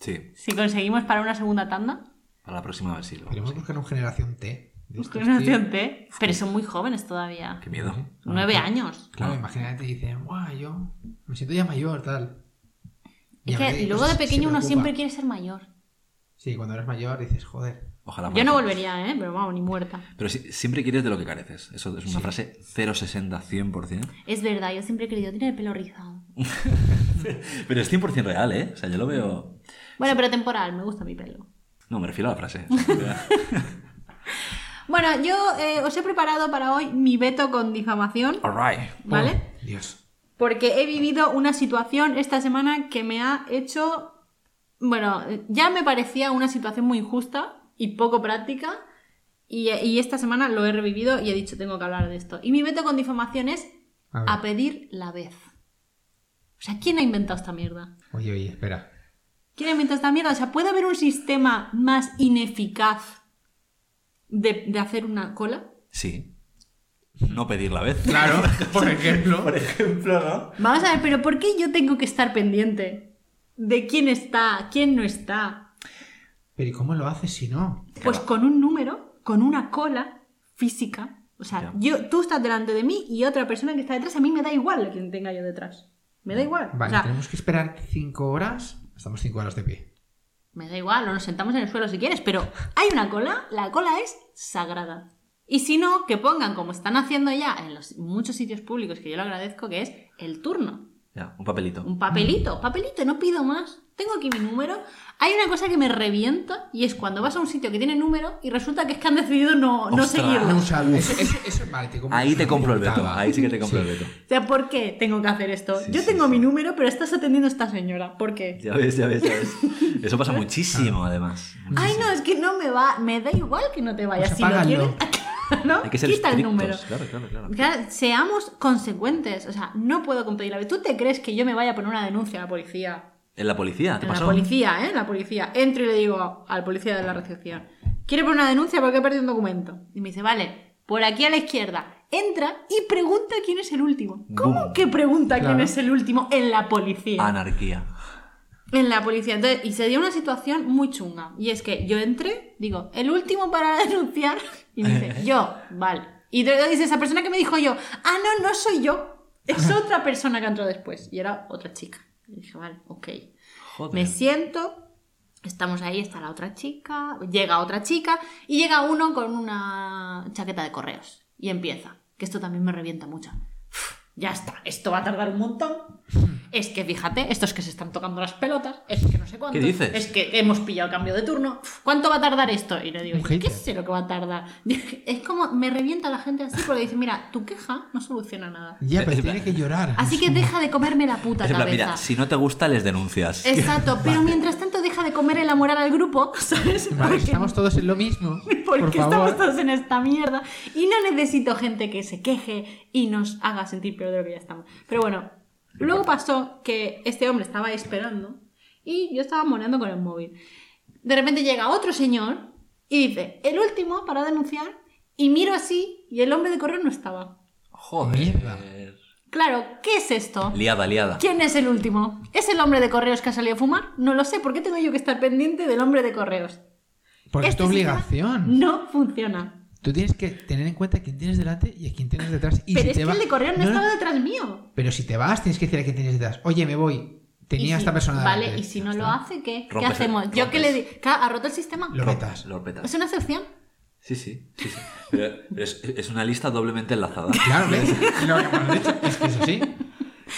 Sí, si conseguimos para una segunda tanda. para la próxima a ver si lo... Podríamos buscar una generación T. de estos Generación que- T, pero son muy jóvenes todavía. Qué miedo. Nueve años. Claro, imagínate, dicen, guau, yo me siento ya mayor, tal. Es que aparte, luego de se pequeño uno preocupa. siempre quiere ser mayor. Sí, cuando eres mayor dices, joder. Ojalá Yo fuera no así. volvería, ¿eh? Pero vamos, ni muerta. Pero sí- siempre quieres de lo que careces. Eso es una Sí. frase 060, 100%. Es verdad, yo siempre he querido tener el pelo rizado. Pero es 100% real, ¿eh? O sea, yo lo veo... Bueno, pero temporal, me gusta mi pelo. No, me refiero a la frase. Bueno, yo eh, os he preparado para hoy mi veto con difamación, Alright. ¿vale? Dios. Porque he vivido una situación esta semana que me ha hecho... Bueno, ya me parecía una situación muy injusta y poco práctica. Y, y esta semana lo he revivido y he dicho, tengo que hablar de esto. Y mi veto con difamación es A ver. a pedir la vez. O sea, ¿quién ha inventado esta mierda? Oye, oye, espera. ¿Quién inventó esta mierda? O sea, ¿puede haber un sistema más ineficaz de, de hacer una cola? Sí. No pedir la vez. Claro, por ejemplo. por ejemplo, ¿no? Vamos a ver, pero ¿por qué yo tengo que estar pendiente de quién está, quién no está? Pero ¿y cómo lo haces si no? Pues con un número, con una cola física. O sea, yo, tú estás delante de mí y otra persona que está detrás, a mí me da igual a quien tenga yo detrás. Me da igual. o Vale, sea, tenemos que esperar cinco horas. Estamos cinco horas de pie. Me da igual, o nos sentamos en el suelo si quieres, pero hay una cola, la cola es sagrada. Y si no, que pongan, como están haciendo ya en los muchos sitios públicos, que yo lo agradezco, que es el turno. Ya, un papelito. Un papelito, papelito, no pido más. Tengo aquí mi número. Hay una cosa que me revienta y es cuando vas a un sitio que tiene número y resulta que es que han decidido no, no Ostras. seguirlo. No usarlo. Eso, eso, eso- vale, te compro. Ahí te compro el veto. Putada. Ahí sí que te compro el veto. O sea, ¿por qué tengo que hacer esto? yo tengo mi número, pero estás atendiendo a esta señora. ¿Por qué? Ya ves, ya ves, ya ves. Eso pasa muchísimo, además. Ay, no, es que no me va, me da igual que no te vayas. Pues si lo apágalo. quieres, ¿no? Hay que ser Quita el estrictos. número. Claro, claro, claro. Claro, seamos consecuentes. O sea, no puedo competir la vez. ¿Tú te crees que yo me vaya a poner una denuncia a la policía? En la policía, ¿te En la pasó? policía, ¿eh? En la policía. Entro y le digo al policía de la recepción. Quiere poner una denuncia porque he perdido un documento. Y me dice, vale, por aquí a la izquierda. Entra y pregunta quién es el último. ¿Cómo Boom. que pregunta Claro. quién es el último en la policía? Anarquía. En la policía. Entonces, y se dio una situación muy chunga. Y es que yo entré, digo, el último para denunciar. Y me dice, yo, vale. Y luego dice esa persona que me dijo yo, ah, no, no soy yo. Es otra persona que entró después. Y era otra chica. Y dije, vale, ok. Joder. Me siento, estamos ahí, está la otra chica, llega otra chica y llega uno con una chaqueta de correos. Hmm. Y empieza. Que esto también me revienta mucho. Uf, Ya está, esto va a tardar un montón. Es que fíjate, estos que se están tocando las pelotas, es que no sé cuánto. ¿Qué dices? Es que hemos pillado cambio de turno. ¿Cuánto va a tardar esto? Y le digo, yo, ¿qué sé lo que va a tardar? Es como me revienta la gente así porque dice, mira, tu queja no soluciona nada. Ya, pero tiene que llorar. Así que deja de comerme la puta Es en plan, cabeza. mira, si no te gusta, les denuncias. Exacto, pero mientras tanto deja de comer el amoral al grupo, ¿sabes? Vale, Porque- estamos todos en lo mismo. porque por favor. estamos todos en esta mierda y no necesito gente que se queje y nos haga sentir peor de lo que ya estamos. Pero bueno, luego pasó que este hombre estaba esperando y yo estaba moneando con el móvil. De repente llega otro señor y dice, el último para denunciar y miro así y el hombre de correo no estaba. Joder. Claro, ¿qué es esto? Liada, liada. ¿Quién es el último? ¿Es el hombre de correos que ha salido a fumar? No lo sé, ¿por qué tengo yo que estar pendiente del hombre de correos? Porque es tu Este sistema obligación. No funciona. Tú tienes que tener en cuenta a quién tienes delante y a quién tienes detrás. Y pero si es te que va- el de correo no, No, no, estaba detrás mío. Pero si te vas, tienes que decir a quién tienes detrás. Oye, me voy. Y Tenía si- a esta persona delante. Vale, y si no lo hace, ¿qué? ¿Qué Rompes el- hacemos? Yo que le di. Claro, ha roto el sistema. Lo petas. Lo petas. Es una excepción. Sí, sí, sí, sí. Pero, pero es, es una lista doblemente enlazada. Claro, ¿ves? Lo que hemos dicho es que es así.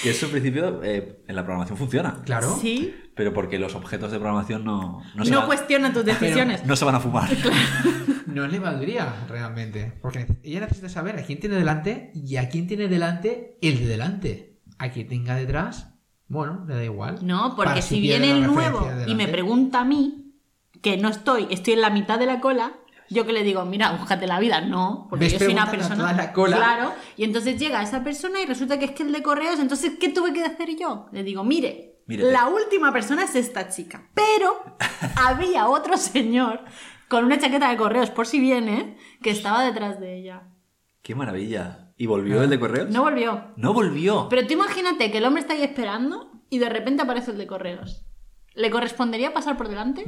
Que eso en principio eh, en la programación funciona. Claro. Sí. Pero porque los objetos de programación no, no, No, se, van, cuestiona tus decisiones. no se van a fumar. No le valdría realmente. Porque ella necesita saber a quién tiene delante y a quién tiene delante el de delante. A quien tenga detrás, bueno, le da igual. No, porque Para si pierde viene la el referencia nuevo de y me delante. pregunta a mí, que no estoy, estoy en la mitad de la cola, yo que le digo, mira, búscate la vida. No, porque ¿Ves yo soy una preguntando a persona. toda la cola? Claro. Y entonces llega esa persona y resulta que es que el de correos, entonces, ¿qué tuve que hacer yo? Le digo, mire, Mírete. la última persona es esta chica. Pero había otro señor con una chaqueta de correos, por si viene, que estaba detrás de ella. ¡Qué maravilla! ¿Y volvió el de correos? No volvió. No volvió. Pero tú imagínate que el hombre está ahí esperando y de repente aparece el de correos. ¿Le correspondería pasar por delante?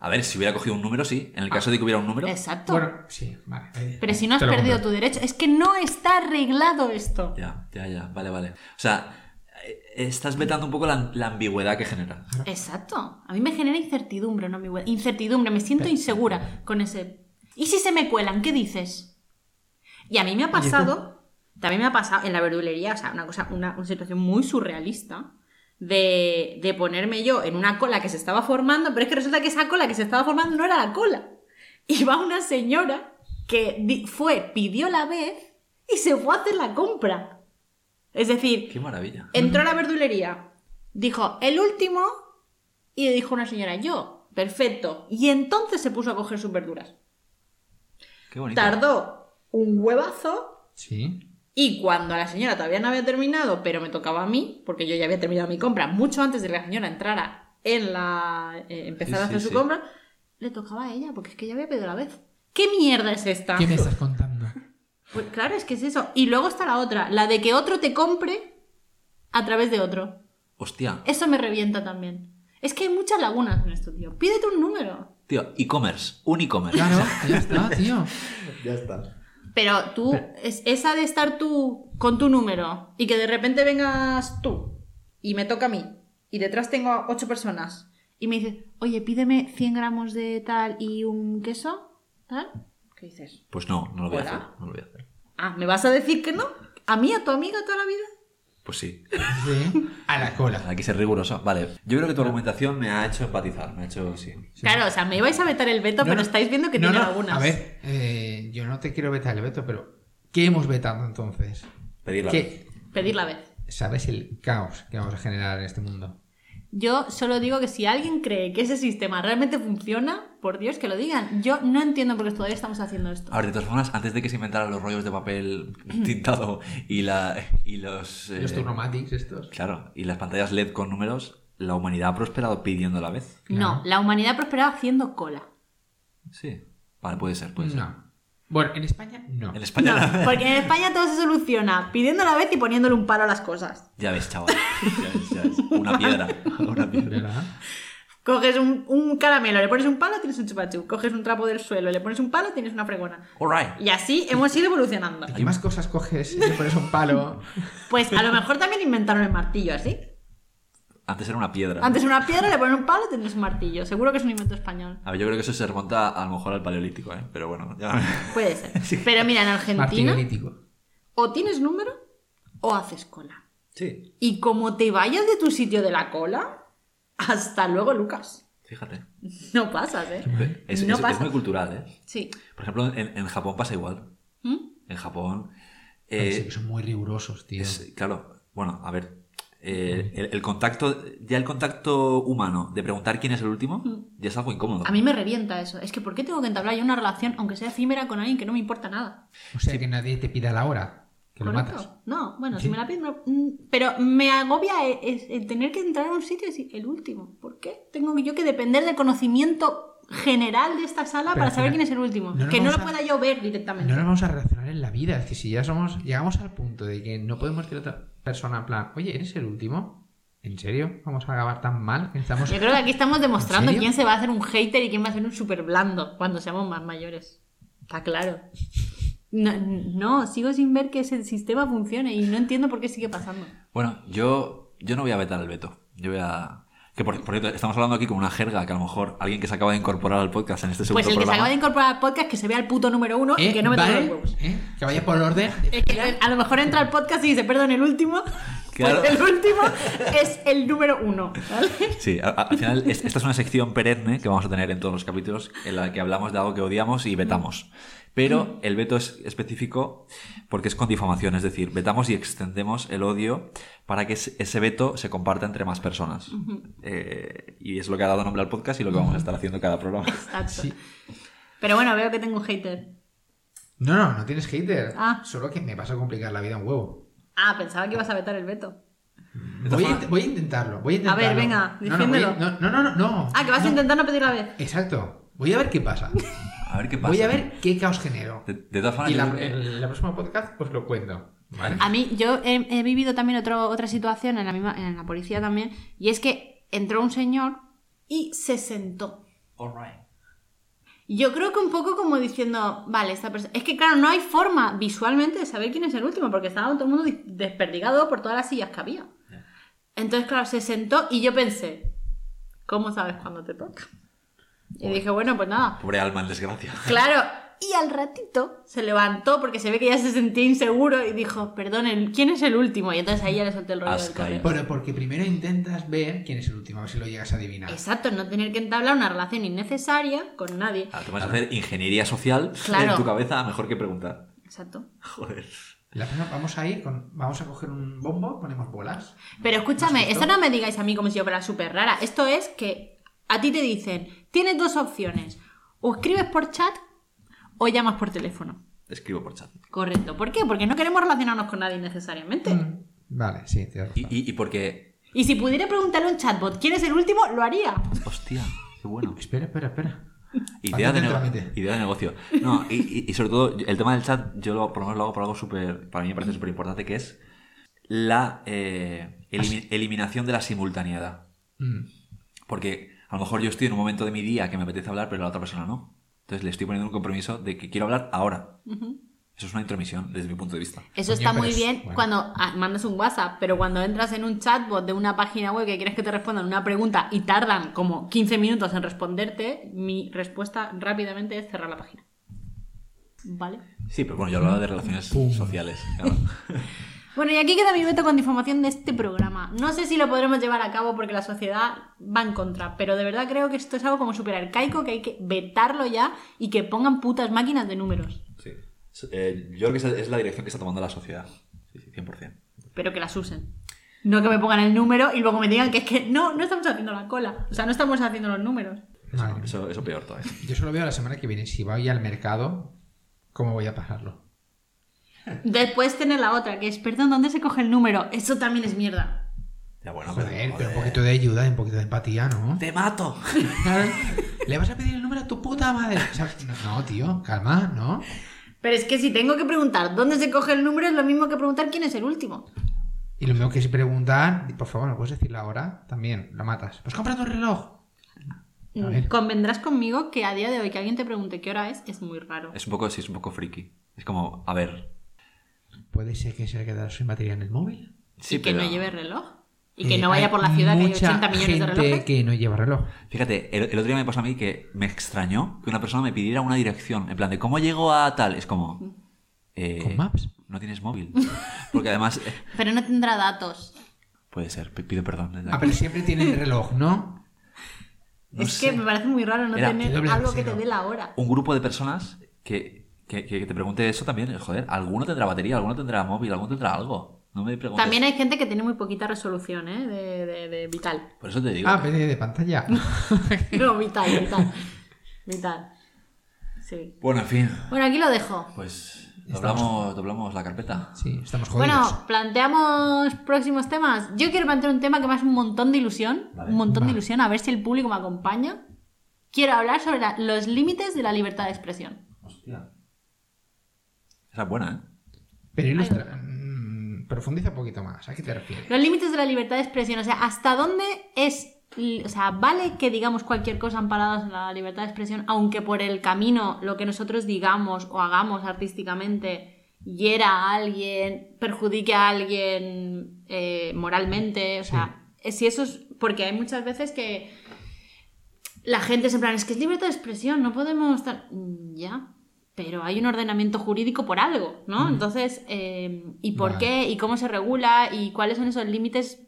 A ver, si hubiera cogido un número, sí. En el caso de que hubiera un número. Ah. Exacto. sí, vale. Pero si no has Te lo perdido compro. tu derecho, es que no está arreglado esto. Ya, ya, ya. Vale, vale. O sea, eh, estás vetando un poco la, la ambigüedad que genera. Exacto. A mí me genera incertidumbre, no me hue- Incertidumbre, me siento insegura con ese. ¿Y si se me cuelan? ¿Qué dices? Y a mí me ha pasado, también me ha pasado en la verdulería, o sea, una cosa, una, una situación muy surrealista. De, de ponerme yo en una cola que se estaba formando, pero es que resulta que esa cola que se estaba formando no era la cola. Iba una señora que di- fue, pidió la vez y se fue a hacer la compra. Es decir, ¡Qué maravilla! Entró a la verdulería, dijo el último y le dijo una señora yo, perfecto. Y entonces se puso a coger sus verduras. ¡Qué bonito! Tardó un huevazo Sí. y cuando la señora todavía no había terminado, pero me tocaba a mí, porque yo ya había terminado mi compra mucho antes de que la señora entrara en la... eh, empezara a Sí, hacer sí, su sí. compra, le tocaba a ella, porque es que ya había pedido la vez. ¿Qué mierda es esta? ¿Qué me estás contando? Pues claro, es que es eso. Y luego está la otra, la de que otro te compre a través de otro. Hostia. Eso me revienta también. Es que hay muchas lagunas en esto, tío. Pídete un número. Tío, e-commerce. Un e-commerce. Claro, ya está, tío. ya está. Pero tú, es, esa de estar tú con tu número y que de repente vengas tú y me toca a mí y detrás tengo a ocho personas y me dices, oye, pídeme 100 gramos de tal y un queso, tal. ¿Qué dices? Pues no, no lo voy a Hola. hacer. No lo voy a hacer. Ah, ¿me vas a decir que no? ¿A mí, a tu amiga, toda la vida? Pues sí. A la cola. Hay que ser riguroso. Vale. Yo creo que tu argumentación me ha hecho empatizar. Me ha hecho, sí. Claro, o sea, me ibais a vetar el veto, No, pero no. estáis viendo que No, tiene no, lagunas. A ver, eh, yo no te quiero vetar el veto, pero ¿qué hemos vetado entonces? Pedir la ¿Qué? Pedir la vez. ¿Sabes el caos que vamos a generar en este mundo? Yo solo digo que si alguien cree que ese sistema realmente funciona, por Dios que lo digan. Yo no entiendo por qué todavía estamos haciendo esto. A ver, de todas formas, antes de que se inventaran los rollos de papel tintado y, la, y los... Los eh, turnomatics estos. Claro, y las pantallas LED con números, la humanidad ha prosperado pidiendo a la vez. No, la humanidad prosperaba haciendo cola. Sí. Vale, puede ser, puede ser. Bueno, en España no. En España no. Porque en España todo se soluciona pidiendo a la vez y poniéndole un paro a las cosas. Ya ves, chaval. Ya ves, ya ves. Una piedra. Una piedra. Coges un, un caramelo, le pones un palo, tienes un chupachu. Coges un trapo del suelo, le pones un palo, tienes una fregona. All right. Y así hemos ido evolucionando. ¿Qué más cosas coges? Le pones un palo. Pues a lo mejor también inventaron el martillo así. Antes era una piedra. Antes una piedra, le ponen un palo, tienes un martillo. Seguro que es un invento español. A ver, yo creo que eso se remonta a lo mejor al paleolítico, ¿eh? Pero bueno, ya... Puede ser. Pero mira, en Argentina Martilolítico. o tienes número o haces cola. Sí, Y como te vayas de tu sitio de la cola, hasta luego, Lucas. fíjate. No pasas, ¿eh? Es, no es- es pasas. muy cultural, ¿eh? Sí. Por ejemplo, en, en Japón pasa igual. ¿Mm? En Japón. Pero eh, sí que son muy rigurosos, tío. Mm. es- claro, bueno, a ver. eh, el, el contacto, ya el contacto humano de preguntar quién es el último, ya es algo incómodo. A mí me revienta eso. Es que ¿por qué tengo que entablar yo una relación, aunque sea efímera, con alguien que no me importa nada? O sea, que nadie te pida la hora, que lo ¿Correcto? matas. No, bueno, Sí. si me la piden... me la- mm, Pero me agobia e- es- el, tener que entrar a un sitio y decir, el último. ¿Por qué? Tengo yo que depender del conocimiento general de esta sala Pero para al saber quién final- es el último. no nos que no vamos lo a- pueda yo ver No directamente. nos vamos a relacionar en la vida. Es que si ya somos, llegamos al punto de que no podemos que otra persona, en plan, oye, ¿eres el último? ¿En serio? ¿Vamos a acabar tan mal? que Estamos... Yo creo que aquí estamos demostrando ¿En serio? quién se va a hacer un hater y quién va a ser un super blando cuando seamos más mayores. Está claro. No, no, sigo sin ver que ese sistema funcione y no entiendo por qué sigue pasando. Bueno, yo, yo no voy a vetar el veto. Yo voy a. Que por, por cierto, estamos hablando aquí con una jerga que a lo mejor alguien que se acaba de incorporar al podcast en este segundo Pues el que se programa. acaba de incorporar al podcast, que se vea el puto número uno y Eh, que no me toque vale, los huevos. eh, Que vaya por orden. Es que a lo mejor entra al podcast y dice, perdón, el último. Claro. Pues el último es el número uno, ¿vale? Sí, a- a- al final es- esta es una sección perenne que vamos a tener en todos los capítulos en la que hablamos de algo que odiamos y vetamos. Pero el veto es específico porque es con difamación, es decir, vetamos y extendemos el odio para que ese ese veto se comparta entre más personas. Ujú. Eh, y es lo que ha dado nombre al podcast y lo que vamos a estar haciendo cada programa. Exacto. Pero bueno, veo que tengo un hater. No, no, no tienes hater. Ah. Solo que me vas a complicar la vida un huevo. Ah, pensaba que ibas a vetar el veto. Voy a, int- voy a intentarlo, voy a A intentarlo. ver, venga, No, no, voy a- defiéndelo. No, no, no, no, no. Ah, que vas a intentar no pedir la vez. Exacto. Voy a ver qué pasa. A ver qué pasa. Voy a ver qué caos genero. De, de todas formas, Y la, yo creo que- el- la próxima podcast os lo cuento. ¿vale? A mí, yo he, he vivido también otro, otra situación en la, misma, en la policía también, y es que entró un señor y se sentó. Y Yo creo que un poco como diciendo, vale, esta persona. Es que claro, no hay forma visualmente de saber quién es el último, porque estaba todo el mundo dis- desperdigado por todas las sillas que había. Entonces, claro, se sentó y yo pensé, ¿cómo sabes cuándo te toca? Y dije, bueno, pues nada. Pobre alma en desgracia. Claro. Y al ratito se levantó porque se ve que ya se sentía inseguro y dijo, perdonen, ¿quién es el último? Y entonces ahí ya le solté el rollo Has del correo. caído. Pero porque primero intentas ver quién es el último, a ver si lo llegas a adivinar. Exacto, no tener que entablar una relación innecesaria con nadie. Ah, te vas a hacer ingeniería social en Claro. tu cabeza, mejor que preguntar. Exacto. Joder. La próxima vamos a ir con. Vamos a coger un bombo, ponemos bolas. Pero ¿Has escúchame, visto? esto no me digáis a mí como si yo fuera súper rara. Esto es que a ti te dicen, tienes dos opciones. O escribes por chat o llamas por teléfono. Escribo por chat. Correcto. ¿Por qué? Porque no queremos relacionarnos con nadie necesariamente. Mm. Vale, sí, tío. Y, y- y porque. Y si pudiera preguntarle a un chatbot quién es el último, lo haría. Hostia, qué bueno. Espera, espera, espera. Idea de, nego- Atentamente. idea de negocio. No, y, y- y sobre todo, el tema del chat, yo lo, por lo menos lo hago por algo súper. Para mí me parece súper importante, que es la eh, elimi- eliminación de la simultaneidad. Mm. Porque a lo mejor yo estoy en un momento de mi día que me apetece hablar, pero la otra persona no. Entonces le estoy poniendo un compromiso de que quiero hablar ahora. Ujú. Eso es una intromisión, desde mi punto de vista. Eso Coño, está pero muy es- bien bueno. cuando ah, mandas un WhatsApp, pero cuando entras en un chatbot de una página web que quieres que te respondan una pregunta y tardan como 15 minutos en responderte, mi respuesta rápidamente es cerrar la página. ¿Vale? Sí, pero bueno, yo hablaba de relaciones sociales. claro. Bueno, y aquí queda mi veto con difamación de este programa. No sé si lo podremos llevar a cabo porque la sociedad va en contra, pero de verdad creo que esto es algo como súper arcaico que hay que vetarlo ya y que pongan putas máquinas de números. Sí. Es- eh, yo creo que esa es la dirección que está tomando la sociedad. Sí, sí, 100%. pero que las usen. No que me pongan el número y luego me digan que es que no, no estamos haciendo la cola. O sea, no estamos haciendo los números. Vale. Eso, eso peor todavía. Yo solo veo la semana que viene. Si voy al mercado, ¿cómo voy a pasarlo? Después tener la otra, que es, perdón, ¿dónde se coge el número? Eso también es mierda. Ya bueno, pero, Joder, pero un joder. poquito de ayuda, un poquito de empatía, ¿no? ¡Te mato! Claro. Le vas a pedir el número a tu puta madre. ¿Sabes? No, no, tío, calma, ¿no? Pero es que si tengo que preguntar dónde se coge el número es lo mismo que preguntar quién es el último. Y lo mismo que si preguntan, por favor, ¿me puedes decir la hora? También, lo matas. Pues compra tu reloj. A ver. Mm, Convendrás conmigo que a día de hoy que alguien te pregunte qué hora es es muy raro. Es un poco, sí, es un poco friki. Es como, a ver. ¿Puede ser que se le quedara sin batería en el móvil? Ah, Sí, y que pero- no lleve reloj. Y que Eh, no vaya hay por la ciudad que hay mucha 80 millones de gente relojes. que no lleva reloj. Fíjate, el, el otro día me pasó a mí que me extrañó que una persona me pidiera una dirección. En plan, de cómo llego a tal. Es como. eh, ¿Con maps? no tienes móvil. Porque además, eh, Pero no tendrá datos. puede ser, p- pido perdón. desde Ah, aquí. pero siempre tiene el reloj, ¿no? No es sé. que me parece muy raro no Era tener doble algo que te cero. dé la hora. Un grupo de personas que, que, que te pregunte eso también, eh, joder, alguno tendrá batería, alguno tendrá móvil, alguno tendrá algo. No me preguntes. También hay gente que tiene muy poquita resolución, ¿eh? De, de- de vital. Por eso te digo. Ah, PD de pantalla. No, vital, vital. Vital. Sí. Bueno, en fin. Bueno, aquí lo dejo. Pues Estamos- doblamos, doblamos la carpeta. Sí, estamos Bueno, planteamos próximos temas. Yo quiero plantear un tema que me hace un montón de ilusión. Vale. Un montón de ilusión, a ver si el público me acompaña. Quiero hablar sobre la- los límites de la libertad de expresión. Hostia. Esa es buena, ¿eh? Pero ilustra. mm, Profundiza un poquito más. ¿A qué te refieres? Los límites de la libertad de expresión, o sea, hasta dónde es. O sea, vale que digamos cualquier cosa amparados en la libertad de expresión, aunque por el camino lo que nosotros digamos o hagamos artísticamente hiera a alguien, perjudique a alguien eh, moralmente, o sea, eh, si eso es. Porque hay muchas veces que la gente es en plan, es que es libertad de expresión, no podemos estar. Mm, Ya, pero hay un ordenamiento jurídico por algo, ¿no? Entonces, eh, ¿y por Vale. qué? ¿Y cómo se regula? ¿Y cuáles son esos límites?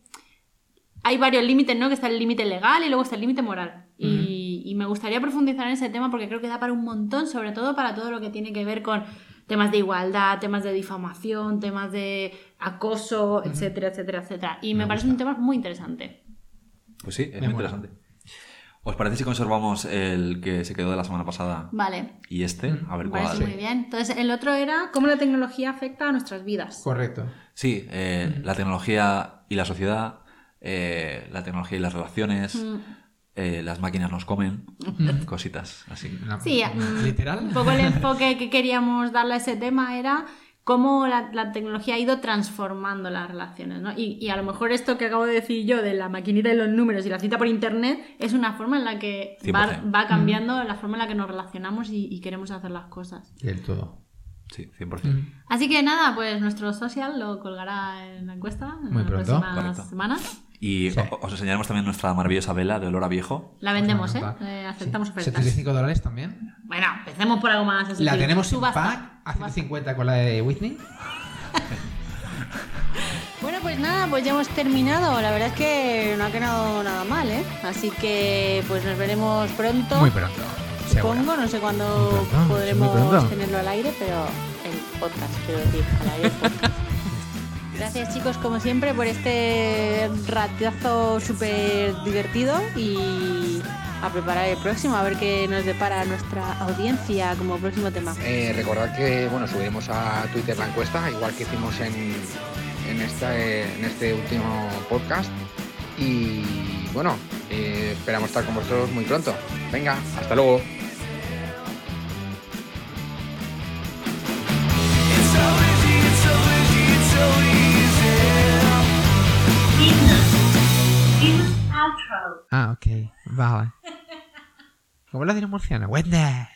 Hay varios límites, ¿no? Que está el límite legal y luego está el límite moral. y, y me gustaría profundizar en ese tema porque creo que da para un montón, sobre todo para todo lo que tiene que ver con temas de igualdad, temas de difamación, temas de acoso, etcétera, etcétera, etcétera. Y me, parece un tema muy interesante. Pues sí, es Me muy mola. interesante. ¿Os parece si conservamos el que se quedó de la semana pasada Vale. y este? Mm, A ver Me cuál. parece muy bien. Entonces, el otro era cómo la tecnología afecta a nuestras vidas. Correcto. Mm. Sí, eh, la tecnología y la sociedad, eh, la tecnología y las relaciones, Mm. eh, las máquinas nos comen, cositas así. Sí, mm, Mm. literal. Un poco el enfoque que queríamos darle a ese tema era cómo la, la tecnología ha ido transformando las relaciones, ¿no? Y, y a lo mejor esto que acabo de decir yo de la maquinita y los números y la cita por internet es una forma en la que va, 100%. va cambiando la forma en la que nos relacionamos y, y queremos hacer las cosas. Del todo. Mm. Sí, 100%. Así que nada, pues nuestro social lo colgará en la encuesta en Muy las pronto. próximas Correcto. semanas. Y o- os enseñaremos también nuestra maravillosa vela de olor a viejo. La vendemos, ¿eh? nota. Eh, aceptamos ofertas. 75 dólares también. Bueno, empecemos por algo más. es La decir, tenemos en subasta. pack a 150 con la de Whitney. Bueno, pues nada, pues ya hemos terminado. La verdad es que no ha quedado nada mal, ¿eh? Así que pues nos veremos pronto. Muy pronto. seguro. Supongo, no sé cuándo pronto, sí, muy pronto. podremos tenerlo al aire, pero el podcast, quiero decir, al aire el podcast. Gracias chicos, como siempre, por este ratazo súper divertido y a preparar el próximo, a ver qué nos depara nuestra audiencia como próximo tema. Eh, recordad que bueno, subiremos a Twitter la encuesta, igual que hicimos en, en, esta, eh, en este último podcast. Y bueno, eh, esperamos estar con vosotros muy pronto. Venga, hasta luego. Ah, ok. Vale. ¿Cómo lo diré en murciano? Whitney.